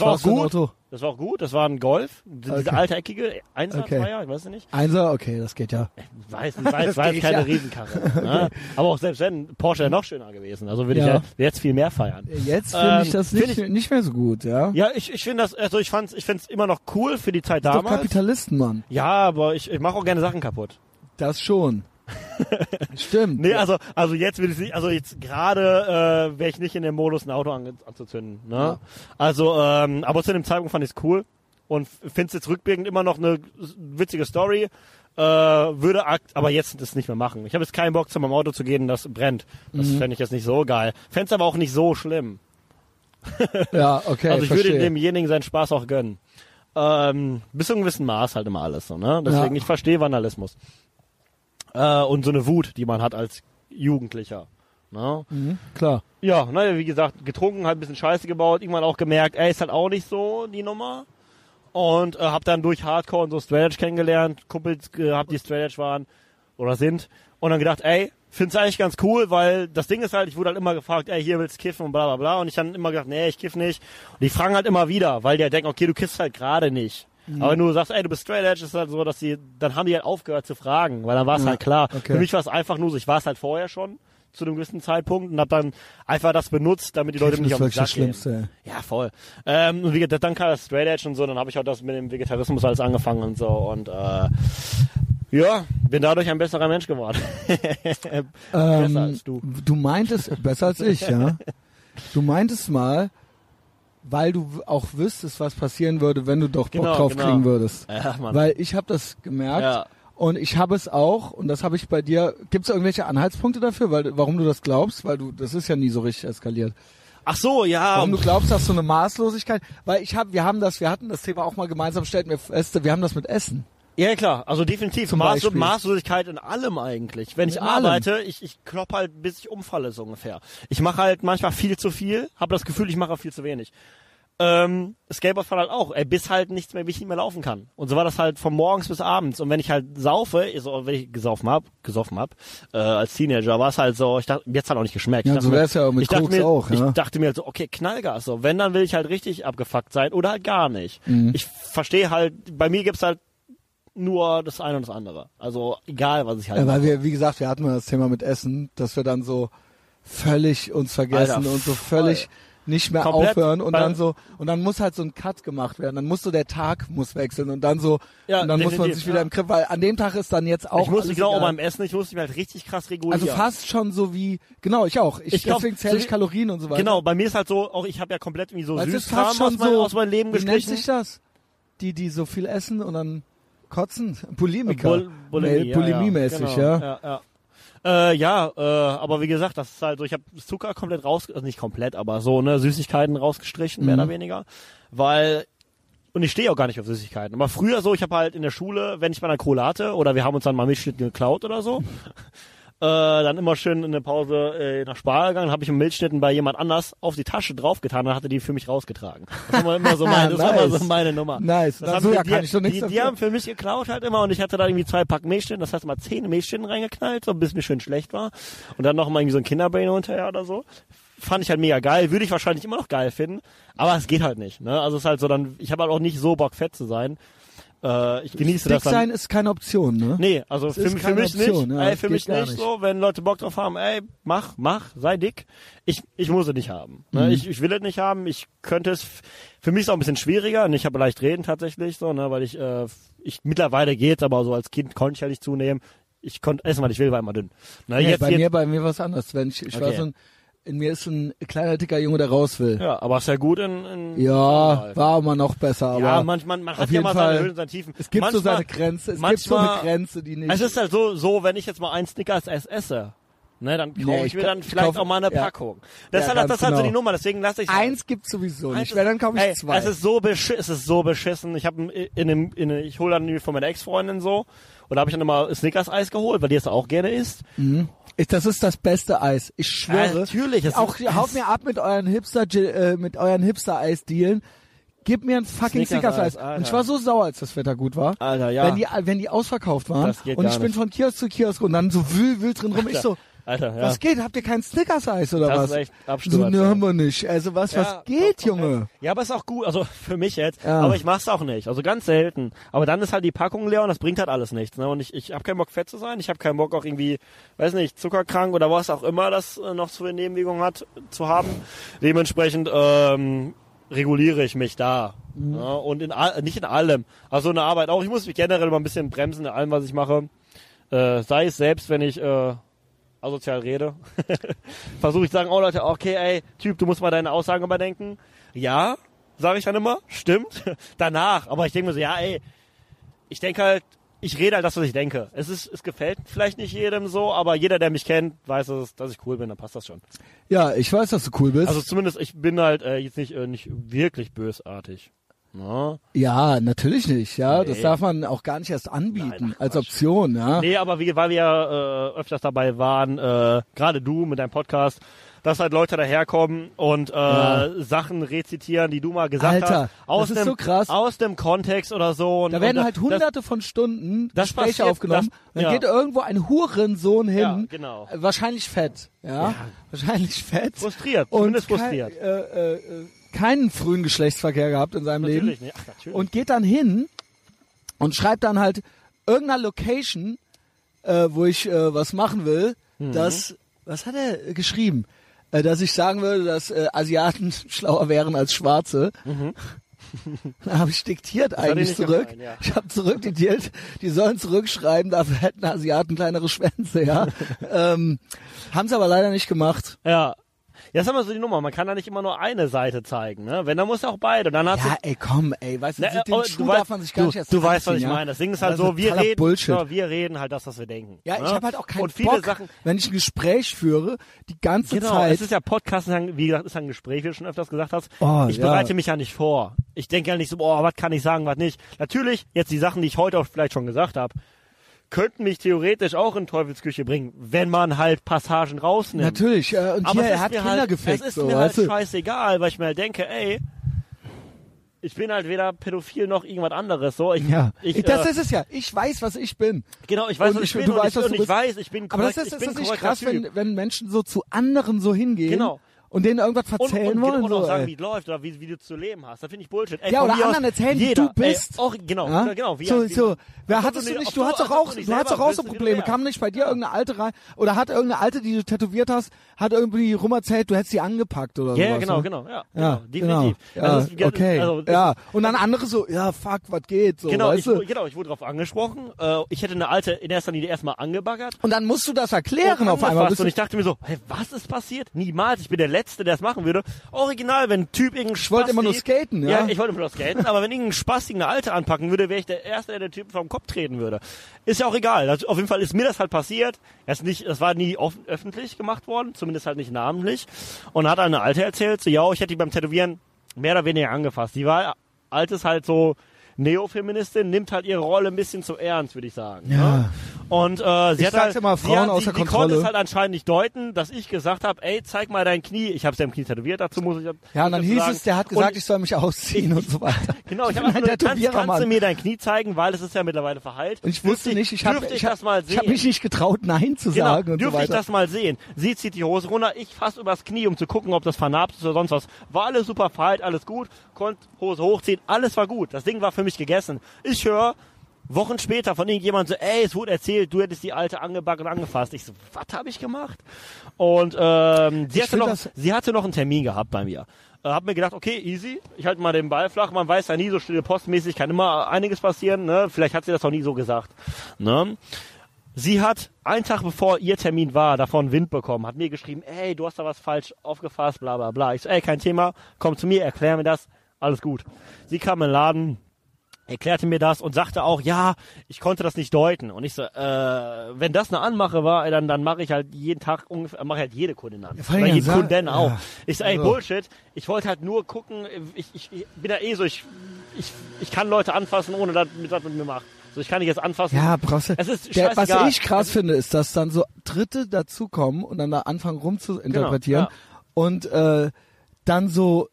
Was war auch war's für ein gut. Auto? Das war auch gut. Das war ein Golf, diese Okay. alte eckige, 1er, Okay. 2er, ich weiß es nicht. Einser, okay, das geht ja. Weiß, weiß, Das weiß geht keine ja. Riesenkarre. Ne? Aber auch selbst wenn, Porsche wäre noch schöner gewesen. Also würde Ja. ich ja jetzt viel mehr feiern. Jetzt finde ich Ähm, das find nicht, nicht mehr so gut, ja. Ja, ich, ich finde das, also ich fand's, ich find's immer noch cool für die Zeit Doch damals. Kapitalisten, Mann. Ja, aber ich, ich mache auch gerne Sachen kaputt. Das schon. Stimmt. Nee, also, also jetzt will ich nicht, also jetzt gerade äh, wäre ich nicht in dem Modus, ein Auto ange anzuzünden. Ne? Ja. Also, ähm, aber zu dem Zeitpunkt fand ich's cool und finde es jetzt rückblickend immer noch eine witzige Story. Äh, würde akt aber jetzt das nicht mehr machen. Ich habe jetzt keinen Bock, zu meinem Auto zu gehen, das brennt. Das Mhm. fänd ich jetzt nicht so geil. Fänd's aber auch nicht so schlimm. ja, okay, also ich verstehe. würde demjenigen seinen Spaß auch gönnen. Ähm, bis zu einem gewissen Maß halt immer alles so, ne? Deswegen, Ja. ich verstehe Vandalismus. Äh, und so eine Wut, die man hat als Jugendlicher. Ne? mhm, klar. Ja, ne, wie gesagt, getrunken, halt ein bisschen Scheiße gebaut, irgendwann auch gemerkt, ey, ist halt auch nicht so die Nummer. Und äh, hab dann durch Hardcore und so Straight Edge kennengelernt, Kumpels gehabt, die Straight Edge waren oder sind. Und dann gedacht, ey, find's eigentlich ganz cool, weil das Ding ist halt, ich wurde halt immer gefragt, ey, hier willst du kiffen und bla bla bla. Und ich dann immer gedacht, nee, ich kiff nicht. Und die fragen halt immer wieder, weil die halt denken, okay, du kiffst halt gerade nicht. Aber wenn du sagst, ey, du bist Straight Edge, ist halt so, dass die, dann haben die halt aufgehört zu fragen, weil dann war's Ja, halt klar. okay. Für mich war es einfach nur so, ich war es halt vorher schon zu einem gewissen Zeitpunkt und hab dann einfach das benutzt, damit die Leute Kiffen mich ist auf den wirklich Sack das gehen. Schlimmste. ey. Ja, voll. Ähm, und wie gesagt, dann kam das Straight Edge und so, dann habe ich auch das mit dem Vegetarismus alles angefangen und so und äh, ja, bin dadurch ein besserer Mensch geworden. Ähm, als du. Du meintest, besser als ich, ja. Du meintest mal, weil du w- auch wüsstest, was passieren würde, wenn du doch Bock Genau, drauf genau. kriegen würdest. ja, Mann. Weil ich habe das gemerkt Ja. und ich habe es auch und das habe ich bei dir. Gibt es irgendwelche Anhaltspunkte dafür, weil, warum du das glaubst? Weil du, das ist ja nie so richtig eskaliert. Ach so, ja. Warum Ah, du glaubst, dass so eine Maßlosigkeit, weil ich habe, wir haben das, wir hatten das Thema auch mal gemeinsam, stellten wir fest, wir haben das mit Essen. Ja, klar. Also definitiv. Maß Beispiel. Maßlosigkeit in allem eigentlich. Wenn ich In allem. arbeite, ich, ich klopp halt, bis ich umfalle, so ungefähr. Ich mache halt manchmal viel zu viel, habe das Gefühl, ich mache viel zu wenig. Ähm, Skateboardfahren halt auch, ey, bis halt nichts mehr, bis ich nicht mehr laufen kann. Und so war das halt von morgens bis abends. Und wenn ich halt saufe, also wenn ich gesoffen hab, gesoffen hab, äh, als Teenager, war es halt so, ich dachte, mir hat's halt auch nicht geschmeckt. Ja, ich dachte so mir- wär's ja auch mit ich dachte Koks mir, auch, Ich ja. dachte mir halt so, okay, Knallgas, so, wenn, dann will ich halt richtig abgefuckt sein oder halt gar nicht. Mhm. Ich verstehe halt, bei mir gibt's halt nur das eine und das andere. Also egal, was ich halt Ja, mache. weil wir, wie gesagt, wir hatten mal das Thema mit Essen, dass wir dann so völlig uns vergessen Alter, und so voll. völlig nicht mehr Komplett, aufhören und weil- dann so und dann muss halt so ein Cut gemacht werden. Dann muss so der Tag muss wechseln und dann so Ja, und dann muss man definitiv, sich wieder ja. im Griff, weil an dem Tag ist dann jetzt auch Ich musste alles genau egal. beim Essen, ich musste mich halt richtig krass regulieren. also fast schon so wie genau ich auch. Ich, Ich glaub, deswegen zähle so ich wie- Kalorien und so weiter. Genau, bei mir ist halt so, auch ich habe ja komplett irgendwie so Weil es ist Süßkram fast aus, schon mein, so. aus meinem Leben wie nennt sich gestrichen. das? Die die so viel essen und dann kotzen, Polemiker, Bul- Äh, Bulimie, ja, Bulimie-mäßig, genau, ja. ja. ja. Äh, ja, äh, aber wie gesagt, das ist halt so, ich habe Zucker komplett raus, also nicht komplett, aber so, ne, Süßigkeiten rausgestrichen, mehr Mhm. oder weniger, weil, und ich stehe auch gar nicht auf Süßigkeiten, aber früher so, ich habe halt in der Schule, wenn ich mal eine Cola hatte, oder wir haben uns dann mal Milchschnitten geklaut oder so, äh, dann immer schön in der Pause äh, nach Spar gegangen, habe ich einen Milchschnitten bei jemand anders auf die Tasche draufgetan, dann hatte die für mich rausgetragen. Das war immer, immer so meine, das war immer Nice. so meine Nummer. Nice. Das Na, haben so, die, ja, kann die, ich doch nichts die, die dafür. haben für mich geklaut halt immer und ich hatte da irgendwie zwei Pack Milchschnitten, das heißt mal zehn Milchschnitten reingeknallt, so bis mir schön schlecht war und dann noch mal irgendwie so ein Kinderbrain hinterher oder so. Fand ich halt mega geil, würde ich wahrscheinlich immer noch geil finden, aber es geht halt nicht. Ne? Also es ist halt so, dann ich habe halt auch nicht so Bock fett zu sein. Äh, ich genieße Dick das dann. sein ist keine Option, ne? Nee, also für, ist mich- für keine mich Option, nicht. ja, ey, für geht mich gar nicht, nicht. so, wenn Leute Bock drauf haben, ey, mach, mach, sei dick. Ich, ich muss es nicht haben. Mhm. Ne? Ich, ich will es nicht haben. Ich könnte es. f- Für mich ist es auch ein bisschen schwieriger und ich habe leicht reden tatsächlich so, ne, weil ich, äh, ich mittlerweile geht's, aber so als Kind konnte ich ja nicht zunehmen. Ich konnte essen, was ich will, war immer dünn. Ne, Nee, jetzt, bei jetzt, mir, bei mir war es anders. Wenn ich, ich war Okay. so ein, in mir ist ein kleiner, dicker Junge, der raus will. Ja, aber ist ja gut in. in Ja, war immer noch besser, aber ja, man, man, man auf hat ja jeden mal seine Fall. Höhen und seine Tiefen. es gibt manchmal, so seine Grenze. Es gibt so eine manchmal- Grenze, die nicht. Es ist halt so, so, wenn ich jetzt mal einen Snickers S esse, ne, dann kaufe Nee, ich ich mir ka- dann ich vielleicht kauf- auch mal eine ja. Packung. Das Ja, ist halt, das ganz ist halt so die genau. Nummer, deswegen lasse ich halt Eins gibt's sowieso Eins nicht. ist- Wenn, dann kaufe ich Ey, zwei. Es ist so besch es ist so beschissen. Ich habe in dem in einem, ich hole dann irgendwie von meiner Ex-Freundin so und da habe ich dann immer Snickers Eis geholt, weil die es auch gerne isst. Hm? Ich- das ist das beste Eis. Ich schwöre. Ja, natürlich, es Auch ist- es- haut mir ab mit euren Hipster äh, mit euren Hipster Eis Dealen. Gib mir ein fucking Snickers Snickers-Eis, Eis. Und ich Alter. war so sauer, als das Wetter gut war. Alter, ja. Wenn die wenn die ausverkauft waren Das geht und gar ich bin nicht. von Kiosk zu Kiosk und dann so wild wild drin rum, ich so Alter, ja. was geht? Habt ihr kein Snickers Eis oder Das was? ist echt so Absturz, ne, ja. haben wir nicht. Also was Ja, was geht, komplett. Junge? Ja, aber ist auch gut, also für mich jetzt. Ja. Aber ich mach's auch nicht, also ganz selten. Aber dann ist halt die Packung leer und das bringt halt alles nichts. Ne? Und ich, ich habe keinen Bock fett zu sein, ich habe keinen Bock auch irgendwie, weiß nicht, zuckerkrank oder was auch immer das äh, noch für Nebenwirkungen hat, zu haben. Dementsprechend ähm, reguliere ich mich da. Mhm. Ja, und in all, nicht in allem. Also in der Arbeit auch. Ich muss mich generell mal ein bisschen bremsen in allem, was ich mache. Äh, sei es selbst, wenn ich äh, asozial rede, versuche ich zu sagen, oh Leute, okay, ey, Typ, du musst mal deine Aussagen überdenken. Ja, sage ich dann immer, stimmt. Danach, aber ich denke mir so, ja, ey, ich denke halt, ich rede halt das, was ich denke. Es ist, es gefällt vielleicht nicht jedem so, aber jeder, der mich kennt, weiß, dass, es- dass ich cool bin, dann passt das schon. Ja, ich weiß, dass du cool bist. Also zumindest, ich bin halt äh, jetzt nicht, äh, nicht wirklich bösartig. ne? Na? ja, natürlich nicht. Ja, das Nee. darf man auch gar nicht erst anbieten Nein, ach, als Quatsch. Option. Ja. Nee, aber wie, weil wir ja äh, öfters dabei waren, äh, gerade du mit deinem Podcast, dass halt Leute daherkommen und äh, Ja. Sachen rezitieren, die du mal gesagt Alter, hast. das Aus dem, ist so krass. Aus dem Kontext oder so. Und, Da werden und, halt das- hunderte von Stunden das Gespräche passiert, aufgenommen. das- Dann ja. geht irgendwo ein Hurensohn hin. Ja, genau. äh, Wahrscheinlich fett. Ja, wahrscheinlich fett. Frustriert, Und zumindest frustriert. Kein, äh, äh, äh, keinen frühen Geschlechtsverkehr gehabt in seinem Natürlich Leben. nicht. Ach, natürlich. Und geht dann hin und schreibt dann halt irgendeiner Location, äh, wo ich äh, was machen will, Mhm. dass, was hat er äh, geschrieben? Äh, dass ich sagen würde, dass äh, Asiaten schlauer wären als Schwarze. Da habe ich diktiert Mhm. hat eigentlich dir nicht zurück. gefallen, ja. Ich habe zurückdiktiert, die sollen zurückschreiben, dafür hätten Asiaten kleinere Schwänze, ja. ähm, haben sie aber leider nicht gemacht. ja. Ja, ist immer so die Nummer. Man kann da nicht immer nur eine Seite zeigen, ne? Wenn, dann muss auch beide. Und dann hast Ja, du, ey, komm, ey, weißt du, Ne, den aber Schuh weißt- darf man sich gar du, nicht erst Du weißt, was anziehen, ich ja? meine. Das Ding ist halt Das ist so, wir totaler reden, Bullshit. so, wir reden halt das, was wir denken. Ja, ich ne? habe halt auch keinen Und viele Bock, Sachen, wenn ich ein Gespräch führe, die ganze Genau, Zeit. es ist ja Podcast, wie gesagt, ist ja ein Gespräch, wie du schon öfters gesagt hast. Oh, ich ja. bereite mich ja nicht vor. Ich denke ja nicht so, oh, was kann ich sagen, was nicht. Natürlich, jetzt die Sachen, die ich heute auch vielleicht schon gesagt habe, könnten mich theoretisch auch in Teufelsküche bringen, wenn man halt Passagen rausnimmt. Natürlich, äh, und Aber hier, es er ist hat mir Kinder halt, gefickt, Es ist so, mir halt weißt du? scheißegal, weil ich mir halt denke, ey, ich bin halt weder pädophil noch irgendwas anderes. So, ich, Ja, ich, das äh, ist es ja. Ich weiß, was ich bin. genau, ich weiß, und was ich ich- bin du und, weißt, ich, was und du ich bist. weiß, ich bin Aber korrekt, das ist, ich das bin ist nicht korrekter krass, Typ. wenn, wenn Menschen so zu anderen so hingehen Genau. und denen irgendwas und, erzählen und, wollen. und so, auch sagen, ey. wie es läuft oder wie, wie du zu leben hast. Das finde ich Bullshit. Ey, Ja, von oder mir anderen aus, erzählen, wie jeder, du bist. Ey, auch, genau, Ja? genau. Wie, so, wie, so. Wer Ob hat du es nicht- nicht? ob Du du- hattest doch ob du auch, nicht du hattest doch selber auch so bist, wie du Probleme. wärst. Kam nicht bei dir irgendeine alte rein oder hat irgendeine alte, die du tätowiert hast, hat irgendwie rum erzählt, du hättest sie angepackt oder Ja, sowas. genau, ne? genau. Ja, Ja, genau, definitiv. Genau. Also, es- ja, okay. also, es- ja, und dann andere so, ja, fuck, was geht so, Genau, ich, weißt du? wu- genau, ich wurde darauf angesprochen. Äh, ich hätte eine alte in erster Linie erstmal angebaggert. Und dann musst du das erklären und auf einmal. angefasst. Bist Und du, ich dachte mir so, hey, was ist passiert? Niemals, ich bin der Letzte, der es machen würde. Original, wenn ein Typ irgendein Ich wollte immer nur skaten, ja. Ja, ich wollte immer nur skaten, aber wenn irgendein Spasti eine Alte anpacken würde, wäre ich der Erste, der den Typen vom Kopf treten würde. Ist ja auch egal. Das, auf jeden Fall ist mir das halt passiert. Das, nicht, das war nie offen, öffentlich gemacht worden, zumindest halt nicht namentlich. Und hat eine Alte erzählt, so, ja, ich hätte die beim Tätowieren mehr oder weniger angefasst. Die war, alt ist halt so... Neofeministin nimmt halt ihre Rolle ein bisschen zu ernst, würde ich sagen. Ja. ne? Und äh, sie Ich hat sag's halt, immer, sie Frauen hat, sie, außer die konnte Kontrolle. es halt anscheinend nicht deuten, dass ich gesagt habe, ey, zeig mal dein Knie. Ich habe es ja im Knie tätowiert, dazu muss ich ja, und dann dazu hieß sagen. es, der hat gesagt, und, ich soll mich ausziehen und so weiter. Genau, ich bin habe ein gesagt, kannst, Tätowierer, kannst du Mann. mir dein Knie zeigen, weil es ist ja mittlerweile verheilt. Und ich Dürfte wusste nicht, ich habe dürfte ich hab, das mal sehen. ich hab mich nicht getraut, Nein zu Genau, sagen und so dürfte ich weiter. das mal sehen. Sie zieht die Hose runter, ich fass übers Knie, um zu gucken, ob das vernarbt ist oder sonst was. War alles super verheilt, alles gut, konnte Hose hochziehen, alles war gut. Das Ding war für mich gegessen. Ich höre Wochen später von irgendjemandem so, ey, es wurde erzählt, du hättest die alte angebackt und angefasst. Ich so, was habe ich gemacht? Und ähm, sie, Ich hatte find noch, das- sie hatte noch einen Termin gehabt bei mir. Äh, hab mir gedacht, okay, easy, ich halte mal den Ball flach, man weiß ja nie, so stille postmäßig kann immer einiges passieren, ne? Vielleicht hat sie das auch nie so gesagt. Ne? Sie hat einen Tag bevor ihr Termin war, davon Wind bekommen, hat mir geschrieben, ey, du hast da was falsch aufgefasst, bla bla bla. Ich so, ey, kein Thema, komm zu mir, erklär mir das, alles gut. Sie kam in den Laden, erklärte mir das und sagte auch, ja, ich konnte das nicht deuten. Und ich so, äh, wenn das eine Anmache war, ey, dann, dann mache ich halt jeden Tag ungefähr, mache ich halt jede Kundin an. Ja, vor allem Oder jeden dann sag- Kunden auch. ja. Ich so, ey, Also. Bullshit, ich wollte halt nur gucken, ich, ich, ich bin ja eh so, ich, ich, ich kann Leute anfassen, ohne dass mit was mit mir macht. So, ich kann dich jetzt anfassen. Ja, brauchst du. Es ist der, was scheißegal. ich krass finde, ist, dass dann so Dritte dazukommen und dann da anfangen Genau, rumzuinterpretieren und äh, dann so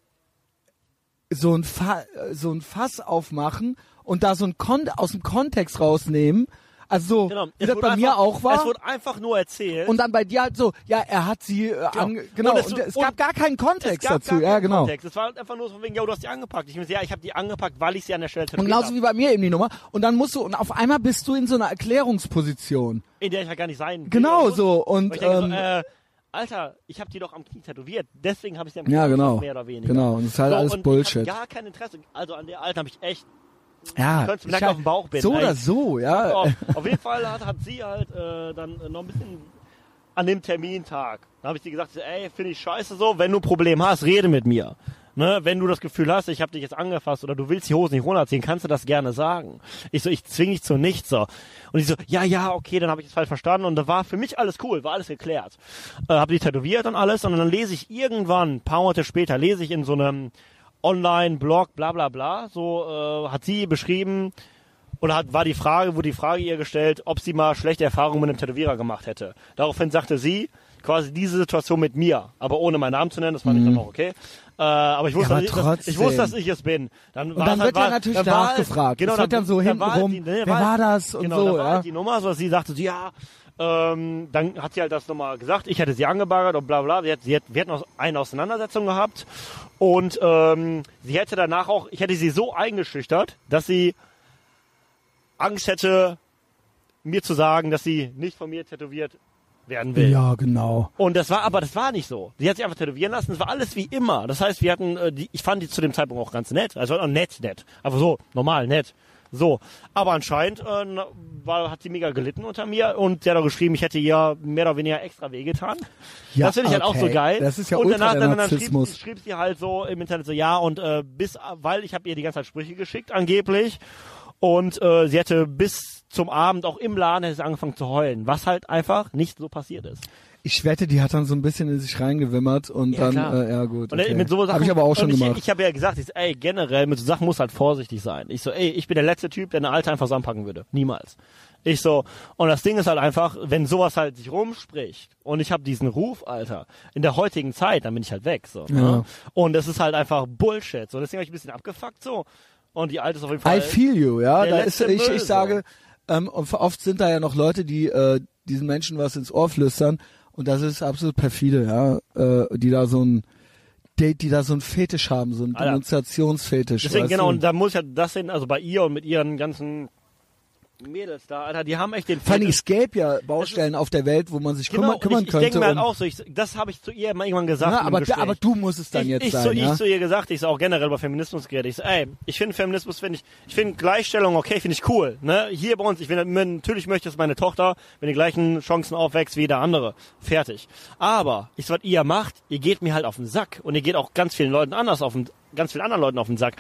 so ein, Fa so ein Fass aufmachen und da so ein Kon aus dem Kontext rausnehmen. Also so, Genau. wie Es das wurde bei mir einfach- auch Es war. wurde einfach nur erzählt. Und dann bei dir halt so, ja, er hat sie äh, Genau. ange genau. Und Und es- es, und gab gar keinen es Kontext gab dazu. gar ja, keinen genau. Kontext. Es war halt einfach nur so von wegen, ja, du hast die angepackt. Ich meine, ja, ich habe die angepackt, weil ich sie an der Stelle Und tätowiert genauso hab. wie bei mir eben die Nummer. Und dann musst du, und auf einmal bist du in so einer Erklärungsposition. in der ich ja gar nicht sein will. Genau Und- so. weil Und ich denke so, ähm, äh, Alter, ich habe die doch am Knie tätowiert. Deswegen habe ich sie am Knie Ja, genau. mehr oder weniger. Genau, und das ist halt so, alles und ich Bullshit. hab gar kein Interesse. Also an der Alten habe ich echt ja, könntest mir nackt auf den Bauch binden, So ey. oder so, ja. auf. Auf jeden Fall hat, hat sie halt äh, dann äh, noch ein bisschen an dem Termintag. Da habe ich sie gesagt, ey, finde ich scheiße so, wenn du ein Problem hast, rede mit mir. Ne, wenn du das Gefühl hast, ich habe dich jetzt angefasst oder du willst die Hosen nicht runterziehen, kannst du das gerne sagen. Ich so, ich zwing dich zu nichts so. Und ich so, ja, ja, okay, dann habe ich es falsch verstanden und da war für mich alles cool, war alles geklärt. Äh, habe die tätowiert und alles und dann lese ich irgendwann, ein paar Monate später, lese ich in so einem Online-Blog, bla bla bla, so äh, hat sie beschrieben, und hat, war die Frage, wurde die Frage ihr gestellt, ob sie mal schlechte Erfahrungen mit einem Tätowierer gemacht hätte. Daraufhin sagte sie, quasi diese Situation mit mir, aber ohne meinen Namen zu nennen, das fand ich dann auch okay. Äh, aber ich wusste, Mhm. Ja, aber dass ich, dass, ich trotzdem. wusste, dass ich es bin. Dann Und war dann es halt, wird war, ja natürlich dann war es- nachgefragt. Genau, Es wird dann so dann war hintenrum, halt die, ne, wer halt- war das und genau, so, dann war ja. halt die Nummer, so dass sie sagte, so, ja, ähm, dann hat sie halt das nochmal gesagt, ich hätte sie angebaggert und bla bla. Sie hat, sie hat, wir hatten aus- eine Auseinandersetzung gehabt und ähm, sie hätte danach auch, ich hätte sie so eingeschüchtert, dass sie Angst hätte, mir zu sagen, dass sie nicht von mir tätowiert werden will. Ja, genau. Und das war, aber das war nicht so. Sie hat sich einfach tätowieren lassen. Es war alles wie immer. Das heißt, wir hatten, äh, die, ich fand die zu dem Zeitpunkt auch ganz nett. Also auch nett, nett. Einfach so, normal, nett. So. Aber anscheinend äh, na- war, hat sie mega gelitten unter mir und sie hat auch geschrieben, ich hätte ihr mehr oder weniger extra wehgetan. Ja, das finde ich halt auch so okay. geil. Das ist ja und ultra danach der dann, dann schrieb, Narzissmus. schrieb sie halt so im Internet so, ja, und äh, bis, weil ich habe ihr die ganze Zeit Sprüche geschickt, angeblich. Und äh, sie hätte bis zum Abend auch im Laden hätte sie angefangen zu heulen, was halt einfach nicht so passiert ist. Ich wette, die hat dann so ein bisschen in sich reingewimmert und Ja, dann, klar. äh, ja gut. Und Okay. mit so Sachen, Habe ich aber auch schon und ich, gemacht. Ich habe ja gesagt, ich, so, ey, generell mit so Sachen muss halt vorsichtig sein. Ich so, ey, ich bin der letzte Typ, der eine Alte einfach so anpacken würde. Niemals. Ich so, und das Ding ist halt einfach, wenn sowas halt sich rumspricht und ich habe diesen Ruf, Alter, in der heutigen Zeit, dann bin ich halt weg. So, ne? Und das ist halt einfach Bullshit. So, deswegen habe ich ein bisschen abgefuckt so. Und die Alte ist auf jeden Fall. I feel you, ja. Der Da ist, letzte ich, Müll, ich so. sage, ähm, und oft sind da ja noch Leute, die äh, diesen Menschen was ins Ohr flüstern und das ist absolut perfide, ja, äh, die da so ein die, die da so einen Fetisch haben, so einen Alter. Denunziationsfetisch. Deswegen, weißt genau, du? und da muss ich halt das sehen, also bei ihr und mit ihren ganzen Mädels da, Alter, die haben echt den Vor allem, Fetisch- es gäbe ja Baustellen auf der Welt, wo man sich Genau, kümmern, kümmern ich, ich könnte. denke mir halt um- auch so, ich, das habe ich zu ihr mal irgendwann gesagt. Ja, im aber, da- Gespräch. aber du musst es dann ich, jetzt ich, sein. zu, ja? ich zu ihr gesagt, ich so auch generell über Feminismus geredet. Ich so, ey, ich finde Feminismus, finde ich, ich finde Gleichstellung okay, finde ich cool. Ne? Hier bei uns, ich finde, natürlich möchte ich, dass meine Tochter mit den gleichen Chancen aufwächst wie jeder andere. Fertig. Aber, ich so, was ihr macht, ihr geht mir halt auf den Sack. Und ihr geht auch ganz vielen Leuten anders auf den, ganz vielen anderen Leuten auf den Sack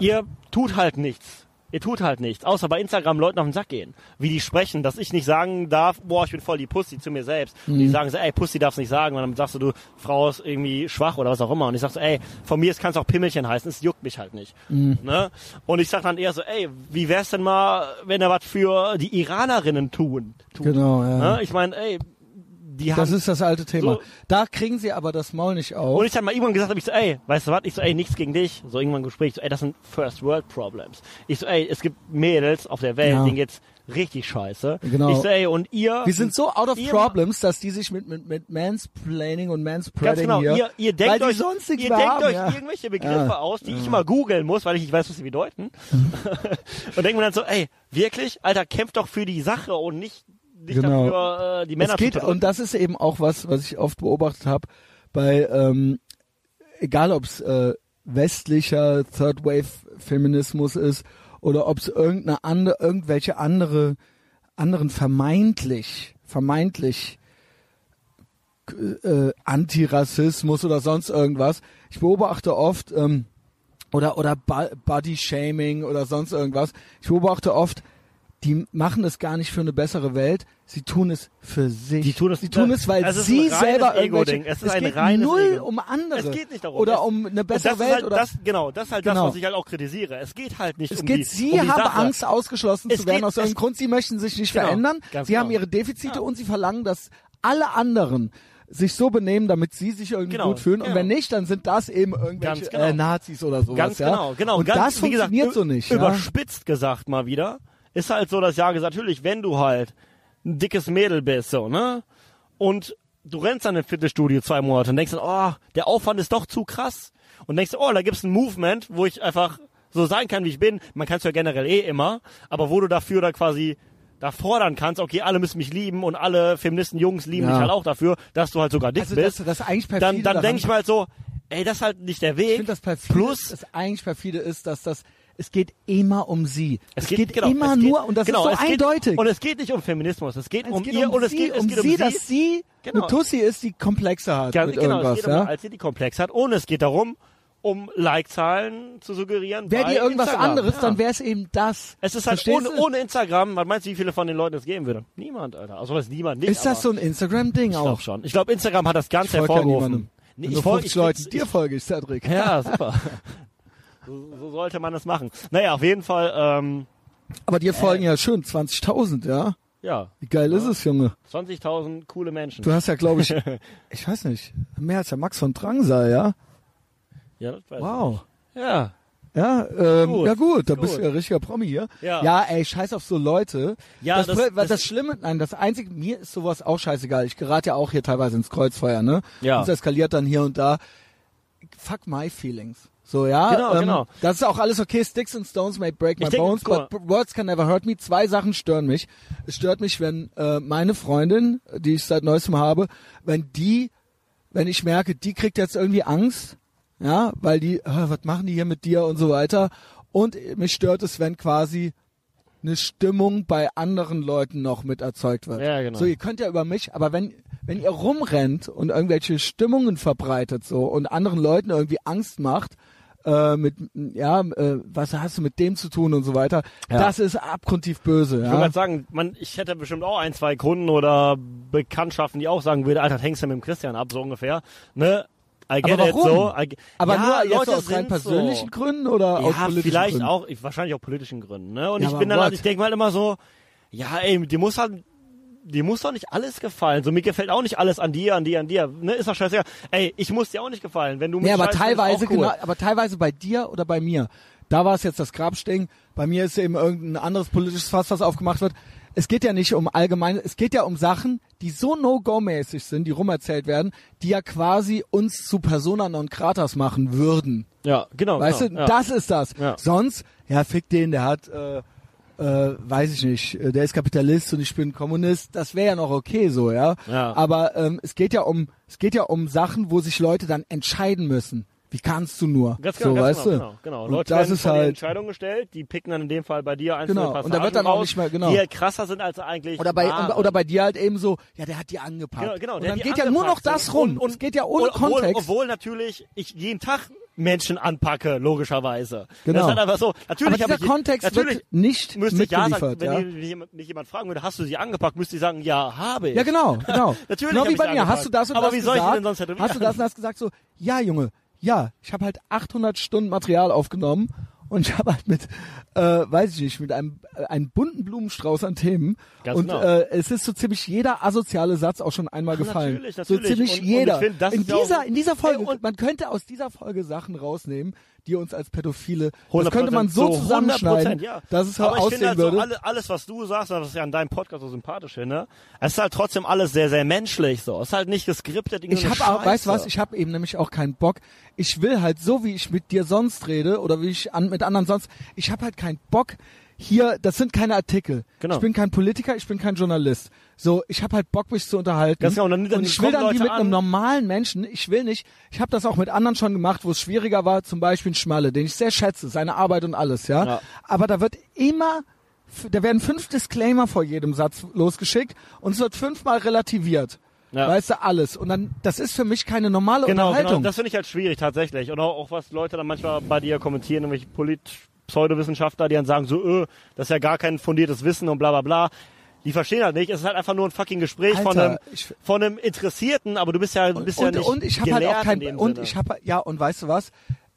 ihr tut halt nichts. Ihr tut halt nichts, außer bei Instagram Leuten auf den Sack gehen. Wie die sprechen, dass ich nicht sagen darf, boah, ich bin voll die Pussy zu mir selbst. Und Mhm. die sagen so, ey, Pussy darfst nicht sagen. Und dann sagst du, du Frau ist irgendwie schwach oder was auch immer. Und ich sag so, ey, von mir kannst auch Pimmelchen heißen, es juckt mich halt nicht. Mhm. Ne? Und ich sag dann eher so, ey, wie wär's denn mal, wenn er was für die Iranerinnen tun? tut? Genau, ja. Ne? Ich meine, ey, die haben Das ist das alte Thema. So- da kriegen sie aber das Maul nicht auf. und ich dann mal irgendwann gesagt habe, ich so, ey, weißt du was? Ich so, ey, nichts gegen dich. So irgendwann ein Gespräch, so, ey, das sind First World Problems. Ich so, ey, es gibt Mädels auf der Welt, Ja. denen geht's richtig scheiße. Genau. Ich so, ey, und ihr. Wir sind so out of Ihr- problems, dass die sich mit, mit, mit Mansplaining und Ganz Manspreading genau, hier, ihr, ihr denkt weil euch, die sonst nichts ihr mehr denkt haben, euch ja. irgendwelche Begriffe Ja. aus, die ich immer googeln muss, weil ich nicht weiß, was sie bedeuten. und denkt mir dann so, ey, wirklich? Alter, kämpft doch für die Sache und nicht, nicht Genau. dafür, äh, die Männer es geht, um zu und das ist eben auch was, was ich oft beobachtet habe, bei ähm, egal ob es äh, westlicher Third Wave Feminismus ist oder ob es irgendeine andere, irgendwelche andere anderen vermeintlich, vermeintlich äh, Antirassismus oder sonst irgendwas. Ich beobachte oft, ähm, oder, oder Bo- Body-Shaming oder sonst irgendwas. Ich beobachte oft, die machen es gar nicht für eine bessere Welt, sie tun es für sich. Die tun es- sie tun es weil Es ist ein sie reines selber Ego-Ding. irgendwelche, Es ist ein geht reines null Ego. um andere. Es geht nicht darum. Oder Es- um eine Und das bessere ist Welt. halt, oder das, genau, das ist halt Genau. das, was ich halt auch kritisiere. Es geht halt nicht es um geht, die, sie um die haben Sache. Angst, ausgeschlossen Es zu werden geht- aus es- irgendeinem Grund. Sie möchten sich nicht Genau, verändern. ganz Sie haben genau. ihre Defizite und sie verlangen, dass alle anderen sich so benehmen, damit sie sich irgendwie Genau, gut fühlen. Und genau. wenn nicht, dann sind das eben irgendwelche Ganz genau. äh, Nazis oder sowas. Ganz ja? genau, genau. Und ganz, das wie gesagt, funktioniert so ü- nicht. ja? Überspitzt gesagt mal wieder. Ist halt so, dass ja gesagt, natürlich, wenn du halt ein dickes Mädel bist, so, ne? Und du rennst an dem Fitnessstudio zwei Monate und denkst dann, oh, der Aufwand ist doch zu krass. Und denkst, oh, da gibt's ein Movement, wo ich einfach so sein kann, wie ich bin. Man kann's ja generell eh immer, aber wo du dafür da quasi da fordern kannst, okay, alle müssen mich lieben und alle Feministen, Jungs lieben Ja. dich halt auch dafür, dass du halt sogar dick Also das, bist. das eigentlich perfide dann dann daran- denke ich mal halt so, ey, das ist halt nicht der Weg. ich finde das perfide, Plus, das eigentlich perfide ist, dass das es geht immer um sie. Es geht, geht, genau, immer es geht, nur und das genau, ist es so eindeutig. Geht, und es geht nicht um Feminismus, es geht es um geht ihr um und es sie, geht, es um geht sie, um dass sie Genau. eine Tussi ist, die Komplexe hat ganz mit genau, es irgendwas, geht um ja? als sie die Komplex hat und es geht darum, um Like-Zahlen zu suggerieren. Wäre bei die irgendwas Instagram. anderes, ja. dann wäre es eben das. es ist halt Verstehst ohne, du? ohne Instagram, was meinst du, wie viele von den Leuten es geben würde? Niemand, Alter. Also was niemand nicht. Ist das so aber ein Instagram-Ding Ich glaub auch? schon. Ich glaube, Instagram hat das ganz folg ja hervorgehoben. niemandem. Nee, Nur folg- 50 Leuten. ich- Dir folge ich, Cedric. Ja, super. so, so sollte man das machen. Naja, auf jeden Fall, ähm, Aber dir folgen ja schön 20.000, ja? ja, Wie geil ist es, Junge? 20.000 coole Menschen. Du hast ja, glaube ich, ich weiß nicht, mehr als der Max von Drangsal, ja? ja, das weiß ich. Wow. Ja. Ja, ähm, Gut. ja gut, da Gut. bist du ja richtiger Promi hier. Ja. ja, ey, scheiß auf so Leute. Ja, das, das- das, das- das Schlimme, nein, das Einzige, mir ist sowas auch scheißegal. Ich gerate ja auch hier teilweise ins Kreuzfeuer, ne? Ja. Und es eskaliert dann hier und da. Fuck my feelings. So, ja. Genau, ähm, genau. Das ist auch alles okay. Sticks and stones may break my denke, bones, guck but words can never hurt me. Zwei Sachen stören mich. Es stört mich, wenn äh, meine Freundin, die ich seit neuestem habe, wenn die wenn ich merke, die kriegt jetzt irgendwie Angst, ja, weil die, äh, was machen die hier mit dir und so weiter. Und mich stört es, wenn quasi eine Stimmung bei anderen Leuten noch mit erzeugt wird. Ja, genau. So, ihr könnt ja über mich, aber wenn, wenn ihr rumrennt und irgendwelche Stimmungen verbreitet so und anderen Leuten irgendwie Angst macht, äh, mit, ja, äh, was hast du mit dem zu tun und so weiter, Ja. das ist abgrundtief böse. Ich würde Ja? gerade sagen, man, ich hätte bestimmt auch ein, zwei Kunden oder Bekanntschaften, die auch sagen würden, Alter, das hängst du mit dem Christian ab, so ungefähr. Ne? I get Aber it, warum? so. I get, Aber ja, nur jetzt Leute so aus rein sind persönlichen so. Gründen oder aus Ja, politischen vielleicht Gründen? auch, ich- wahrscheinlich auch politischen Gründen. Ne? Und Ja, ich aber bin dann, what? halt, ich denke mal immer so, ja, ey, die muss halt, die muss doch nicht alles gefallen. So, mir gefällt auch nicht alles an dir, an dir, an dir. Ne? Ist doch scheißegal. Ey, ich muss dir auch nicht gefallen. Wenn du mich Nee, aber scheiße findest, teilweise, auch cool. genau, aber teilweise bei dir oder bei mir. Da war es jetzt das Grabsting. Bei mir ist eben irgendein anderes politisches Fass, was aufgemacht wird. Es geht ja nicht um allgemeine, es geht ja um Sachen, die so no-go-mäßig sind, die rumerzählt werden, die ja quasi uns zu Persona non gratas machen würden. Ja, genau. Weißt genau, du, ja. das ist das. Ja. Sonst, ja, fick den, der hat, äh, äh, weiß ich nicht, äh, der ist Kapitalist und ich bin Kommunist. Das wäre ja noch okay so, ja. Ja. Aber ähm, es geht ja um, es geht ja um Sachen, wo sich Leute dann entscheiden müssen. Wie kannst du nur? Ganz genau, so, ganz weißt genau, du? genau, genau. Und Leute das werden ist vor die halt. Entscheidung gestellt, die picken dann in dem Fall bei dir einzelne Genau, Passagen und da wird dann auch raus, nicht mehr- genau. die halt krasser sind als eigentlich Oder bei, waren. oder bei dir halt eben so, ja, der hat die angepackt. Ah. genau, genau, und der dann die geht ja nur noch angepackt das sind. rum. Und, und, es geht ja ohne obwohl, Kontext. Obwohl natürlich ich jeden Tag Menschen anpacke, logischerweise. Genau. Das ist halt einfach so. aber Natürlich hab dieser ich, Kontext natürlich wird nicht müsste ich ja sagen, mitgeliefert. wenn ja? die- wenn jemand- mich jemand fragen würde, hast du sie angepackt, müsste ich sagen, ja, habe ich. Ja, genau, genau. Natürlich genau hab wie ich bei da mir. angefragt. Hast du das und Aber das wie soll ich gesagt? denn sonst hätte- hast du das und das gesagt? So, ja, Junge, ja, ich habe halt 800 Stunden Material aufgenommen und ich habe halt mit, äh, weiß ich nicht, mit einem, äh, einem bunten Blumenstrauß an Themen. Ganz und genau. äh, es ist so ziemlich jeder asoziale Satz auch schon einmal gefallen. natürlich, So natürlich. ziemlich Und- und ich jeder. find, das in, ist ja auch- dieser, in dieser Folge, Ey, und- man könnte aus dieser Folge Sachen rausnehmen, die uns als Pädophile, das 100%, könnte man so, 100%, zusammenschneiden, ja. dass es Aber ich aussehen finde halt würde. So alle, alles, was du sagst, was ich an deinem Podcast so sympathisch finde, es ist halt trotzdem alles sehr, sehr menschlich so. Es ist halt nicht geskriptet. irgendwie Ich so habe, eine auch- weißt du Scheiße. was, ich habe eben nämlich auch keinen Bock. Ich will halt so, wie ich mit dir sonst rede oder wie ich an, mit anderen sonst, ich habe halt keinen Bock. Hier, das sind keine Artikel. Genau. Ich bin kein Politiker, ich bin kein Journalist. So, ich habe halt Bock, mich zu unterhalten. Ganz genau, und dann- dann ich will kommen dann die Leute mit einem an. normalen Menschen, ich will nicht, ich habe das auch mit anderen schon gemacht, wo es schwieriger war, zum Beispiel ein Schmalle, den ich sehr schätze, seine Arbeit und alles, ja. Ja. Aber da wird immer f- da werden fünf Disclaimer vor jedem Satz losgeschickt und es wird fünfmal relativiert. Ja. Weißt du, alles. Und dann, das ist für mich keine normale Genau, genau. Unterhaltung. Das finde ich halt schwierig tatsächlich. Und auch, auch was Leute dann manchmal bei dir kommentieren, irgendwelche Polit Pseudowissenschaftler, die dann sagen so, öh, das ist ja gar kein fundiertes Wissen und bla bla bla. Die verstehen halt nicht. Es ist halt einfach nur ein fucking Gespräch von Alter, einem ich- von einem Interessierten, aber du bist ja du bist und, ja nicht und ich habe halt gelehrt auch kein in dem und Sinne. ich habe ja und weißt du was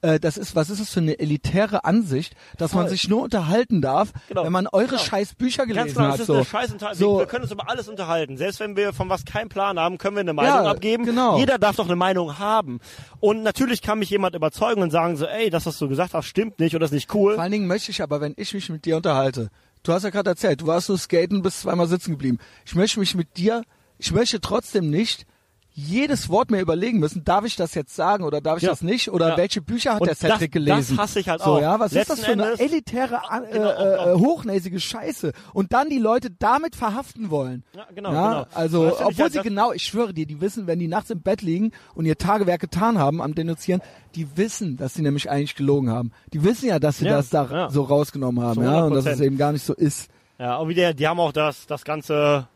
Äh, das ist was ist das für eine elitäre Ansicht dass man Voll. sich nur unterhalten darf Genau. wenn man eure Genau. scheiß Bücher Ganz gelesen klar, hat es ist so eine scheiß Unterhaltung. so Wir können uns über alles unterhalten. Selbst wenn wir von was keinen Plan haben, können wir eine Meinung abgeben. genau. Jeder darf doch eine Meinung haben. Und natürlich kann mich jemand überzeugen und sagen so, ey, das, was du gesagt hast, stimmt nicht oder ist nicht cool. vor allen Dingen möchte ich aber wenn ich mich mit dir unterhalte du hast ja gerade erzählt du warst nur skaten bist zweimal sitzen geblieben ich möchte mich mit dir ich möchte trotzdem nicht jedes Wort mir überlegen müssen, darf ich das jetzt sagen oder darf ich Ja. das nicht oder Ja. welche Bücher hat Und der Cedric das- das gelesen? hasse ich halt so, auch. Ja, was Letzten ist das für eine Endes- elitäre, an- äh, Genau, auch- äh, hochnäsige Scheiße und dann die Leute damit verhaften wollen. Ja, genau, genau. Also, Das finde ich obwohl halt- sie das- genau, ich schwöre dir, die wissen, wenn die nachts im Bett liegen und ihr Tagewerk getan haben am Denunzieren, die wissen, dass sie nämlich eigentlich gelogen haben. Die wissen ja, dass sie Ja, das da ja. so rausgenommen haben, Zu ja, und dass es 100%. eben gar nicht so ist. Ja, und wieder, die haben auch das, das ganze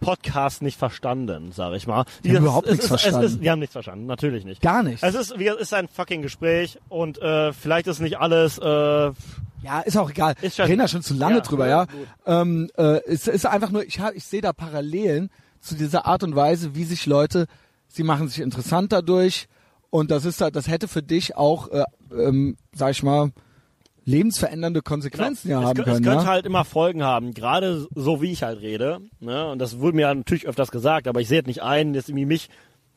Podcast nicht verstanden, sage ich mal. Die haben Das- überhaupt es nichts ist, es verstanden. Ist, die haben nichts verstanden, natürlich nicht. Gar nicht. Es ist, wie, es ist ein fucking Gespräch und äh, vielleicht ist nicht alles. Äh, Ja, ist auch egal. Ist Ich schon- rede da schon zu lange Ja, drüber, ja, ja. Ähm, äh, es ist einfach nur, ich, hab- ich sehe da Parallelen zu dieser Art und Weise, wie sich Leute, sie machen sich interessant dadurch und das ist halt, das hätte für dich auch, äh, ähm, sag ich mal, lebensverändernde Konsequenzen ja Genau. es, haben es können. könnte ja? halt immer Folgen haben, gerade so wie ich halt rede. Ne? Und das wurde mir ja natürlich öfters gesagt, aber ich sehe jetzt nicht ein, jetzt irgendwie mich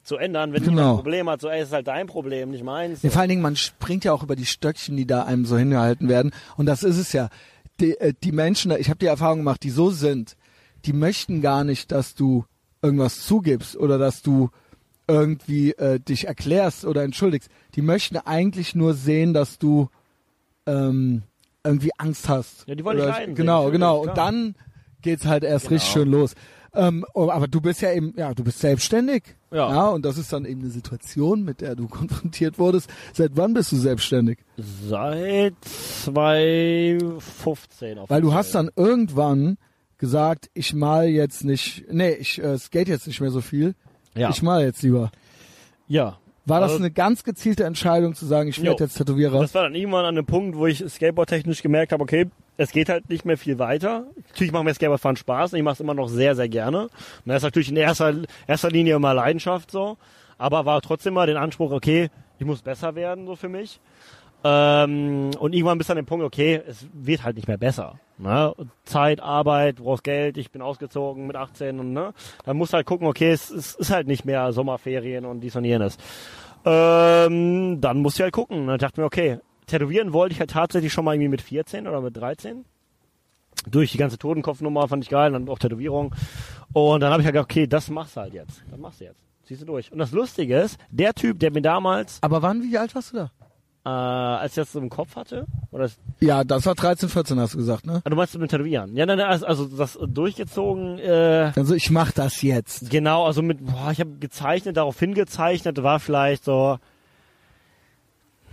zu ändern, wenn jemand Genau. ein Problem hat. So, ey, es ist halt dein Problem, nicht meins. Ja, vor allen Dingen, man springt ja auch über die Stöckchen, die da einem so hingehalten werden. Und das ist es ja. Die, äh, die Menschen, ich habe die Erfahrung gemacht, die so sind, die möchten gar nicht, dass du irgendwas zugibst oder dass du irgendwie äh, dich erklärst oder entschuldigst. Die möchten eigentlich nur sehen, dass du ähm, irgendwie Angst hast. Ja, die wollen dich Oder- leiden sehen, Genau, natürlich, genau. klar. Und dann geht's halt erst richtig Genau. schön los. Ähm, oh, aber du bist ja eben, ja, du bist selbstständig. Ja. ja. Und das ist dann eben eine Situation, mit der du konfrontiert wurdest. Seit wann bist du selbstständig? Seit 2015 auf Weil du hast dann irgendwann gesagt, ich mal jetzt nicht, nee, ich äh, skate jetzt nicht mehr so viel. Ja. Ich mal jetzt lieber. ja. War das Also- eine ganz gezielte Entscheidung zu sagen, ich Jo. werde jetzt Tätowierer? Das war dann irgendwann an dem Punkt, wo ich skateboardtechnisch gemerkt habe, okay, es geht halt nicht mehr viel weiter. Natürlich macht mir Skateboardfahren Spaß und ich mache es immer noch sehr, sehr gerne. Und das ist natürlich in erster, erster Linie immer Leidenschaft so. Aber war trotzdem mal den Anspruch, okay, ich muss besser werden, so für mich. Ähm, und irgendwann bis an den Punkt, okay, es wird halt nicht mehr besser. Ne? Zeit, Arbeit, du brauchst Geld, ich bin ausgezogen mit 18 und ne, dann musst du halt gucken, okay, es, es ist halt nicht mehr Sommerferien und dies und jenes. Ähm, dann musste ich halt gucken. Und dann dachte ich mir, okay, tätowieren wollte ich halt tatsächlich schon mal irgendwie mit 14 oder mit 13. Durch die ganze Totenkopfnummer fand ich geil, dann auch Tätowierung. Und dann habe ich halt gedacht, okay, das machst du halt jetzt. Das machst du jetzt. Ziehst du durch. Und das Lustige ist, der Typ, der mir damals, Aber wann, wie alt warst du da? äh, als ich das so im Kopf hatte, oder das, Ja, das war 13, 14 hast du gesagt, ne? ah, du meinst mit Tätowieren? Ja, nein, nein, also- also das durchgezogen, äh, Also ich mach das jetzt. Genau, also mit, boah, ich habe gezeichnet, darauf hingezeichnet, war vielleicht so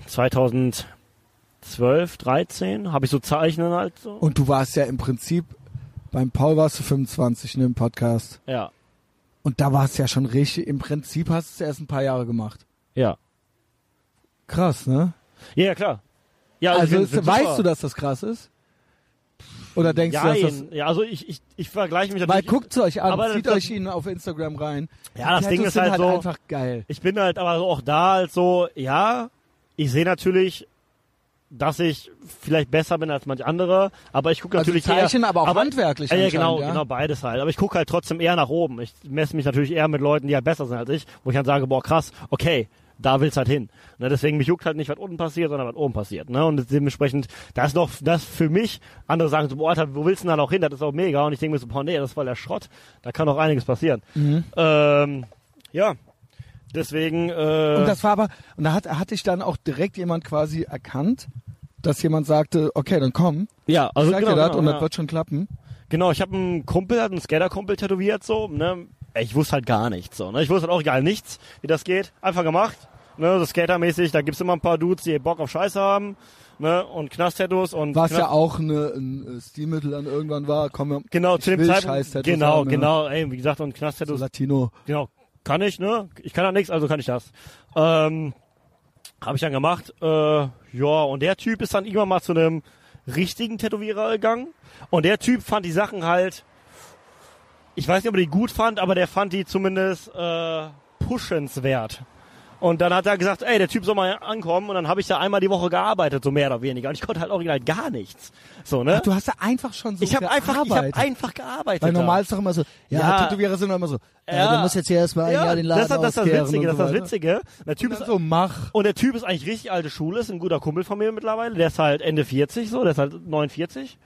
2012, 13, habe ich so Zeichnen halt so. Und du warst ja im Prinzip, beim Paul warst du 25 in dem Podcast. Ja, Und da warst du ja schon richtig, im Prinzip hast du es erst ein paar Jahre gemacht. ja. Krass, ne? Ja, ja, klar. Ja, ich Also bin- ist, bin weißt super. du, dass das krass ist? Oder denkst du, dass das... Jein. Ja, also ich, ich, ich vergleiche mich Weil natürlich. guckt euch an, aber zieht das- euch ihn auf Instagram rein. Ja, das Die Ding Tattoos ist sind halt so- einfach geil. Also Ich bin halt aber auch da halt so, ja, ich sehe natürlich, dass ich vielleicht besser bin als manch andere, aber ich gucke Also natürlich Zeichen, eher, aber auch handwerklich Ja, ja, anscheinend, genau, ja. genau beides halt. Aber ich gucke halt trotzdem eher nach oben. Ich messe mich natürlich eher mit Leuten, die halt besser sind als ich, wo ich dann sage, boah, krass, okay, da will's halt hin. Ne, deswegen mich juckt halt nicht, was unten passiert, sondern was oben passiert. Ne? Und dementsprechend, da ist noch, das für mich, andere sagen so, boah, Alter, wo willst du denn da noch hin? Das ist auch mega. Und ich denke mir so, boah, nee, das ist voll der Schrott. Da kann noch einiges passieren. Mhm. Ähm, ja. Deswegen, äh, Und das war aber, und da hat, hatte ich dann auch direkt jemand quasi erkannt, dass jemand sagte, okay, dann komm, ja, also sag genau, dir das genau, und ja. das wird schon klappen. Genau, ich habe einen Kumpel, hat einen Skater-Kumpel tätowiert, so, ne? Ich wusste halt gar nichts, so, ne? Ich wusste halt auch egal nichts, wie das geht. Einfach gemacht, ne? So skatermäßig, da gibt's immer ein paar Dudes, die Bock auf Scheiße haben. ne? Und Knast-Tattoos und Was Knast ja auch eine, ein äh, Stilmittel dann irgendwann war. Komm, wir- genau ich zu dem will Zeitpunkt. Scheiß-Tattoos Genau, haben, ja. genau, ey, wie gesagt, und So Knast-Tattoos Latino. Genau, kann ich, ne? Ich kann ja nichts, also kann ich das. Ähm, habe ich dann gemacht. Äh, ja, und der Typ ist dann irgendwann mal zu einem richtigen Tätowierer gegangen. Und der Typ fand die Sachen halt, ich weiß nicht, ob er die gut fand, aber der fand die zumindest äh, pushenswert. Und dann hat er gesagt, ey, der Typ soll mal ankommen. Und dann habe ich da einmal die Woche gearbeitet, so mehr oder weniger. Und ich konnte halt auch halt gar nichts. So, ne? Ach, du hast da einfach schon so ich habe einfach, ich gearbeitet. hab einfach gearbeitet. Weil da. normal ist doch immer so, ja, Ja. Tätowierer sind doch immer so, ja, Ja. du musst jetzt hier erstmal ein Jahr den Laden das, ist- das ist das auskehren Witzige, und das ist so das weiter. Witzige. Der Typ Und ist dann so, mach. Und der Typ ist eigentlich richtig alte Schule, ist ein guter Kumpel von mir mittlerweile. Der ist halt Ende 40 so, der ist halt 49.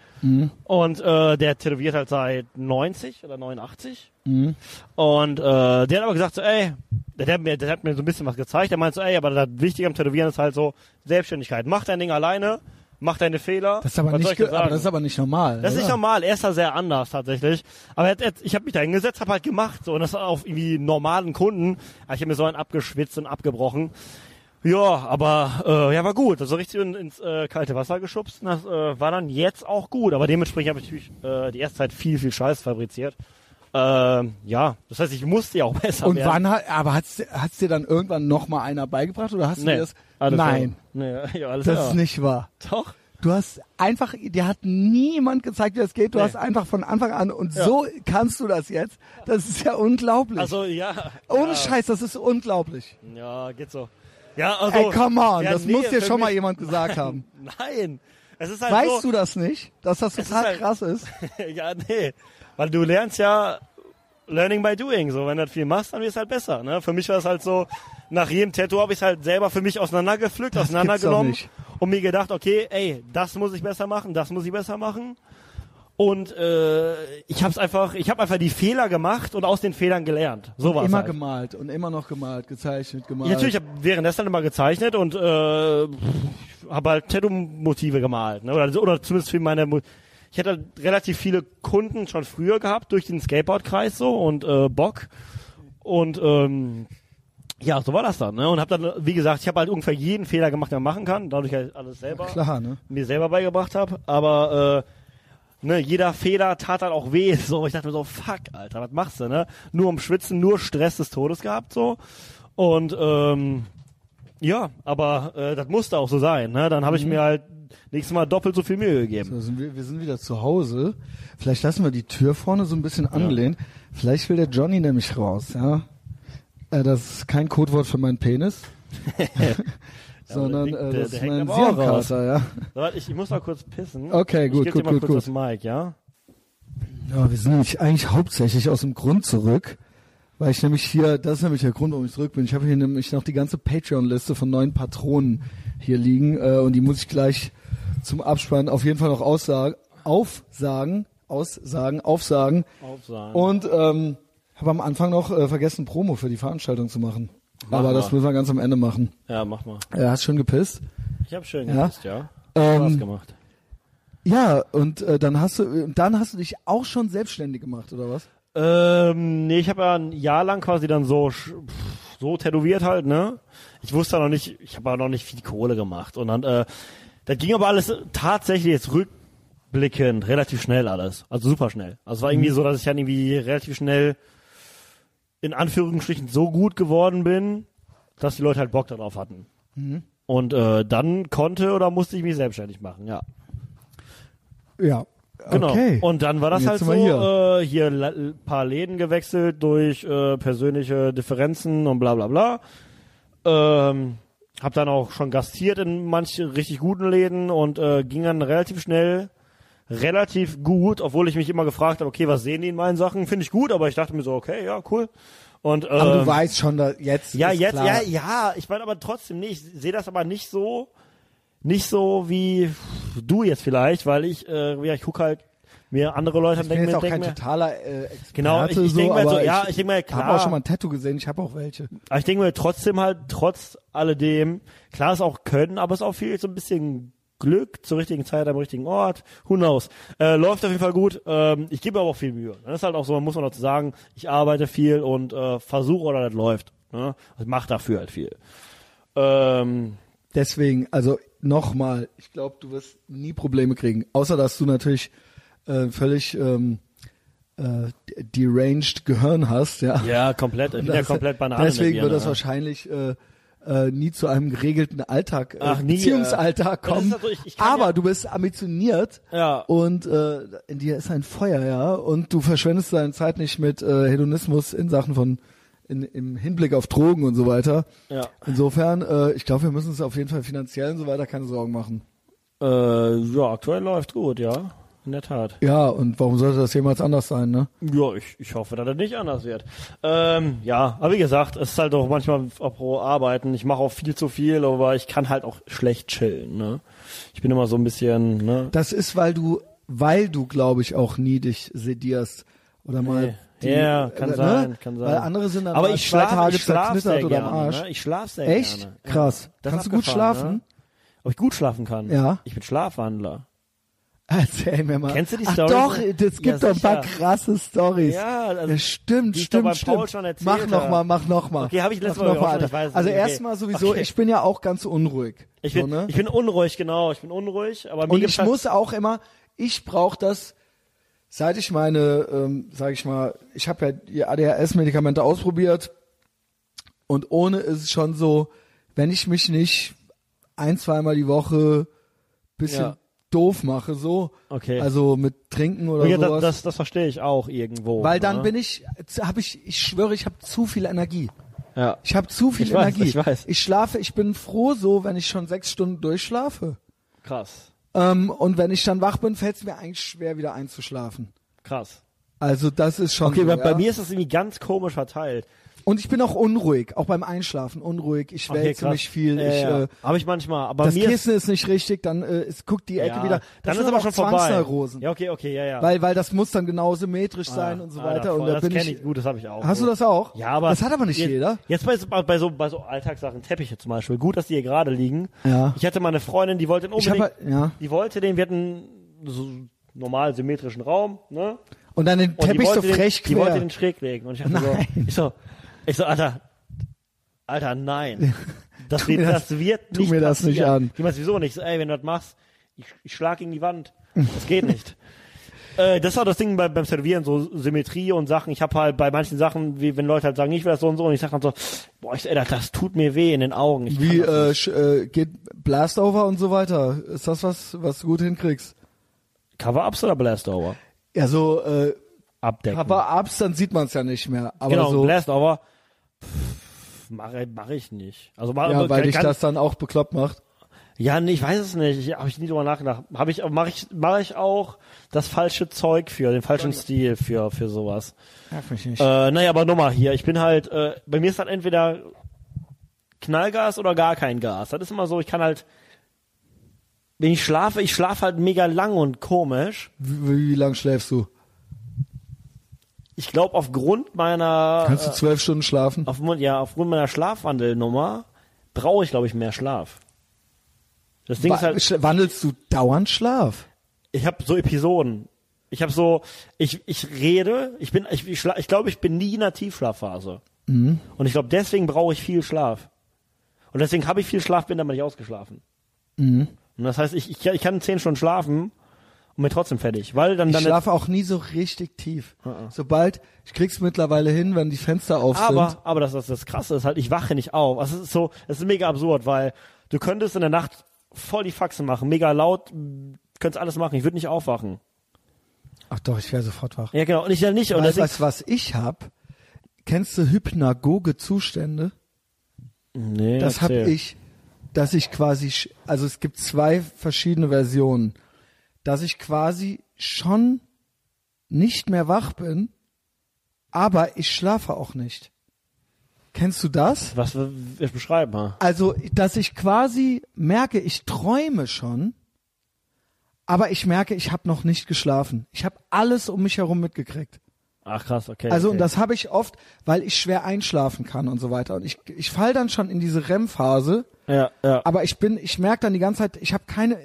Und äh, der tätowiert halt seit 90 oder 89. Mhm. Und äh, der hat aber gesagt so, ey, der, hat mir, der hat mir so ein bisschen was gezeigt. Der meint so, ey, aber das Wichtige am Tätowieren ist halt so Selbstständigkeit. Mach dein Ding alleine, mach deine Fehler. Das ist aber, Was nicht, soll ich dir ge- aber sagen? das ist aber nicht normal. Das ist oder? nicht normal, er ist da sehr anders tatsächlich. Aber er, hat- ich habe mich da hingesetzt, habe halt gemacht so, und das auf irgendwie normalen Kunden. Aber ich habe mir so einen abgeschwitzt und abgebrochen. Ja, aber äh, ja, war gut. Also richtig in, ins äh, kalte Wasser geschubst. Und das äh, war dann jetzt auch gut. Aber dementsprechend habe ich natürlich äh, die erste Zeit viel, viel Scheiß fabriziert. Ähm, ja, das heißt, ich musste ja auch besser Und werden. wann hat, aber hat's, hat's dir dann irgendwann nochmal einer beigebracht oder hast du Nee, dir das? alles Nein, klar. Nee, ja, alles das klar. ist nicht wahr. Doch. Du hast einfach, dir hat niemand gezeigt, wie das geht. Du Nee. hast einfach von Anfang an und Ja. so kannst du das jetzt. Das ist ja unglaublich. Also ja. Ohne ja, Scheiß, das ist unglaublich. Ja, geht so. Ja, also. Ey, come on, ja, das nee, muss dir für schon mal mich- jemand gesagt haben. Nein. Es ist halt so, Weißt du das nicht, dass das Es ist total halt- krass ist? ja, nee. Weil du lernst ja Learning by Doing. So, wenn du das viel machst, dann wird es halt besser. Ne? Für mich war es halt so, nach jedem Tattoo habe ich es halt selber für mich auseinandergepflückt, Das auseinandergenommen gibt's doch und mir gedacht, okay, ey, das muss ich besser machen, das muss ich besser machen. Und äh, ich habe einfach, ich habe einfach die Fehler gemacht und aus den Fehlern gelernt. So war es Immer halt. gemalt und immer noch gemalt, gezeichnet, gemalt. Ja, natürlich, ich habe währenddessen immer gezeichnet und äh, habe halt Tattoo-Motive gemalt. Ne? Oder, oder zumindest für meine... Mo ich hatte halt relativ viele Kunden schon früher gehabt durch den Skateboard-Kreis so und äh, Bock. Und ähm, ja, so war das dann. Ne? Und habe dann, wie gesagt, ich habe halt ungefähr jeden Fehler gemacht, den man machen kann. Dadurch halt alles selber Klar, ne? mir selber beigebracht habe, aber äh, ne, jeder Fehler tat halt auch weh. So, ich dachte mir so, fuck, Alter, was machst du, ne? Nur um Schwitzen, nur Stress des Todes gehabt, so. Und ähm, ja, aber äh, das musste auch so sein, ne? Dann habe ich mir halt nächstes Mal doppelt so viel Mühe gegeben. Mhm. So, sind wir, wir sind wieder zu Hause. Vielleicht lassen wir die Tür vorne so ein bisschen angelehnt. Vielleicht will der Johnny nämlich raus, ja. Äh, das ist kein Codewort für meinen Penis, sondern der- äh, der- das der ist hängt mein aber auch raus. Sierenkater, ja. Warte, Ich, ich muss mal kurz pissen. Okay, gut, ich gut, geb dir mal gut, kurz gut. Das Mic, ja? Ja, wir sind nämlich eigentlich hauptsächlich aus dem Grund zurück, weil ich nämlich hier, das ist nämlich der Grund, warum ich zurück bin. Ich habe hier nämlich noch die ganze Patreon-Liste von neuen Patronen hier liegen äh, und die muss ich gleich zum Abspann auf jeden Fall noch aussagen, aufsagen, aussagen, aufsagen. Aufsagen. Und ähm, habe am Anfang noch äh, vergessen, Promo für die Veranstaltung zu machen. Mach Aber mal. das müssen wir ganz am Ende machen. Ja, mach mal. Äh, hast schon gepisst? Ich habe schön Ja? gepisst, ja. Ähm, Spaß gemacht. Ja, und äh, dann hast du, und dann hast du dich auch schon selbstständig gemacht oder was? Ähm, nee, ich habe ja ein Jahr lang quasi dann so sch- pff, so tätowiert halt, ne? Ich wusste ja noch nicht, ich habe ja noch nicht viel Kohle gemacht und dann äh, das ging aber alles tatsächlich jetzt rückblickend relativ schnell alles, also super schnell. Also es war irgendwie so, dass ich dann irgendwie relativ schnell in Anführungsstrichen so gut geworden bin, dass die Leute halt Bock darauf hatten. Und äh, dann konnte oder musste ich mich selbstständig machen, ja. Ja. Genau. Okay. Und dann war das Jetzt halt sind so, wir hier, äh, hier la- ein paar Läden gewechselt durch äh, persönliche Differenzen und bla bla bla. Ähm, hab dann auch schon gastiert in manchen richtig guten Läden und äh, ging dann relativ schnell relativ gut, obwohl ich mich immer gefragt habe, okay, was sehen die in meinen Sachen? Finde ich gut, aber ich dachte mir so, okay, ja, cool. Und, ähm, Aber du weißt schon, da jetzt. ja, ist jetzt, klar. ja, ja, ich meine aber trotzdem, nee, ich sehe das aber nicht so, nicht so wie du jetzt vielleicht, weil ich, äh, ja, ich gucke halt mir andere Leute an, Ich bin jetzt denke mir, auch denk kein mir, totaler äh, Experte. Genau, ich- ich so, denk mal so, aber ja, ich denk mal, Ich klar. habe auch schon mal ein Tattoo gesehen, ich habe auch welche. aber ich denke mir trotzdem halt, trotz alledem, klar ist auch Können, aber es ist auch viel so ein bisschen Glück zur richtigen Zeit am richtigen Ort, who knows. Äh, läuft auf jeden Fall gut, ähm, ich gebe mir aber auch viel Mühe. Das ist halt auch so, muss man dazu sagen, ich arbeite viel und äh, versuche oder das läuft. Ne? Also ich mache dafür halt viel. Ähm, Deswegen, also nochmal, ich glaube, du wirst nie Probleme kriegen. Außer, dass du natürlich äh, völlig ähm, äh, deranged Gehirn hast. Ja, Ja, komplett. Ich bin ja Das- komplett Banane. Deswegen Birne, wird das ja. wahrscheinlich äh, äh, nie zu einem geregelten Alltag, äh, Ach, nie, Beziehungsalltag äh, das ist kommen. also, ich- ich kann Aber ja- du bist ambitioniert Ja. und äh, in dir ist ein Feuer, ja. Und du verschwendest deine Zeit nicht mit äh, Hedonismus in Sachen von in, im Hinblick auf Drogen und so weiter. Ja. Insofern, äh, ich glaube, wir müssen uns auf jeden Fall finanziell und so weiter keine Sorgen machen. Äh, ja, aktuell läuft gut, ja. In der Tat. Ja, und warum sollte das jemals anders sein, ne? Ja, ich, ich hoffe, dass das nicht anders wird. Ähm, ja, aber wie gesagt, es ist halt auch manchmal auch pro Arbeiten. Ich mache auch viel zu viel, aber ich kann halt auch schlecht chillen. Ne? Ich bin immer so ein bisschen, ne? Das ist, weil du, weil du, glaube ich, auch nie dich sedierst oder mal. die- ja, kann ne? sein, kann sein. Weil andere sind dann aber mal ich zwei schlafe, Tage ich schlafe zerknittert sehr oder am gerne, Arsch. Ne? Ich schlafe sehr Echt? gerne. Ja. Krass. Das Kannst ist du gut abgefahren, schlafen? Ne? Ob ich gut schlafen kann? Ja. Ich bin Schlafwandler. Erzähl mir mal. Kennst du die Ach Story? doch, es gibt Ja, doch ein paar sicher. krasse Stories. Ja, also, Ja, stimmt, die ich stimmt, doch beim stimmt. Paul schon erzählt mach noch habe. mal, mach noch mal. Okay, hab ich letztes Mach Mal noch mal, auch schon, Alter. ich weiß es Also nicht, okay. erstmal sowieso, Okay. ich bin ja auch ganz unruhig. ich, bin, so, ne? ich bin unruhig, genau. Ich bin unruhig, aber mir Und gibt's ich halt, muss auch immer, ich brauche das, seit ich meine, ähm, sage ich mal, ich habe ja die ADHS-Medikamente ausprobiert und ohne ist es schon so, wenn ich mich nicht ein, zweimal die Woche bisschen Ja. doof mache, so, Okay. also mit Trinken oder ja, das, sowas. das, das verstehe ich auch irgendwo. weil dann ne? bin ich, habe ich, ich schwöre, ich habe zu viel Energie. ja. Ich habe zu viel Ich weiß, Energie. ich weiß. ich schlafe, ich bin froh so, wenn ich schon sechs Stunden durchschlafe. krass, Ähm, und wenn ich dann wach bin, fällt es mir eigentlich schwer, wieder einzuschlafen. krass. Also das ist schon. Okay, so, bei, ja. bei mir ist das irgendwie ganz komisch verteilt. Und ich bin auch unruhig, auch beim Einschlafen unruhig. Ich Okay, wälze krass. mich viel. Ja, ich, ja. Äh, Habe ich manchmal. Aber das mir ist, Kissen ist nicht richtig, dann äh, es guckt die Ecke ja, wieder. Das dann sind ist aber auch schon vorbei. Zwangsneurosen, Ja, okay, okay, ja, ja. weil weil das muss dann genau symmetrisch Ah, sein und so ah, weiter. ja, und voll, da das bin kenn ich. gut, das habe ich auch. Hast du das auch? Ja, aber das hat aber nicht jetzt, jeder. Jetzt bei so, bei so bei so Alltagssachen Teppiche zum Beispiel. Gut, dass die hier gerade liegen. Ja. Ich hatte mal eine Freundin, die wollte den Ich hab, unbedingt. halt- ja. Die wollte den. Wir hatten so normal symmetrischen Raum. Ne? Und dann den Und die Teppich so wollte den- frech Die wollte quer. den schräg legen. Und ich dachte Nein. so, ich so, ich so, Alter, Alter, nein. Das, wird, mir das, das- wird tu nicht mir das nicht passieren. an. Ich meinst, wieso nicht? Ich So, ey, wenn du das machst, ich, ich schlag gegen die Wand. Das geht nicht. Äh, das war das Ding bei, beim Servieren, so Symmetrie und Sachen. Ich habe halt bei manchen Sachen, wie wenn Leute halt sagen, ich will das so und so, und ich sag dann so, boah, ich, ey, das, das tut mir weh in den Augen. Ich kann Wie das nicht. äh, sch- äh, geht Blastover und so weiter? Ist das was, was du gut hinkriegst? Cover-Ups oder Blastover? Ja, so äh, Abdecken. Aber abends, dann sieht man es ja nicht mehr. Aber genau, so, Blastover pff, mache mach ich nicht. Also mach, ja, weil kann, dich kann, das dann auch bekloppt macht. Ja, nee, ich weiß es nicht. Ich, habe ich nie drüber nachgedacht. Habe ich, mache ich, mache ich auch das falsche Zeug für, den falschen Stil für, für sowas. Nerv mich nicht. Äh, naja, aber nochmal hier. Ich bin halt, äh, bei mir ist halt entweder Knallgas oder gar kein Gas. Das ist immer so. Ich kann halt, wenn ich schlafe, ich schlafe halt mega lang und komisch. wie, wie lang schläfst du? Ich glaube aufgrund meiner, Kannst äh, du zwölf Stunden schlafen? auf, ja, aufgrund meiner Schlafwandelnummer brauche ich glaube ich mehr Schlaf. Das Ding Wa- ist halt, schla- Wandelst du dauernd Schlaf? ich habe so Episoden. Ich habe so, ich, ich rede, ich bin, ich, ich, schla- ich glaube, ich bin nie in der Tiefschlafphase. Mhm. Und ich glaube, deswegen brauche ich viel Schlaf. Und deswegen habe ich viel Schlaf, bin aber nicht ausgeschlafen. Mhm. Und das heißt, ich, ich, ich kann zehn Stunden schlafen und bin trotzdem fertig. Weil dann, Äh, Ich dann schlafe auch nie so richtig tief. Sobald, ich krieg's mittlerweile hin, wenn die Fenster auf aber, sind. aber das, das, das Krasse ist halt, ich wache nicht auf. Also es ist so, es ist mega absurd, weil du könntest in der Nacht voll die Faxen machen, mega laut, m, könntest alles machen, ich würde nicht aufwachen. Ach doch, ich wäre sofort wach. Ja, genau, und ich ja nicht. Und weißt deswegen, du, was ich hab? Kennst du hypnagoge Zustände? nee, Das habe erzähl. ich, dass ich quasi, sch- also es gibt zwei verschiedene Versionen, dass ich quasi schon nicht mehr wach bin, aber ich schlafe auch nicht. Kennst du das? Was, ich beschreibe mal. Also, dass ich quasi merke, ich träume schon, aber ich merke, ich habe noch nicht geschlafen. Ich habe alles um mich herum mitgekriegt. Ach krass, okay. Also okay. und das habe ich oft, weil ich schwer einschlafen kann und so weiter. Und ich, ich fall dann schon in diese REM-Phase, Ja, ja. aber ich bin, ich merke dann die ganze Zeit, ich habe keine,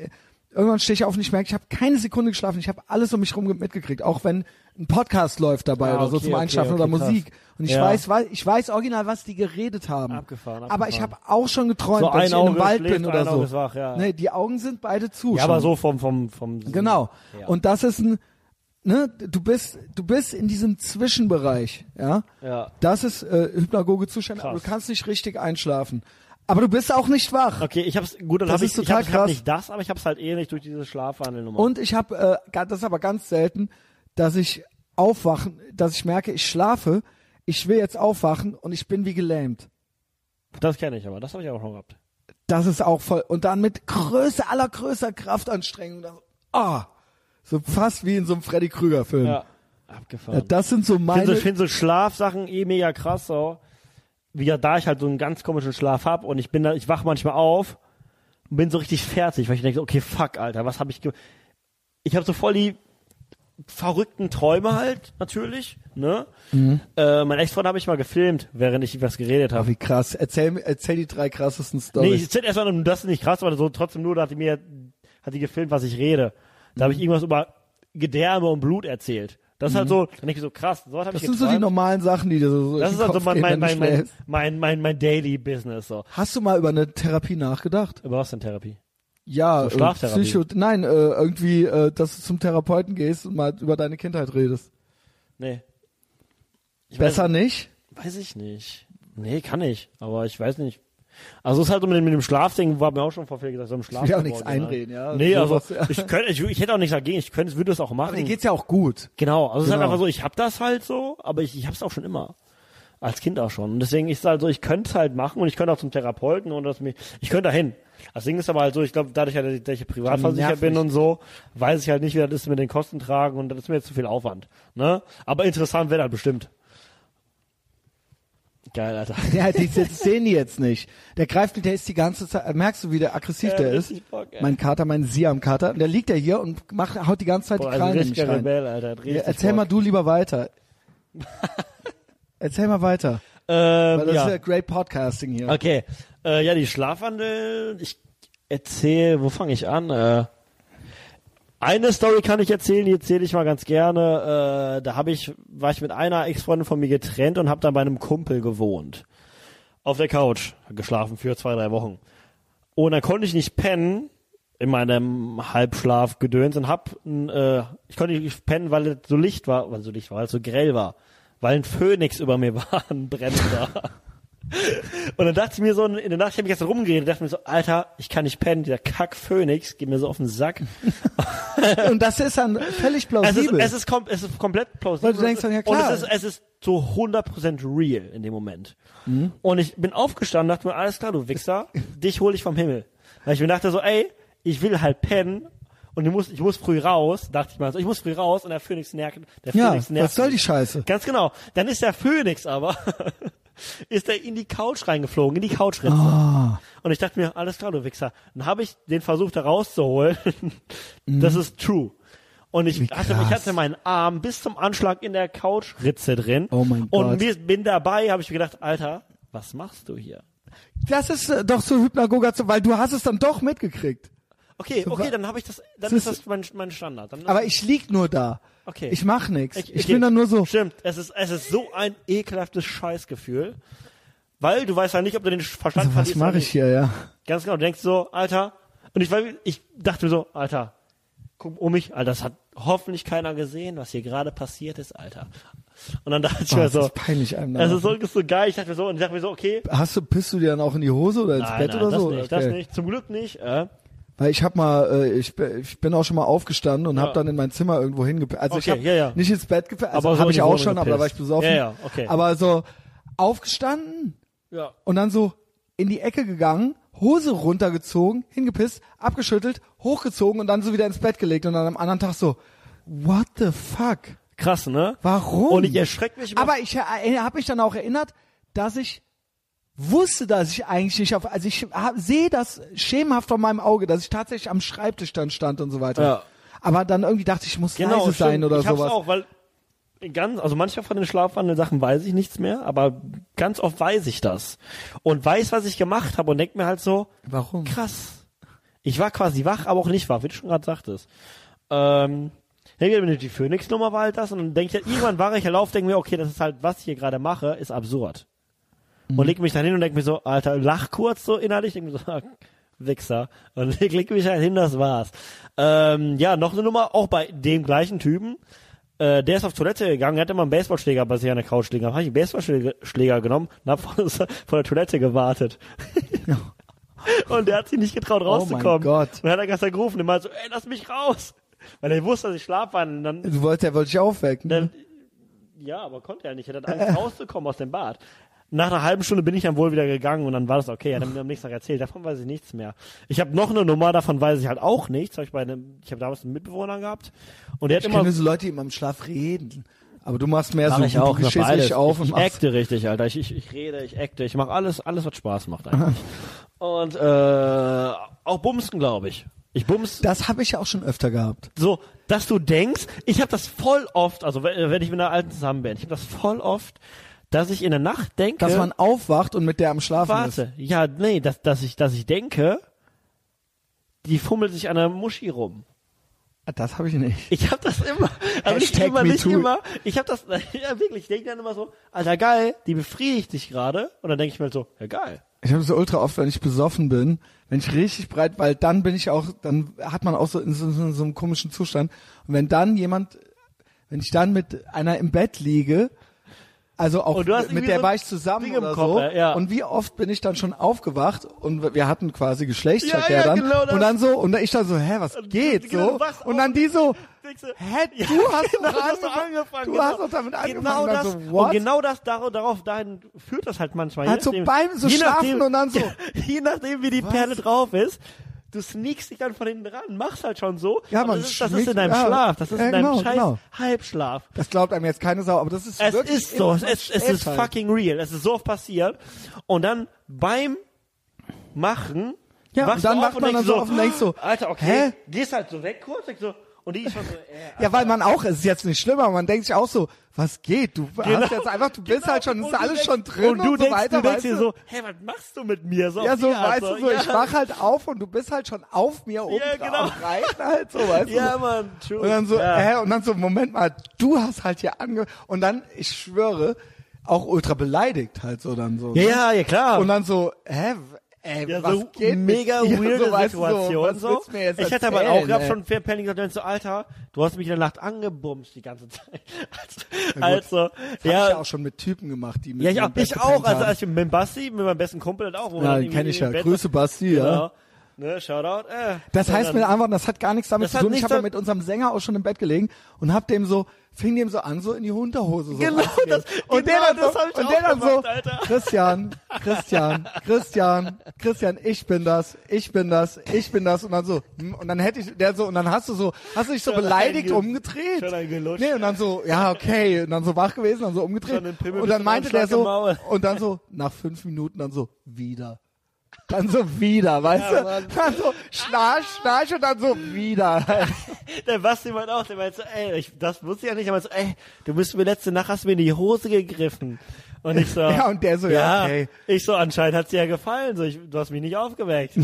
Irgendwann stehe ich auf und ich merke, ich habe keine Sekunde geschlafen. Ich habe alles um mich rum mitgekriegt, auch wenn ein Podcast läuft dabei Ah, oder so okay, zum okay, Einschlafen okay, oder krass. Musik. Und ich Ja. weiß, wa- ich weiß original, was die geredet haben. Abgefahren, Aber ich abgefahren. habe auch schon geträumt, So dass ich ein in einem Auge Wald schläft, bin ein oder so. Auge ist wach, ja. Nee, die Augen sind beide zu. Ja, schon. aber so vom, vom, vom. Genau. Ja. Und das ist ein, ne, du bist, du bist in diesem Zwischenbereich, ja. Ja. Das ist äh, hypnagoge Zustand, aber Krass. du kannst nicht richtig einschlafen. Aber du bist auch nicht wach. Okay, ich hab's, gut, dann Das hab ich, ist ich total hab, ich hab krass. nicht das, aber ich hab's halt ähnlich durch diese Schlafwandelnummer. Und ich habe, äh, ga- das ist aber ganz selten, dass ich aufwachen, dass ich merke, ich schlafe, ich will jetzt aufwachen und ich bin wie gelähmt. Das kenne ich aber, das habe ich auch schon gehabt. Das ist auch voll. Und dann mit Größe aller größer Kraftanstrengung. dann so, Ah, so fast wie in so einem Freddy Krüger Film. Ja. Ja, Abgefahren. das sind so Ich meine. finde so, find so Schlafsachen eh mega krass, so. Wie ja, da ich halt so einen ganz komischen Schlaf hab und ich bin da, ich wach manchmal auf und bin so richtig fertig, weil ich denke, okay, fuck, Alter, was habe ich ge Ich habe so voll die verrückten Träume halt, natürlich, ne? Äh, mein Ex-Freund habe ich mal gefilmt, während ich was geredet Ah, habe. Mhm. wie krass. Erzähl, mir- erzähl die drei krassesten Nee, Stories. ich erzähl erstmal, nur, das ist nicht krass, aber so trotzdem nur, da hat die mir, hat die gefilmt, was ich rede. Da Mhm. habe ich irgendwas über Gedärme und Blut erzählt. Das ist halt so, dann denk ich so krass, so habe ich das sind so die geträumt. normalen Sachen, die dir so, so Das in ist den also Kopf mein, gehen, mein, wenn du mein, mein, schläfst. mein, mein, mein Daily Business. So. Hast du mal über eine Therapie nachgedacht? Über was denn Therapie? Ja, So Schlaftherapie. äh, Nein, äh, irgendwie, äh, dass du zum Therapeuten gehst und mal über deine Kindheit redest. Nee. Ich Besser nicht? Weiß, weiß ich nicht. Nee, kann ich. Aber ich weiß nicht. Also es ist halt so mit dem, mit dem Schlafding, war mir auch schon vor viel gesagt, so im Schlaf. will auch nichts einreden, ja. Nee, also Sowas, ja. ich könnte, ich, ich hätte auch nichts dagegen, ich könnte, würde es auch machen. Aber dir geht's ja auch gut. Genau, also es ist halt Genau. einfach so, ich hab das halt so, aber ich, ich hab's auch schon immer. Als Kind auch schon. Und deswegen ist es halt so, ich könnte es halt machen und ich könnte auch zum Therapeuten und das mich, ich könnte dahin. Das Ding ist aber halt so, ich glaube, dadurch, dass ich- dass ich privatversichert Nervt bin mich. und so, weiß ich halt nicht, wie das ist mit den Kosten tragen und das ist mir jetzt zu viel Aufwand. Ne? Aber interessant wäre das bestimmt. Geil, Alter. Ja, die die sehen die jetzt nicht. Der greift mich, der ist die ganze Zeit, äh, merkst du, wie der aggressiv Ja, der ist? Äh, richtig Bock, ey. mein Kater, mein Siam-Kater. Und der liegt ja hier und macht, haut die ganze Zeit Boah, die also ein Krallen in mich richtiger rein. Rebell, Alter. hat Ja, richtig erzähl mal Bock. du lieber weiter. erzähl mal weiter. Weil Ähm, das ja. ist ja great podcasting hier. Okay. Äh, ja, die Schlafwandel. Ich erzähle, wo fange ich an? Äh, eine Story kann ich erzählen, die erzähle ich mal ganz gerne. Äh, da habe ich, war ich mit einer Ex-Freundin von mir getrennt und habe dann bei einem Kumpel gewohnt. Auf der Couch. Geschlafen für zwei, drei Wochen. Und dann konnte ich nicht pennen in meinem Halbschlaf gedöns und hab ein, äh, ich konnte nicht pennen, weil es so Licht war, weil es so Licht war, weil es so grell war, weil ein Phönix über mir war, ein brennender. und dann dachte ich mir so, in der Nacht, ich habe mich gestern rumgeredet, dachte mir so, Alter, ich kann nicht pennen, dieser Kack Phönix geht mir so auf den Sack. Und das ist dann völlig Es ist, plausibel. es ist, kom es ist komplett plausibel. Weil du denkst dann, ja, Und klar. es ist, es ist zu 100% real in dem Moment. Mhm. Und ich bin aufgestanden, dachte mir, alles klar, du Wichser, dich hole ich vom Himmel. Weil ich mir dachte so, ey, ich will halt pennen und ich muss, ich muss früh raus, dachte ich mal so, ich muss früh raus und der Phönix nervt, der ja, Phönix nervt. was soll die Scheiße? Ganz genau. Dann ist der Phönix aber, ist er in die Couch reingeflogen, in die Couchritze. Ah. Und ich dachte mir, alles klar, du Wichser. Dann habe ich den versucht, da rauszuholen. das ist true. Und ich Mhm. Wie hatte, ich krass. hatte meinen Arm bis zum Anschlag in der Couchritze drin. Oh mein Und Gott. mir, bin dabei, habe ich mir gedacht, Alter, was machst du hier? Das ist äh, doch so Hypnagoga, zu- weil du hast es dann doch mitgekriegt. Okay, So, okay, wa- dann habe ich das, dann Das ist ist- das mein, mein Standard. Dann Aber ich lieg nur da. Okay. Ich mach nix. Ich, Ich- okay, bin dann nur so. Stimmt, es ist, es ist so ein ekelhaftes Scheißgefühl. Weil du weißt ja nicht, ob du den Verstand Also, was verlierst oder mache ich nicht. hier, ja? Ganz genau, du denkst so, Alter. Und ich, war- ich dachte mir so, Alter, guck um mich, Alter, das hat hoffentlich keiner gesehen, was hier gerade passiert ist, Alter. Und dann dachte ich Oh, mir das so, ist ne? peinlich einem es ist so, ist so geil. Ich dachte mir so, und ich dachte mir so, okay, Hast du, pisst du dir dann auch in die Hose oder ins nein, Bett nein, oder das so? nicht, okay. das nicht, zum Glück nicht. Äh, Weil ich hab mal, äh, ich, bin- ich bin auch schon mal aufgestanden und hab Ja. dann in mein Zimmer irgendwo hingepisst. Also ich Okay, hab ja, ja. nicht ins Bett gepisst, also Aber so hab in ich die auch Wohnung schon, aber da war ich gepisst. besoffen. Ja, ja, okay. Aber so aufgestanden ja. und dann so in die Ecke gegangen, Hose runtergezogen, hingepisst, abgeschüttelt, hochgezogen und dann so wieder ins Bett gelegt und dann am anderen Tag so, what the fuck? Krass, ne? Warum? Und ich erschreck mich immer. Aber ich habe mich dann auch erinnert, dass ich wusste, dass ich eigentlich nicht auf, also ich hab- sehe das schemenhaft vor meinem Auge, dass ich tatsächlich am Schreibtisch dann stand und so weiter. Ja. Aber dann irgendwie dachte ich, ich muss genau, leise sein stimmt. oder ich hab's sowas. auch, weil ganz, also mancher von den Schlafwandelsachen weiß ich nichts mehr, aber ganz oft weiß ich das und weiß, was ich gemacht habe und denk mir halt so, Warum? krass. Ich war quasi wach, aber auch nicht wach, wie du schon gerade sagtest. Ähm, dann geht mir die Phoenix-Nummer war halt das und dann denke ich, halt, irgendwann war ich ja auf, denke mir, okay, das ist halt, was ich hier gerade mache, ist absurd. Und leg mich dann hin und denke mir so, Alter, lach kurz so innerlich, denke mir so, ah, Wichser. Und leg, leg mich halt hin, das war's. Ähm, ja, noch eine Nummer, auch bei dem gleichen Typen. Äh, der ist auf Toilette gegangen, der hatte immer einen Baseballschläger bei sich an der Couch liegen. Dann habe ich einen Baseballschläger Schläger genommen und habe vor, vor der Toilette gewartet. und der hat sich nicht getraut rauszukommen. Gott. Und dann hat er gestern gerufen, immer so, ey, lass mich raus. Weil er wusste, dass ich schlaf war. Und dann Du wolltest ja wollte ich aufwecken. dann, ja, aber konnte er nicht. Er hat Angst rauszukommen aus dem Bad. Nach einer halben Stunde bin ich dann wohl wieder gegangen und dann war das okay. Er hat mir am nächsten Tag erzählt. Davon weiß ich nichts mehr. Ich habe noch eine Nummer, davon weiß ich halt auch nichts. Hab ich bei einem, ich habe damals einen Mitbewohner gehabt und der hat ich immer kenne so Leute, die immer im Schlaf reden. Aber du machst mehr Mach so, ich auch, du ich mach stehst beides. nicht auf und ich machst. acte richtig, Alter. Ich, ich, ich rede, ich acte, ich mache alles, alles, was Spaß macht eigentlich. und äh, auch bumsen, glaube ich. Ich bums Das habe ich ja auch schon öfter gehabt. so, dass du denkst, ich habe das voll oft, also wenn wenn ich mit einer alten zusammen bin, ich habe das voll oft, dass ich in der Nacht denke, Dass man aufwacht und mit der am Schlafen ist. warte, ja, nee, dass, dass ich, dass ich denke, die fummelt sich an der Muschi rum. Ah, Das habe ich nicht. Ich hab das immer. Aber nicht Hashtag immer, me nicht too. immer. Ich hab das, ja wirklich, ich denk dann immer so, alter geil, die befriedigt dich gerade. Und dann denk ich mir halt so, ja geil. Ich habe so ultra oft, wenn ich besoffen bin, wenn ich richtig breit, weil dann bin ich auch, dann hat man auch so in so, so, so einem komischen Zustand. Und wenn dann jemand, wenn ich dann mit einer im Bett liege, also auch Und du hast mit irgendwie der so war ich ein zusammen Ding im oder Kopf, so. ey, ja. Und wie oft bin ich dann schon aufgewacht und wir hatten quasi Geschlechtsverkehr Ja, ja, dann. genau das. und dann so, und ich dann so, hä, was geht genau, so? du wachst Und auf. dann die so, Denkst du, hä, du ja, hast genau, doch du hast doch angefangen, angefangen, du genau. hast doch damit angefangen. Genau Und dann das. so, und what? genau das, darauf, darauf dahin führt das halt manchmal. Je Halt so nachdem- beim so je nachdem- schlafen und dann so. je nachdem, wie die Perle drauf ist. Du sneakst dich dann von hinten ran, machst halt schon so. Ja, aber man das ist, das ist schmiegt- in deinem ja. Schlaf, das ist Ja, in deinem genau, scheiß genau. Halbschlaf. Das glaubt einem jetzt keine Sau, aber das ist Es wirklich ist so, es, immer ist- es ist Schläferl. fucking real. Es ist so oft passiert. Und dann beim Machen Ja, und wachst dann du auf wacht man dann denkst "Ah, so auf und denkst so, Alter, okay, hä? gehst halt so weg kurz, denkst so, und die ist schon so, äh, Ja, weil man auch, es ist jetzt nicht schlimmer, man denkt sich auch so, was geht? Du hast jetzt einfach, du bist halt schon, Genau. Und ist du alles denkst- schon drin und, du so denkst, weiter, du denkst weißt dir so, hey, was machst du mit mir? So Ja, auf so, die Art, weißt du, so, ja. ich wach halt auf und du bist halt schon auf mir oben genau. drauf, rein halt, so, weißt du. Ja, Mann, true. Und dann so, ja. hä? Und dann so, Moment mal, du hast halt hier ange... Und dann, ich schwöre, auch ultra beleidigt halt so dann so. Ja, ne? ja, ja, klar. Und dann so, hä? w- Ey, Ja, was so geht mega mit dir? weirde so, weißt du, Situation. So, was so. willst du Mir jetzt ich hatte aber erzählen, auch gab ey? schon vier Penny gesagt, so, Alter, du hast mich in der Nacht angebumst die ganze Zeit. gut. also, Das hab ich ja ja, auch schon mit Typen gemacht, die mit ja, ich mir auch, im Bett ich auch. gepennt Also, haben. als ich mit dem Basti, mit meinem besten Kumpel dann auch. Wo wir Ja, dann den irgendwie kenn ich im ja. Bett- Grüße, Basti, ja. Genau. Ne, Shoutout. Äh. Das Und heißt dann- mit anderen, das hat gar nichts damit Das zu hat tun. Ich nichts habe ja damit- mit unserem Sänger auch schon im Bett gelegen und hab dem so, fing dem so an, so in die Unterhose so Genau reinzugehen. das- und genau der dann das so, hab ich und auch der dann so, gemacht, Alter. Christian, Christian, Christian, Christian, ich bin das, ich bin das, ich bin das und dann so, hm, und dann hätte ich, der so, und dann hast du so, hast du dich so Schon beleidigt einge- umgedreht. schon eingelutscht. Nee, und dann so, ja, okay, und dann so wach gewesen, dann so umgedreht. Schon den Pimmel Und dann bis zum meinte der Anschlag so, im Maul. und dann so, nach fünf Minuten dann so, wieder. Dann so wieder, weißt Ja, du? Mann. Ah. Dann so schnarch, schnarch und dann so wieder. Der Basti meint auch, der meint so, ey, ich, das wusste ich ja nicht, aber so, ey, du bist mir letzte Nacht, hast mir in die Hose gegriffen. Und ich so, Ja, und der so, ja, okay. Ich so, anscheinend hat's dir ja gefallen, so, ich, du hast mich nicht aufgeweckt.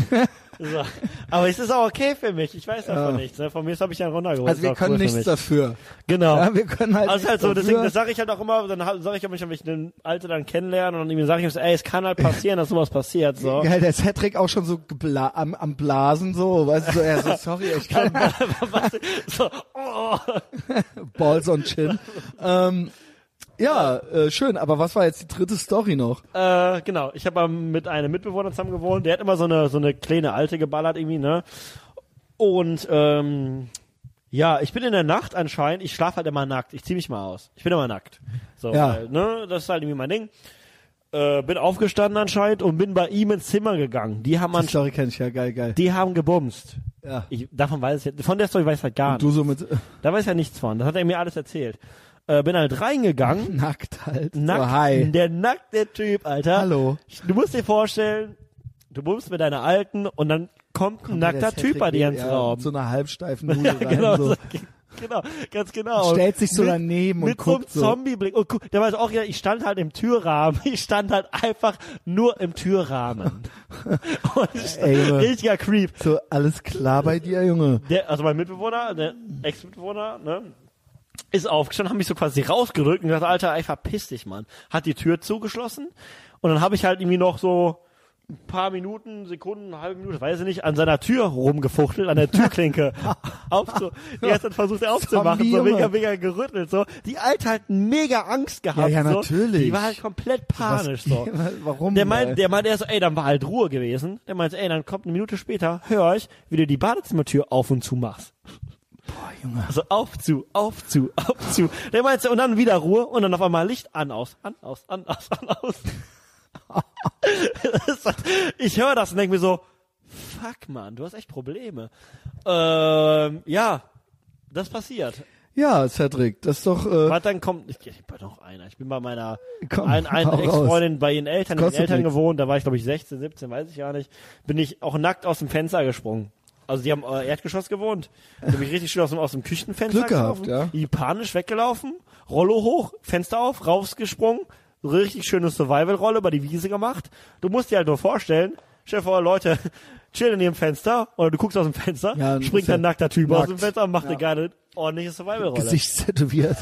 so. Aber es ist auch okay für mich, ich weiß davon nichts, ne? von mir habe ich ja runtergeholt. Also ist wir auch können cool für nichts mich. dafür. Genau. Ja, wir können halt also nichts halt so, deswegen, dafür. das sage ich halt auch immer, dann sage ich auch manchmal, wenn ich einen Alter dann kennenlerne und ihm sage ich, ihm so, ey, es kann halt passieren, dass sowas passiert, so. Geil, der ist Hattrick auch schon so gebla am, am Blasen so, weißt du, so, ja, so, sorry, ich kann Was- so, oh. Balls on Chin. Ähm, ja, äh, schön, aber was war jetzt die dritte Story noch? Äh, genau. Ich habe mit einem Mitbewohner zusammen gewohnt. Der hat immer so eine, so eine kleine Alte geballert irgendwie, ne? Und, ähm, ja, ich bin in der Nacht anscheinend. Ich schlafe halt immer nackt. Ich zieh mich mal aus. Ich bin immer nackt. So, Ja. weil, ne? Das ist halt irgendwie mein Ding. Äh, bin aufgestanden anscheinend und bin bei ihm ins Zimmer gegangen. Die haben Die anscheinend, Story kenne ich ja, geil, geil. die haben gebumst. Ja. Ich, davon weiß ich, von der Story weiß ich halt gar Du nicht. so mit Da weiß ich ja nichts von. Das hat er mir alles erzählt. Äh, bin halt reingegangen nackt halt. Nackt, So, hi. der nackte Typ, Alter. Hallo. Du musst dir vorstellen, du bummst mit deiner Alten und dann kommt ein nackter Der ist Typ bei dir Hattrick, ins ja, Raum. mit So einer halbsteifen Nudel rein. genau, so. so. genau, ganz genau. Stellt sich so mit, daneben und mit so einem guckt so. Zombieblick. Und guck, der weiß auch, ja, ich stand halt im Türrahmen. Ich stand halt einfach nur im Türrahmen. und ich, Ey, Junge. richtiger Creep. So, alles klar bei dir, Junge. Der, also mein Mitbewohner, der Ex-Mitbewohner, ne? Ist aufgestanden, hat mich so quasi rausgerückt und gesagt, Alter, ey, verpiss dich, Mann. Hat die Tür zugeschlossen und dann habe ich halt irgendwie noch so ein paar Minuten, Sekunden, eine halbe Minute, weiß ich nicht, an seiner Tür rumgefuchtelt, an der Türklinke. Aufzu er hat dann versucht, er aufzumachen, Zombie, so mega, Junge. mega gerüttelt, so. Die Alte hat mega Angst gehabt, Ja, ja, so. natürlich. Die war halt komplett panisch, so. Warum? Der ey? meint, der meint erst, so, ey, dann war halt Ruhe gewesen. Der meint, ey, dann kommt eine Minute später, hör ich, wie du die Badezimmertür auf und zu machst. Boah, Junge. Also auf zu, auf zu, auf zu. Der meint so, und dann wieder Ruhe und dann auf einmal Licht an, aus, an, aus, an, aus, an, aus. Das hat- ich höre das und denke mir so, fuck man, du hast echt Probleme. Ähm, ja, das passiert. Ja, Cedric, das ist doch. Äh, Warte, dann kommt, ich, ich bin noch einer. Ich bin bei meiner Komm, ein, ein hau raus. Ex-Freundin bei ihren Eltern, mit den Kostet Eltern nix. gewohnt. Da war ich, glaube ich, 16, 17, weiß ich gar nicht. Bin ich auch nackt aus dem Fenster gesprungen. Also die haben äh, Erdgeschoss gewohnt. Da bin ich richtig schön aus dem, aus dem Küchenfenster Glück gehabt, gelaufen. ja. Die panisch weggelaufen, Rollo hoch, Fenster auf, rausgesprungen. Richtig schöne Survival-Rolle über die Wiese gemacht. Du musst dir halt nur vorstellen, stell dir vor, Leute chillen in ihrem Fenster oder du guckst aus dem Fenster, Ja, springt ist ja ein nackter Typ aus nackt. dem Fenster und macht eine Ja. geile, ordentliche Survival-Rolle. Gesichtstätowiert.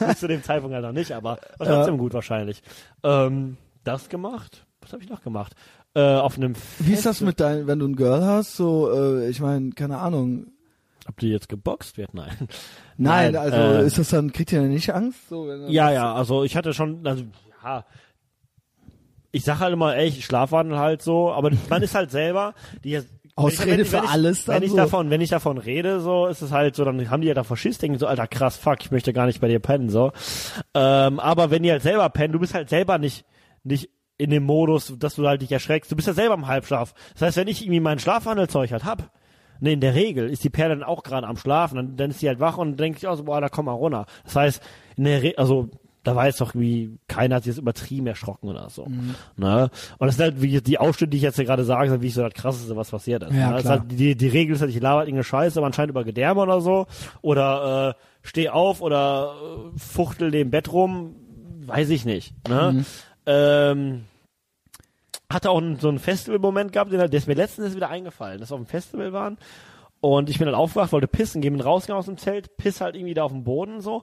Bis zu dem Zeitpunkt halt noch nicht, aber war trotzdem gut wahrscheinlich. Ähm, das gemacht? Was habe ich noch gemacht? Äh, auf einem Fest. Wie ist das mit deinem, wenn du ein Girl hast, so, äh, ich meine, keine Ahnung. Ob die jetzt geboxt wird? Nein. Nein, also äh, ist das dann, kriegt ihr dann nicht Angst? So, wenn Ja, ja, also ich hatte schon, also, ja. Ich sag halt immer, ey, ich schlafwandel halt so, aber man ist halt selber, die Ausrede wenn ich- wenn ich- für alles dann wenn ich so. davon, wenn ich davon rede, so ist es halt so, dann haben die ja davor Schiss, denken so, alter krass, fuck, ich möchte gar nicht bei dir pennen, so. Ähm, aber wenn die halt selber pennen, du bist halt selber nicht, nicht in dem Modus, dass du halt dich erschreckst, du bist ja selber im Halbschlaf. Das heißt, wenn ich irgendwie mein Schlafwandelzeug halt hab, ne, in der Regel ist die Perle dann auch gerade am Schlafen, dann, dann ist die halt wach und denkt sich auch so, boah, da komm mal runter. Das heißt, in der Re also, da weiß doch wie, keiner hat sich jetzt übertrieben erschrocken oder so. Mhm. Ne? Und das sind halt wie die Ausschnitte, die ich jetzt hier gerade sage, sind wie so das krasseste, was passiert ist. Ja, ne? Das ist klar. halt die, die Regel ist halt, ich laber halt irgendeine Scheiße, aber anscheinend über Gedärme oder so. Oder äh, steh auf oder äh, fuchtel dem Bett rum. Weiß ich nicht. Ne? Ähm, hatte auch einen- so einen Festival-Moment gehabt, den, der ist mir letztens wieder eingefallen, dass wir auf dem Festival waren. Und ich bin dann aufgewacht, wollte pissen gehen, bin rausgegangen aus dem Zelt, piss halt irgendwie da auf dem Boden so.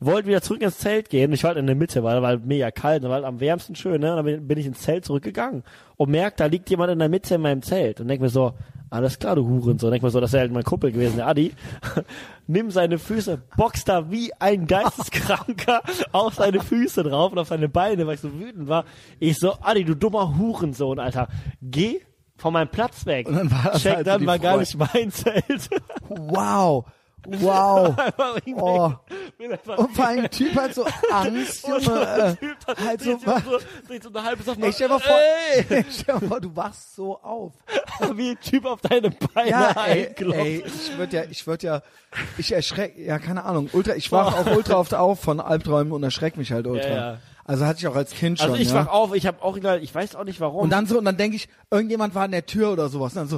Wollte wieder zurück ins Zelt gehen. Ich war halt in der Mitte, weil war halt mega kalt, war halt am wärmsten schön, ne? Und dann bin- bin ich ins Zelt zurückgegangen und merk, da liegt jemand in der Mitte in meinem Zelt. Und denk mir so, alles klar, du Huren. So, denk mir so, das wäre halt mein Kumpel gewesen, der Adi. Nimm seine Füße, boxt da wie ein Geisteskranker auf seine Füße drauf und auf seine Beine, weil ich so wütend war. Ich so, Adi, du dummer Hurensohn, Alter. Geh von meinem Platz weg. Und dann war das Check halt so dann die war gar Freude. nicht mein Zelt. Wow. Wow. Einfach irgendwie- Oh. bin einfach- Und vor allem, Typ hat so Angst, Und so Junge. ein Typ, das Äh, halt so, dreht sich um so, dreht so eine halbe Sache Ey, noch, stell mal vor, ey, stell mal vor, du wachst so auf. wie ein Typ auf deine Beine Ja, ey, einklopft. ey ich würde ja, ich würde ja, ich erschreck, ja, keine Ahnung, ultra, ich wach auch ultra oft auf von Albträumen und erschreck mich halt ultra. Ja, ja. Also hatte ich auch als Kind schon. also ich ja. wach auf, ich habe auch egal, ich weiß auch nicht warum. Und dann so, und dann denke ich, irgendjemand war in der Tür oder sowas. Und dann so,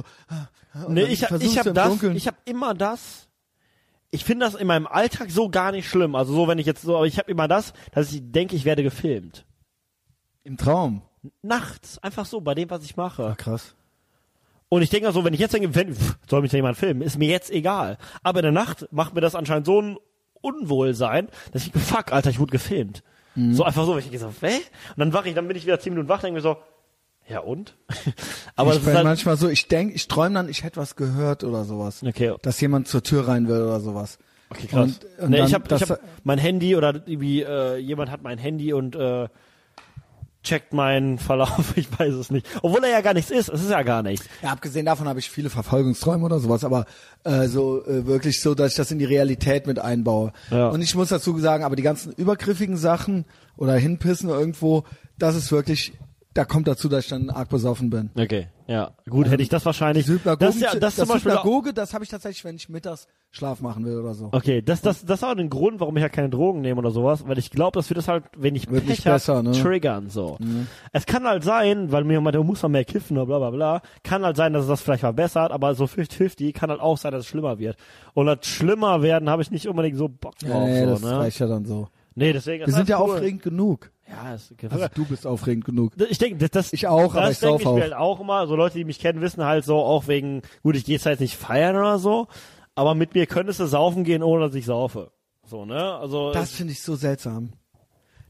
äh, und nee, dann ich, hab- versuchst ich du habe im das, Dunkeln. ich habe immer das. Ich finde das in meinem Alltag so gar nicht schlimm. Also so, wenn ich jetzt so, aber ich habe immer das, dass ich denke, ich werde gefilmt. Im Traum. Nachts, einfach so, bei dem, was ich mache. krass. Und ich denke auch so, wenn ich jetzt denke, wenn, pff, soll mich da jemand filmen, ist mir jetzt egal. Aber in der Nacht macht mir das anscheinend so ein Unwohlsein, dass ich, fuck, Alter, ich wurde gefilmt. Mhm. So einfach so, weil ich denke so, hä? Und dann wache ich, dann bin ich wieder zehn Minuten wach, denke mir so, ja und? Aber ich das ist bin halt, manchmal so, ich denk, ich träume dann, ich hätte was gehört oder sowas. Okay. Dass jemand zur Tür rein will oder sowas. Okay, krass. Und, und nee, dann, ich habe das, hab mein Handy oder irgendwie äh, jemand hat mein Handy und äh, checkt meinen Verlauf, ich weiß es nicht. Obwohl er ja gar nichts ist, es ist ja gar nichts. ja, abgesehen davon habe ich viele Verfolgungsträume oder sowas, aber äh, so äh, wirklich so, dass ich das in die Realität mit einbaue. Ja. Und ich muss dazu sagen, aber die ganzen übergriffigen Sachen oder hinpissen irgendwo, das ist wirklich da kommt dazu, dass ich dann arg besoffen bin. Okay, ja. Gut, hätte ich das wahrscheinlich. Also Das, ist ja, das, das zum Beispiel auch, Synagoge, das habe ich tatsächlich, wenn ich mittags Schlaf machen will oder so. okay, das, das, das ist auch ein Grund, warum ich halt keine Drogen nehme oder sowas, weil ich glaube, dass wir das halt, wenn ich Wird Pech nicht hab, besser, ne? triggern so. Es kann halt sein, weil mir jemand, der muss man mehr kiffen oder bla bla bla, kann halt sein, dass es das vielleicht verbessert, aber so 50-50 kann halt auch sein, dass es schlimmer wird. Und das schlimmer werden habe ich nicht unbedingt so Bock drauf. Ja, nee, so, das ne? reicht ja dann so. Nee, deswegen Wir sind ja cool. aufregend genug. Ja, ist okay. Also du bist aufregend genug. Ich denke, das, das Ich auch, aber ich das denke sauf ich mir auch. halt auch immer. So Leute, die mich kennen, wissen halt so auch wegen, gut, ich gehe jetzt halt nicht feiern oder so, aber mit mir könntest du saufen gehen, ohne dass ich saufe. So, ne? Also Das finde ich so seltsam.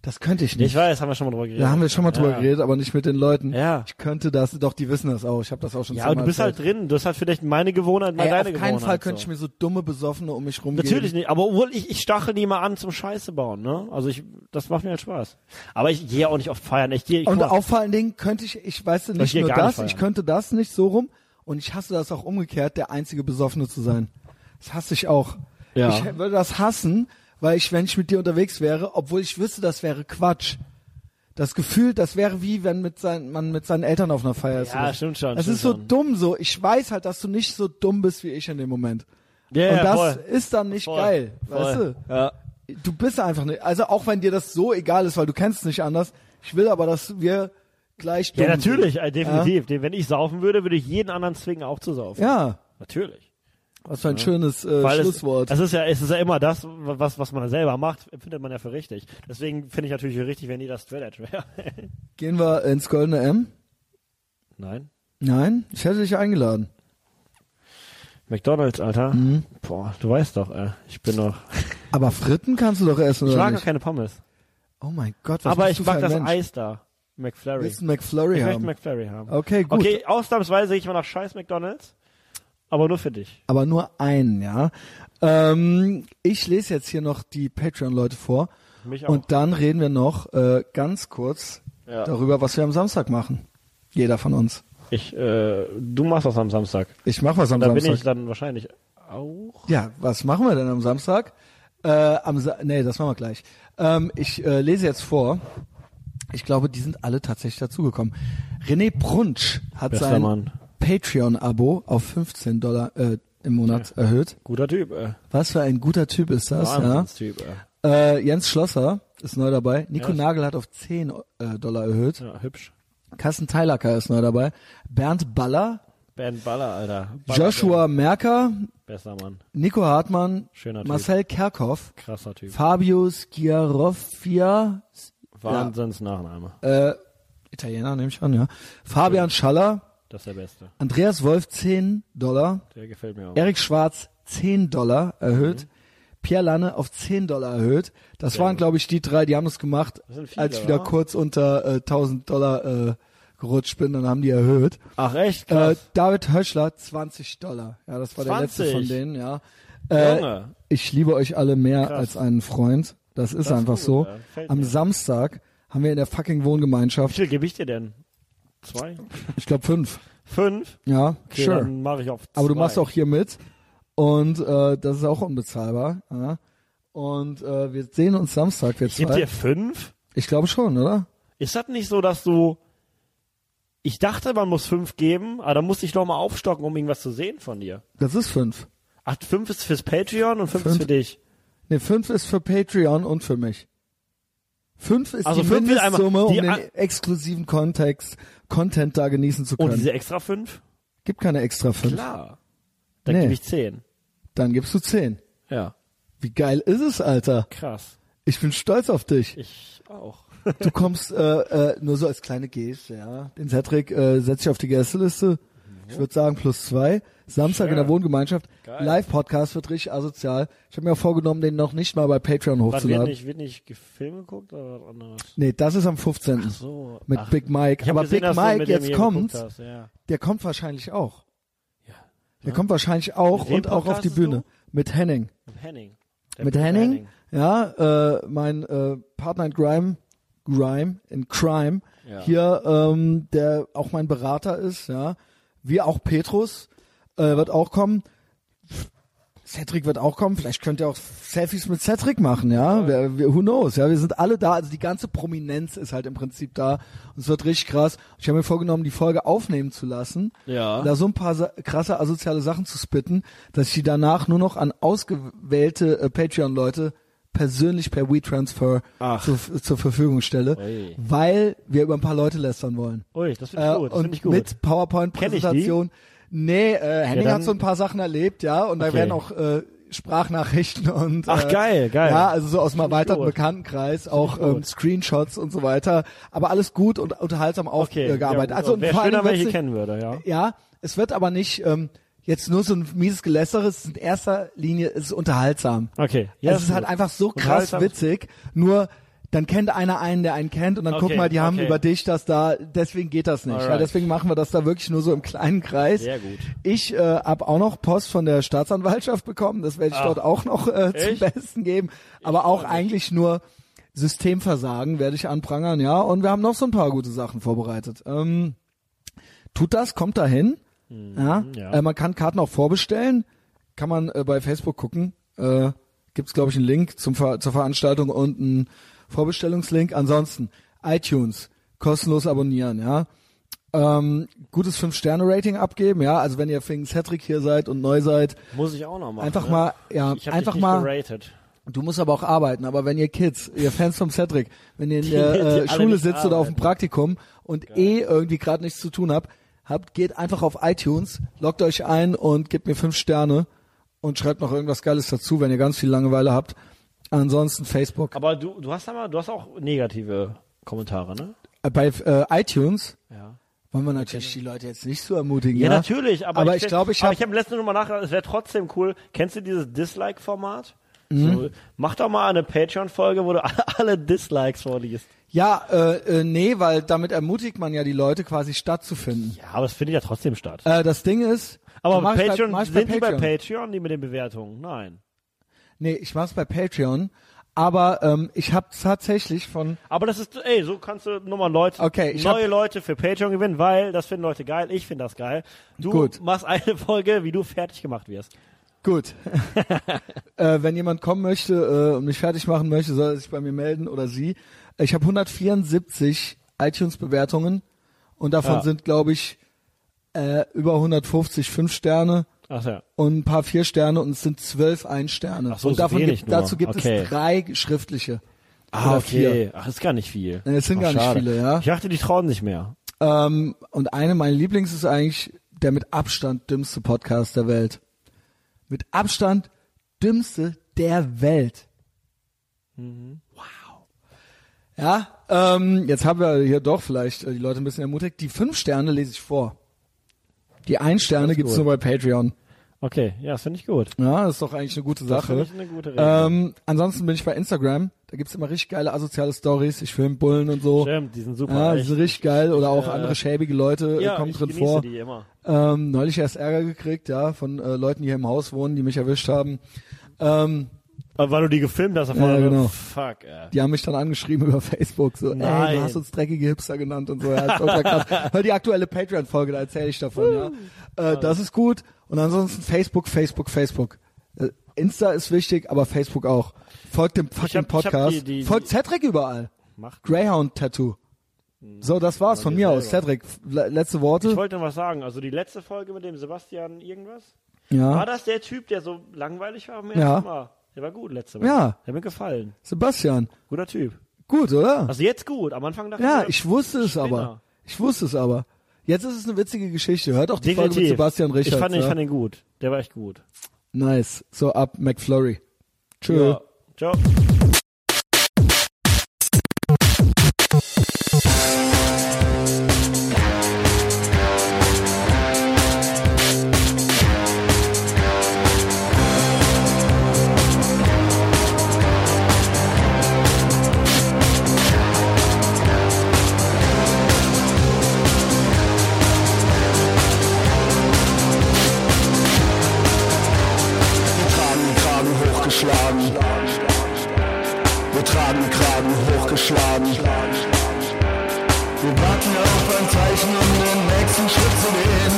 Das könnte ich ich, nicht. weiß, haben wir schon mal drüber geredet. da haben wir schon mal drüber ja. geredet, aber nicht mit den Leuten. Ja. Ich könnte das, doch, die wissen das auch. Ich habe das auch schon Ja, zweimal aber du bist halt erzählt. drin. Das ist halt vielleicht meine Gewohnheit, mal Ey, deine auf keinen Gewohnheit. Fall könnte ich so. mir so dumme Besoffene um mich rumgehen. Natürlich nicht, aber obwohl ich, ich stachel die mal an zum Scheiße bauen, ne? Also ich, das macht mir halt Spaß. Aber ich gehe auch nicht oft feiern. Ich gehe, ich Und guck mal, auch vor allen Dingen könnte ich, ich weiß nicht geh nur gar nicht das, feiern. ich könnte das nicht so rum und ich hasse das auch umgekehrt, der einzige Besoffene zu sein. Das hasse ich auch. Ja. Ich würde das hassen, weil ich, wenn ich mit dir unterwegs wäre, obwohl ich wüsste, das wäre Quatsch. Das Gefühl, das wäre wie, wenn mit sein, man mit seinen Eltern auf einer Feier ist. Ja, oder so. stimmt schon, Das stimmt ist so schon. dumm so. Ich weiß halt, dass du nicht so dumm bist wie ich in dem Moment. Ja, und ja, das voll. ist dann nicht Voll, geil. voll. Weißt du? Ja. du bist einfach nicht. Also auch wenn dir das so egal ist, weil du kennst nicht anders. Ich will aber, dass wir gleich. Ja, dumm natürlich, Sind. äh, definitiv. Wenn ich saufen würde, würde ich jeden anderen zwingen, auch zu saufen. Ja, Natürlich. was für ein schönes äh, Weil Schlusswort. Es, es ist ja, es ist ja immer das, was, was man selber macht, empfindet man ja für richtig. Deswegen finde ich natürlich richtig, wenn jeder Straight Edge wäre. Gehen wir ins Goldene M? Nein. Nein, ich hätte dich eingeladen. McDonalds, Alter. Mhm. Boah, du weißt doch, ey. Ich bin doch. Aber Fritten kannst du doch essen, Ich oder mag nicht? doch keine Pommes. Oh mein Gott, was aber bist ich du für mag ein das Mensch? Eis da. McFlurry. Willst du einen McFlurry ich möchte haben? McFlurry haben. Okay, gut. Okay, ausnahmsweise gehe ich mal nach scheiß McDonalds. Aber nur für dich. aber nur einen, ja. Ähm, ich lese jetzt hier noch die Patreon-Leute vor Mich auch. und dann reden wir noch äh, ganz kurz Ja. darüber, was wir am Samstag machen. Jeder von uns. ich, äh, du machst das am Samstag. Ich mache was am Da Samstag. bin ich dann wahrscheinlich auch. Ja, was machen wir denn am Samstag? Äh, am Sa nee, das machen wir gleich. Ähm, ich äh, lese jetzt vor. Ich glaube, die sind alle tatsächlich dazugekommen. René Brunsch hat Bester sein Mann. Patreon-Abo auf 15 Dollar äh, im Monat erhöht. Guter Typ, ey. Was für ein guter Typ ist das, ja. Wahnsinnstyp, ey. Äh, Jens Schlosser ist neu dabei. Nico Ja. Nagel hat auf 10 äh, Dollar erhöht. Ja, hübsch. Carsten Teilacker ist neu dabei. Bernd Baller, Ben Baller, Alter. Baller, Joshua Merker, Besser Mann. Nico Hartmann, Schöner Typ. Marcel Kerkhoff, Krasser Typ. Fabio Schiaroffia, Wahnsinns Nachname. äh, Italiener nehme ich an, ja. Fabian Schaller, Das ist der Beste. Andreas Wolf 10 Dollar, Der gefällt mir auch. Erik Schwarz 10 Dollar erhöht, Mhm. Pierre Lanne auf 10 Dollar erhöht. Das waren, gut. glaube ich, die drei, die haben es gemacht, Das sind viele, als ich wieder wa? kurz unter äh, 1000 Dollar äh, gerutscht bin, dann haben die erhöht. Ach echt? Äh, Krass. David Höschler 20 Dollar. Ja, das war der letzte 20. von denen, ja. Äh, Junge. Ich liebe euch alle mehr Krass. als einen Freund. Das ist ist einfach gut, so. ja. Gefällt Am mir. Samstag haben wir in der fucking Wie Wohngemeinschaft, viel gebe ich dir denn? Zwei? ich glaube fünf. Fünf? Ja, Okay, sure. Dann mache ich auf zwei. Aber du machst auch hier mit und äh, das ist auch unbezahlbar. Ja. Und äh, wir sehen uns Samstag. Wir Ich gebe zwei. dir fünf? Ich glaube schon, oder? Ist das nicht so, dass du... Ich dachte, man muss fünf geben, aber dann musste ich noch mal aufstocken, um irgendwas zu sehen von dir. Das ist fünf. Ach, fünf ist fürs Patreon und fünf, Fünf. ist für dich. Ne, fünf ist für Patreon und für mich. Fünf ist Also die fünf ist einmal- Mindestsumme, um die den an- exklusiven Kontext, Content da genießen zu Und können. diese extra fünf? Gibt keine extra fünf. Klar. Dann Nee. gebe ich zehn. Dann gibst du zehn. Ja. Wie geil ist es, Alter? Krass. Ich bin stolz auf dich. Ich auch. Du kommst äh, äh, nur so als kleine Geste, ja. Den Cedric äh, setze ich auf die Gästeliste. Ich würde sagen plus zwei. Samstag in der Schön. Wohngemeinschaft. Geil. Live-Podcast wird richtig asozial. Ich habe mir auch vorgenommen, den noch nicht mal bei Patreon Was wird hochzuladen. nicht, wird nicht ge- Film geguckt oder was anderes? Nee, das ist am 15. So. Mit Ach, Big Mike. ich hab Aber gesehen, Big dass du Mike mit dem jetzt hier kommt. geguckt hast, Ja. Der kommt wahrscheinlich auch. Der kommt wahrscheinlich auch ne? Mit wem und auch auf die podcastest Bühne. du? Mit Henning. Mit Henning. Der mit Peter Henning, ja, äh, mein äh, Partner in Grime, Grime, in Crime, Ja. hier, ähm, der auch mein Berater ist, ja, wie auch Petrus, äh, wird auch kommen. Cedric wird auch kommen, vielleicht könnt ihr auch Selfies mit Cedric machen, ja. Wer, wer, who knows, ja. Wir sind alle da, also die ganze Prominenz ist halt im Prinzip da. Und es wird richtig krass. Ich habe mir vorgenommen, die Folge aufnehmen zu lassen. Ja. Da so ein paar sa- krasse asoziale Sachen zu spitten, dass ich die danach nur noch an ausgewählte äh, Patreon-Leute persönlich per WeTransfer Ach. zur, zur Verfügung stelle, Ui. weil wir über ein paar Leute lästern wollen. Ui, das finde ich Äh, gut. Das und finde ich gut. mit PowerPoint-Präsentation. Nee, äh, Henning dann- hat so ein paar Sachen erlebt, ja, und da Okay. werden auch äh, Sprachnachrichten und Ach, äh, geil, geil. Ja, also so aus meinem erweiterten gut. Bekanntenkreis, auch gut. ähm, Screenshots und so weiter, aber alles gut und unterhaltsam okay. ja, aufgearbeitet. gut. also und Wäre vor allem schöner, wenn ich wird's ihn nicht- kennen würde, ja. ja, es wird aber nicht ähm, jetzt nur so ein mieses Gelässer, es ist in erster Linie es ist unterhaltsam. Okay. Ja, Ja, es ist ist halt gut. einfach so krass Unterhaltsam. witzig, nur dann kennt einer einen, der einen kennt und dann guck Okay, mal, die haben okay. über dich das da, deswegen geht das nicht. Ja, Alright. deswegen machen wir das da wirklich nur so im kleinen Kreis. Sehr gut. Ich äh, hab auch noch Post von der Staatsanwaltschaft bekommen, das werde ich Ah. dort auch noch äh, zum Echt? Besten geben, aber auch eigentlich nur Systemversagen werde ich anprangern, ja, und wir haben noch so ein paar gute Sachen vorbereitet. Ähm, tut das, kommt dahin. Ja? Hm, ja. Äh, man kann Karten auch vorbestellen, kann man äh, bei Facebook gucken. Äh, Gibt es, glaube ich, einen Link zum Ver zur Veranstaltung und einen Vorbestellungslink. Ansonsten iTunes, kostenlos abonnieren, ja. Ähm, gutes 5-Sterne-Rating abgeben, ja. Also wenn ihr wegen Cedric hier seid und neu seid, Muss ich auch noch machen. einfach ne? mal, ja, Ich hab einfach dich nicht mal. Geratet. Du musst aber auch arbeiten, aber wenn ihr Kids, ihr Fans vom Cedric, wenn ihr in Die- der die äh, alle Schule nicht sitzt oder auf dem arbeiten. Praktikum und eh irgendwie gerade nichts zu tun habt, habt, geht einfach auf iTunes, loggt euch ein und gebt mir fünf Sterne und schreibt noch irgendwas Geiles dazu, wenn ihr ganz viel Langeweile habt. Ansonsten Facebook. Aber du, du hast da mal, du hast auch negative Kommentare, ne? Äh, Bei äh, iTunes Ja. wollen wir natürlich die Leute jetzt nicht so ermutigen. Ja, Ja, natürlich, aber, Aber ich glaub, ich hab- aber ich habe letztens nochmal nachgedacht, es wäre trotzdem cool. Kennst du dieses Dislike-Format? Mhm. So, mach doch mal eine Patreon-Folge, wo du alle Dislikes vorliest. Ja, äh, äh, nee, weil damit ermutigt man ja die Leute quasi stattzufinden. Ja, aber es findet ja trotzdem statt. Äh, das Ding ist, aber mach ich Patreon, mach ich sind die bei Patreon, die mit den Bewertungen? Nein. Nee, ich mach's bei Patreon. Aber ähm, ich habe tatsächlich von. Aber das ist, ey, so kannst du nochmal Leute, Okay, ich neue Leute für Patreon gewinnen, weil das finden Leute geil, ich finde das geil. Du Gut. machst eine Folge, wie du fertig gemacht wirst. Gut. äh, wenn jemand kommen möchte äh, und mich fertig machen möchte, soll er sich bei mir melden oder sie. Ich habe 174 iTunes-Bewertungen und davon Ja. sind, glaube ich, äh, über 150 fünf Sterne Ach ja. und ein paar vier Sterne und es sind zwölf ein Sterne. Ach so, und so davon wenig gibt, nur. dazu gibt Okay. es drei schriftliche. Ah, Oder okay. Ach, ist gar nicht viel. Nee, es sind Ach, gar nicht schade. viele, ja. Ich dachte, die trauen sich mehr. Ähm, und eine meiner Lieblings ist eigentlich der mit Abstand dümmste Podcast der Welt. Mit Abstand dümmste der Welt. Mhm. Wow. Ja, ähm, jetzt haben wir hier doch vielleicht äh, die Leute ein bisschen ermutigt. Die fünf Sterne lese ich vor. Die ein Sterne Ganz gibt's gut. nur bei Patreon. Okay, ja, das finde ich gut. Ja, das ist doch eigentlich eine gute Das Sache. finde ich eine gute Regel. Ähm, ansonsten bin ich bei Instagram. Da gibt's immer richtig geile asoziale Stories. Ich film Bullen und so. Stimmt, die sind super. Ja, die echt. sind richtig geil. Oder auch äh, andere schäbige Leute äh, ja, kommen ich drin genieße vor. Die immer. Ähm, neulich erst Ärger gekriegt, ja, von äh, Leuten, die hier im Haus wohnen, die mich erwischt haben. Ähm, Aber weil du die gefilmt hast, Ja, davon genau. fuck, ey. die haben mich dann angeschrieben über Facebook, so, ey, Nein. du hast uns dreckige Hipster genannt und so. Ja, ist ultra krass. Hör die aktuelle Patreon-Folge, da erzähle ich davon, ja. Äh, das ist gut. Und ansonsten Facebook, Facebook, Facebook. Äh, Insta ist wichtig, aber Facebook auch. Folgt dem fucking hab- ich hab Podcast. die- die- Folgt Cedric überall. Macht. Greyhound-Tattoo. So, das war's Ja, von wir mir aus. selber. Cedric, le- letzte Worte. Ich wollte noch was sagen. Also die letzte Folge mit dem Sebastian irgendwas. ja. War das der Typ, der so langweilig war? Im Ah. Ja. ersten Mal? Der war gut letzte Woche. Ja. Der hat mir gefallen. Sebastian, Guter Typ. gut, oder? Also jetzt gut. Am Anfang dachte Ja, mir, ich wusste es Spinner. aber. Ich wusste es aber. Jetzt ist es eine witzige Geschichte. Hört auch die definitiv. Folge mit Sebastian Richards. ich, fand, ihn- ja. ich fand ihn gut. Der war echt gut. nice. So ab McFlurry. Tschö. Ja. Ciao. Wir tragen den Kragen hochgeschlagen. Wir tragen den Kragen hochgeschlagen. Wir warten auf ein Zeichen, um den nächsten Schritt zu gehen.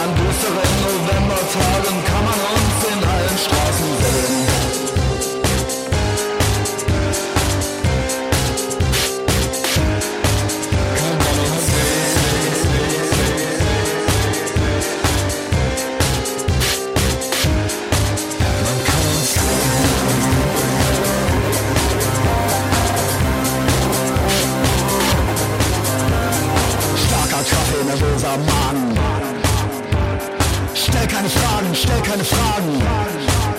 An düsteren Novembertagen kann man uns in allen Straßen loser Magen. Stell keine Fragen, stell keine Fragen.